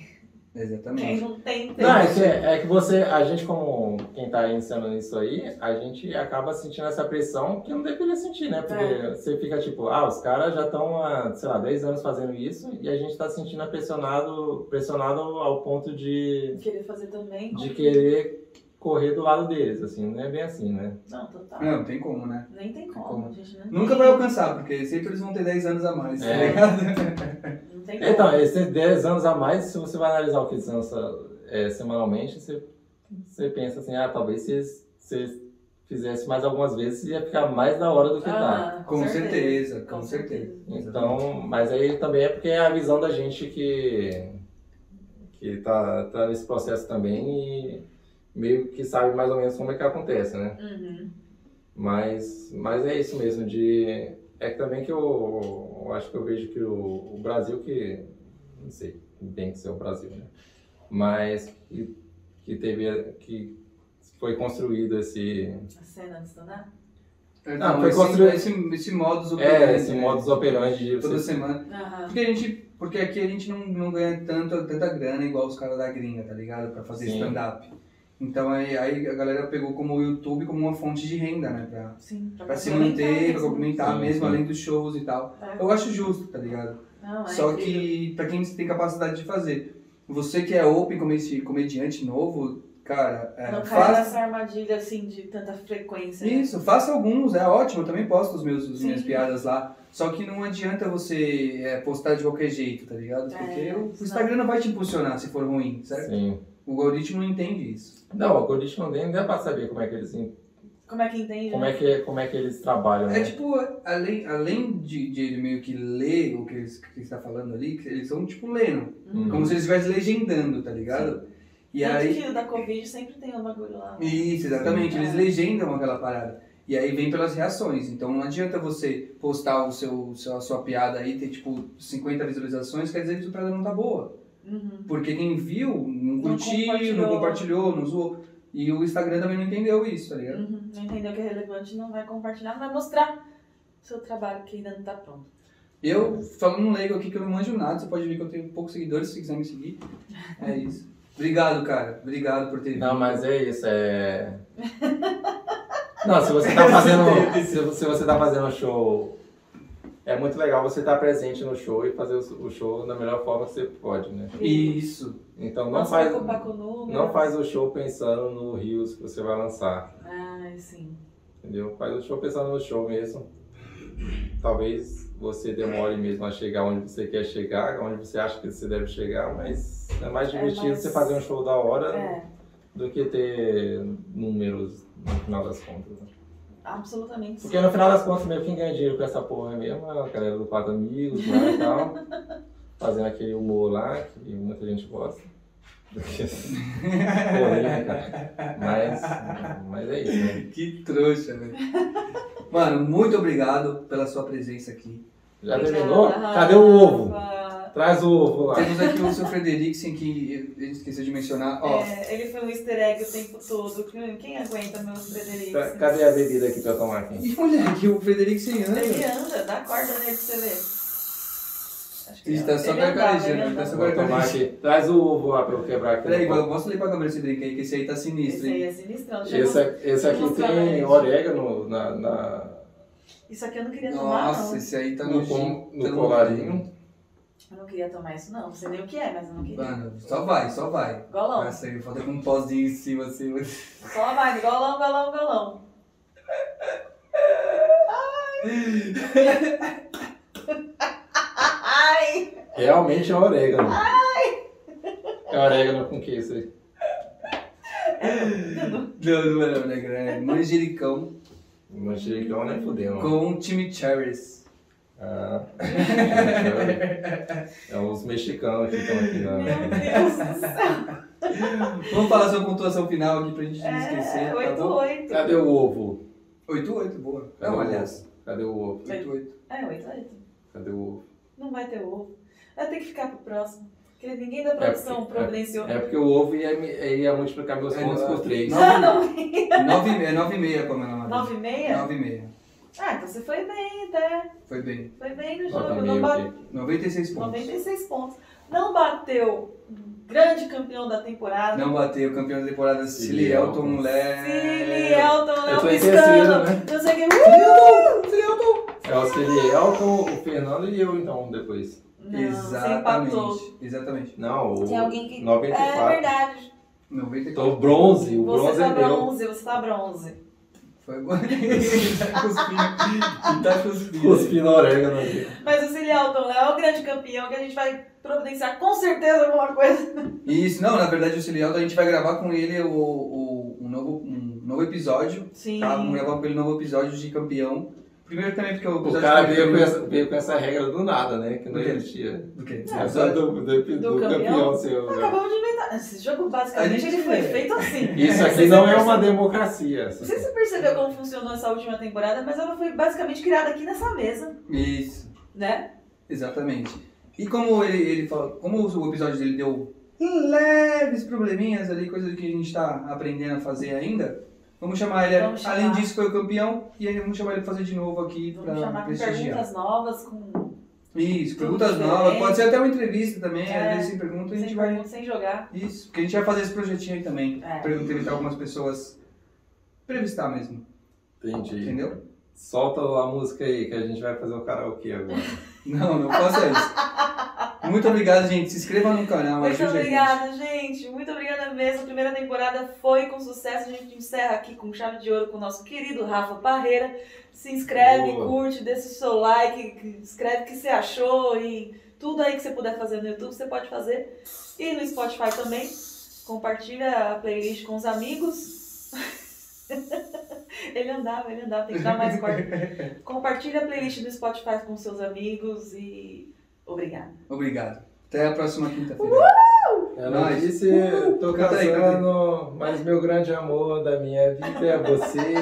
[SPEAKER 2] Quem
[SPEAKER 1] exatamente.
[SPEAKER 2] não tem tempo.
[SPEAKER 3] não, é que, é que você, a gente como quem tá iniciando isso aí, a gente acaba sentindo essa pressão que não deveria sentir, né? Porque
[SPEAKER 2] É.
[SPEAKER 3] você fica tipo, ah, os caras já estão há, sei lá, 10 anos fazendo isso e a gente tá sentindo pressionado, pressionado ao ponto de,
[SPEAKER 2] Querer fazer também.
[SPEAKER 3] de querer correr do lado deles, assim, não é bem assim, né?
[SPEAKER 2] Não, total.
[SPEAKER 1] Não, tem como, né?
[SPEAKER 2] Nem tem como,
[SPEAKER 1] Como?
[SPEAKER 2] a gente. Não
[SPEAKER 1] Nunca
[SPEAKER 2] tem-
[SPEAKER 1] vai alcançar, porque sempre eles vão ter 10 anos a mais, tá
[SPEAKER 3] É.
[SPEAKER 1] ligado?
[SPEAKER 2] Não tem como.
[SPEAKER 3] Então, esses 10 anos a mais, se você vai analisar o que eles lançam é, semanalmente, você, você pensa assim, ah, talvez se eles, se eles fizessem mais algumas vezes, ia ficar mais da hora do que tá.
[SPEAKER 2] Ah,
[SPEAKER 1] Com certeza, com certeza.
[SPEAKER 3] Então, mas aí também é porque é a visão da gente que, que tá, tá nesse processo também e meio que sabe mais ou menos como é que acontece, né?
[SPEAKER 2] Uhum.
[SPEAKER 3] Mas, mas é isso mesmo, de. É que também que eu, eu acho que eu vejo que o, o Brasil que. Não sei, tem que ser o Brasil, né? Mas que, que teve. que foi construído esse.
[SPEAKER 2] A cena de estudar?
[SPEAKER 1] Então,
[SPEAKER 3] ah, foi
[SPEAKER 1] esse,
[SPEAKER 3] construído-
[SPEAKER 1] esse, esse modus operandi.
[SPEAKER 3] É, esse
[SPEAKER 1] né?
[SPEAKER 3] modus operandi de
[SPEAKER 1] Toda
[SPEAKER 3] você
[SPEAKER 1] semana.
[SPEAKER 2] Aham.
[SPEAKER 1] Porque a gente. Porque aqui a gente não, não ganha tanto, tanta grana igual os caras da gringa, tá ligado? Pra fazer
[SPEAKER 3] Sim.
[SPEAKER 1] stand-up. Então aí, aí a galera pegou como o YouTube como uma fonte de renda, né? Pra,
[SPEAKER 2] Sim.
[SPEAKER 1] pra se manter, pra complementar
[SPEAKER 3] Sim,
[SPEAKER 1] mesmo,
[SPEAKER 3] sim.
[SPEAKER 1] além dos shows e tal.
[SPEAKER 2] É.
[SPEAKER 1] Eu acho justo, tá ligado?
[SPEAKER 2] Não, é
[SPEAKER 1] Só
[SPEAKER 2] incrível.
[SPEAKER 1] que pra quem tem capacidade de fazer. Você que é open comedi- comediante novo, cara, é,
[SPEAKER 2] Não cai
[SPEAKER 1] faz,
[SPEAKER 2] nessa armadilha assim de tanta frequência. né?
[SPEAKER 1] Isso, faça alguns, é ótimo, eu também posto os meus, as
[SPEAKER 2] Sim.
[SPEAKER 1] minhas piadas lá. Só que não adianta você é, postar de qualquer jeito, tá ligado?
[SPEAKER 2] É,
[SPEAKER 1] Porque o
[SPEAKER 2] exato.
[SPEAKER 1] Instagram não vai te impulsionar se for ruim, certo?
[SPEAKER 3] Sim.
[SPEAKER 1] O algoritmo não entende isso.
[SPEAKER 3] Não, o algoritmo não deu pra saber como é que eles
[SPEAKER 2] Como é que entende?
[SPEAKER 3] como
[SPEAKER 2] né?
[SPEAKER 3] é que, como é que eles trabalham,
[SPEAKER 1] É
[SPEAKER 3] né?
[SPEAKER 1] tipo, além, além de, de ele meio que ler o que ele está falando ali, que eles estão tipo lendo.
[SPEAKER 2] Uhum.
[SPEAKER 1] Como se eles estivessem legendando, tá ligado? E
[SPEAKER 2] Tanto
[SPEAKER 1] aí.
[SPEAKER 2] que o da Covid sempre tem um bagulho lá. né?
[SPEAKER 1] Isso, exatamente.
[SPEAKER 2] Sim.
[SPEAKER 1] Eles legendam aquela parada. E aí vem pelas reações. Então não adianta você postar o seu, seu- a sua piada aí e ter tipo 50 visualizações, quer dizer que sua piada não tá boa.
[SPEAKER 2] Uhum.
[SPEAKER 1] Porque quem viu não curtiu, não compartilhou,
[SPEAKER 2] compartilhou.
[SPEAKER 1] não, zoou. E o Instagram também não entendeu isso, tá ligado?
[SPEAKER 2] Uhum. Não entendeu que é relevante, não vai compartilhar, não vai mostrar seu trabalho que ainda não tá pronto.
[SPEAKER 1] Eu, falando um leigo aqui que eu não manjo nada, você pode ver que eu tenho poucos seguidores se quiser me seguir. É isso. Obrigado, cara. Obrigado por ter vindo.
[SPEAKER 3] Não, mas é isso, é. Não, se você tá fazendo. se, você- se você tá fazendo um show. É muito legal você estar presente no show e fazer o, o show da melhor forma que você pode, né?
[SPEAKER 1] Isso.
[SPEAKER 3] Então
[SPEAKER 2] Não
[SPEAKER 3] não
[SPEAKER 2] se
[SPEAKER 3] faz,
[SPEAKER 2] preocupar com o número.
[SPEAKER 3] não faz o show pensando no rios que você vai lançar,
[SPEAKER 2] Ai, sim.
[SPEAKER 3] entendeu? Faz o show pensando no show mesmo. Talvez você demore mesmo a chegar onde você quer chegar, onde você acha que você deve chegar, mas é mais
[SPEAKER 2] É
[SPEAKER 3] divertido
[SPEAKER 2] mais-
[SPEAKER 3] você fazer um show da hora
[SPEAKER 2] É,
[SPEAKER 3] do que ter números no final das contas. né?
[SPEAKER 2] absolutamente sim.
[SPEAKER 3] Porque no final das contas, mesmo quem ganha dinheiro com essa porra mesmo é a galera do 4 amigos lá e tal, fazendo aquele humor lá que muita gente gosta. Do que esse polêmica. mas, mas é isso, né?
[SPEAKER 1] Que trouxa, velho. Mano, muito obrigado pela sua presença aqui.
[SPEAKER 3] Já
[SPEAKER 2] é,
[SPEAKER 3] terminou? Cadê o ovo?
[SPEAKER 2] Rafa.
[SPEAKER 3] Traz o ovo lá.
[SPEAKER 1] Temos aqui o seu Frederiksen, que a gente esqueceu de mencionar. Ó,
[SPEAKER 2] É, ele foi um easter egg o tempo todo. Quem quem aguenta meus
[SPEAKER 3] Tá-
[SPEAKER 2] Fredericks?
[SPEAKER 3] Cadê a bebida aqui pra eu tomar aqui?
[SPEAKER 1] e olha que o Frederiksen né?
[SPEAKER 2] Ele é
[SPEAKER 1] anda.
[SPEAKER 2] anda, dá corda nele pra você ver. Acho
[SPEAKER 1] Ele tá só
[SPEAKER 2] ele andava,
[SPEAKER 1] gargarejando,
[SPEAKER 2] ele
[SPEAKER 1] ele tá
[SPEAKER 2] andava.
[SPEAKER 1] só
[SPEAKER 3] Vou tomar aqui. Traz o ovo lá pra eu quebrar aqui.
[SPEAKER 1] Peraí, mano, mostra ali pra câmera esse drink aí, que esse aí tá sinistro,
[SPEAKER 2] Esse aí
[SPEAKER 1] hein?
[SPEAKER 2] é sinistrão. Deixa eu
[SPEAKER 3] Esse,
[SPEAKER 2] mostrar.
[SPEAKER 3] esse aqui
[SPEAKER 2] Mostrar pra gente.
[SPEAKER 3] tem orégano na- na,
[SPEAKER 2] Isso aqui eu não queria tomar,
[SPEAKER 1] é- Nossa,
[SPEAKER 2] não.
[SPEAKER 1] esse aí tá
[SPEAKER 3] no,
[SPEAKER 1] no,
[SPEAKER 3] com,
[SPEAKER 1] gin,
[SPEAKER 3] no
[SPEAKER 1] tá
[SPEAKER 3] colarinho.
[SPEAKER 2] Eu não queria tomar isso, não. Não sei nem o que é, mas eu não queria.
[SPEAKER 1] Mano, só vai, só vai.
[SPEAKER 2] Golão.
[SPEAKER 1] Nossa, aí falta com um pozinho em cima, assim.
[SPEAKER 2] Só vai, golão, golão, golão. Ai!
[SPEAKER 3] Realmente é orégano. É orégano com que isso aí?
[SPEAKER 1] Não, não é não, né, cara? É manjericão
[SPEAKER 3] Manjericão nem fudendo.
[SPEAKER 1] com chimichurris.
[SPEAKER 3] Ah. é uns mexicanos que estão aqui
[SPEAKER 2] Meu
[SPEAKER 3] na.
[SPEAKER 2] Deus do céu.
[SPEAKER 1] Vamos falar sua pontuação final aqui pra gente não
[SPEAKER 2] É,
[SPEAKER 1] esquecer, tá bom?
[SPEAKER 2] 8-8.
[SPEAKER 3] Cadê o ovo?
[SPEAKER 1] 8-8, boa.
[SPEAKER 3] Cadê
[SPEAKER 1] Não,
[SPEAKER 3] o
[SPEAKER 1] aliás,
[SPEAKER 3] Cadê o ovo?
[SPEAKER 1] 8-8.
[SPEAKER 2] É, 8-8.
[SPEAKER 3] Cadê o ovo?
[SPEAKER 2] Não vai ter ovo. Vai ter que ficar pro próximo. Porque ninguém da produção
[SPEAKER 3] É porque-
[SPEAKER 2] providenciou.
[SPEAKER 3] É porque o ovo ia, me- ia multiplicar meus
[SPEAKER 1] É,
[SPEAKER 3] pontos
[SPEAKER 1] não é.
[SPEAKER 3] por três.
[SPEAKER 1] Não.
[SPEAKER 2] Ah, não.
[SPEAKER 1] 9 é 9 e meia, como é
[SPEAKER 2] 9 e meia?
[SPEAKER 1] 9 e meia.
[SPEAKER 2] Ah, então você foi bem, até.
[SPEAKER 1] Foi bem.
[SPEAKER 2] Foi bem no
[SPEAKER 3] Nota
[SPEAKER 2] jogo.
[SPEAKER 3] meio
[SPEAKER 2] Não bateu.
[SPEAKER 3] aqui.
[SPEAKER 1] 96 pontos.
[SPEAKER 2] 96 pontos. Não bateu um grande campeão da temporada.
[SPEAKER 1] Não bateu, campeão da temporada Cili
[SPEAKER 3] Cilielton.
[SPEAKER 1] Elton, mulher.
[SPEAKER 2] Cili, Elton,
[SPEAKER 3] é. Eu
[SPEAKER 2] Léo
[SPEAKER 3] tô em terceiro,
[SPEAKER 2] Piscano.
[SPEAKER 3] né?
[SPEAKER 2] Não sei é o que. Cili, Elton!
[SPEAKER 3] É o Cili, Elton, o Fernando e eu, então, depois.
[SPEAKER 2] Não, você empatou.
[SPEAKER 1] Exatamente. Exatamente.
[SPEAKER 3] Não, o
[SPEAKER 2] Tem alguém que... É
[SPEAKER 3] 94.
[SPEAKER 2] verdade.
[SPEAKER 1] 94.
[SPEAKER 3] Então, o bronze, o
[SPEAKER 2] Você
[SPEAKER 3] bronze
[SPEAKER 2] tá
[SPEAKER 3] é meu.
[SPEAKER 2] bronze, você tá bronze.
[SPEAKER 1] Foi bom. Ele tá cuspindo. Ele tá cuspindo.
[SPEAKER 3] Cuspindo orégano aqui.
[SPEAKER 2] Mas o Cili Elton é o grande campeão que a gente vai providenciar com certeza alguma coisa.
[SPEAKER 1] Isso, não, na verdade o Cilialdo, a gente vai gravar com ele o, o- um, novo, um novo episódio,
[SPEAKER 2] Sim.
[SPEAKER 1] tá? Vamos gravar com ele um novo episódio de campeão. Primeiro também porque o
[SPEAKER 3] O
[SPEAKER 1] episódio...
[SPEAKER 3] cara
[SPEAKER 1] foi-
[SPEAKER 3] veio com, essa, veio com essa regra do nada, né? Que não
[SPEAKER 1] Do quê?
[SPEAKER 3] existia.
[SPEAKER 1] É, Do quê?
[SPEAKER 2] Não,
[SPEAKER 3] Essa do, do, do,
[SPEAKER 2] do né? campeão?
[SPEAKER 3] campeão, seu.
[SPEAKER 2] Acabamos de inventar. Esse jogo
[SPEAKER 1] Né? A
[SPEAKER 2] basicamente
[SPEAKER 1] gente
[SPEAKER 2] ele foi
[SPEAKER 1] é.
[SPEAKER 2] feito assim.
[SPEAKER 3] Isso aqui
[SPEAKER 2] Vocês
[SPEAKER 3] não é uma
[SPEAKER 2] perce-
[SPEAKER 3] democracia.
[SPEAKER 2] Não sei se você percebeu como funcionou essa última temporada, mas ela foi basicamente criada aqui nessa mesa,
[SPEAKER 1] Isso,
[SPEAKER 2] né?
[SPEAKER 1] exatamente. E como ele, ele falou, como o episódio dele deu leves probleminhas ali, coisa que a gente tá aprendendo a fazer ainda, vamos chamar ele,
[SPEAKER 2] Vamos
[SPEAKER 1] além
[SPEAKER 2] chamar.
[SPEAKER 1] disso foi o campeão, e aí vamos chamar ele pra fazer de novo aqui
[SPEAKER 2] Vamos
[SPEAKER 1] pra
[SPEAKER 2] chamar com
[SPEAKER 1] prestigiar.
[SPEAKER 2] perguntas novas, com
[SPEAKER 1] Isso,
[SPEAKER 2] Tudo
[SPEAKER 1] perguntas
[SPEAKER 2] diferente.
[SPEAKER 1] novas, pode ser até uma entrevista também,
[SPEAKER 2] É,
[SPEAKER 1] às vezes sem pergunta a gente
[SPEAKER 2] sem
[SPEAKER 1] vai...
[SPEAKER 2] perguntas, sem jogar.
[SPEAKER 1] Isso, porque a gente vai fazer esse projetinho aí também,
[SPEAKER 2] É.
[SPEAKER 1] pra entrevistar algumas pessoas, entrevistar mesmo,
[SPEAKER 3] Entendi.
[SPEAKER 1] entendeu?
[SPEAKER 3] Solta a música aí, que a gente vai fazer o karaokê agora.
[SPEAKER 1] Não, não faça isso. Muito obrigado, gente, se inscreva no canal,
[SPEAKER 2] Muito
[SPEAKER 1] ajude a gente.
[SPEAKER 2] obrigada, gente. Muito obrigada mesmo. A primeira temporada foi com sucesso. A gente encerra aqui com chave de ouro com o nosso querido Rafa Parreira. Se inscreve,
[SPEAKER 3] Boa.
[SPEAKER 2] curte, deixa o seu like, que- escreve o que você achou e tudo aí que você puder fazer no YouTube, você pode fazer. E no Spotify também. Compartilha a playlist com os amigos. ele andava, ele andava, tem que dar mais corte. Compartilha a playlist do Spotify com seus amigos e obrigada.
[SPEAKER 1] Obrigado. Até a próxima quinta-feira.
[SPEAKER 3] Eu não
[SPEAKER 1] Nós.
[SPEAKER 3] disse, tô
[SPEAKER 1] Canta aí, canta aí.
[SPEAKER 3] casando, mas meu grande amor da minha vida é você.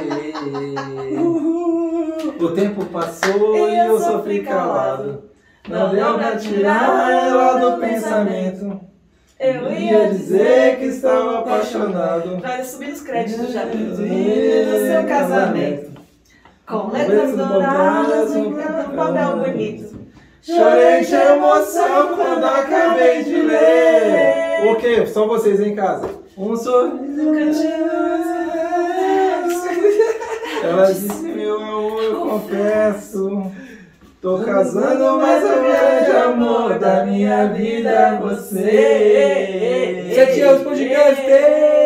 [SPEAKER 3] O tempo passou e eu sofri calado. Não deu pra tirar ela do pensamento.
[SPEAKER 2] Eu
[SPEAKER 3] Eu ia dizer que estava apaixonado.
[SPEAKER 2] Vai subir os créditos já. Do seu casamento. Com letras douradas, um papel bonito.
[SPEAKER 3] Chorei de emoção quando acabei de ler. O que? Só vocês em casa. Um sorriso
[SPEAKER 2] Nunca
[SPEAKER 3] Ela disse meu amor, eu confesso. Tô casando, mas o um grande amor da minha vida é você.
[SPEAKER 1] Sete anos podcast!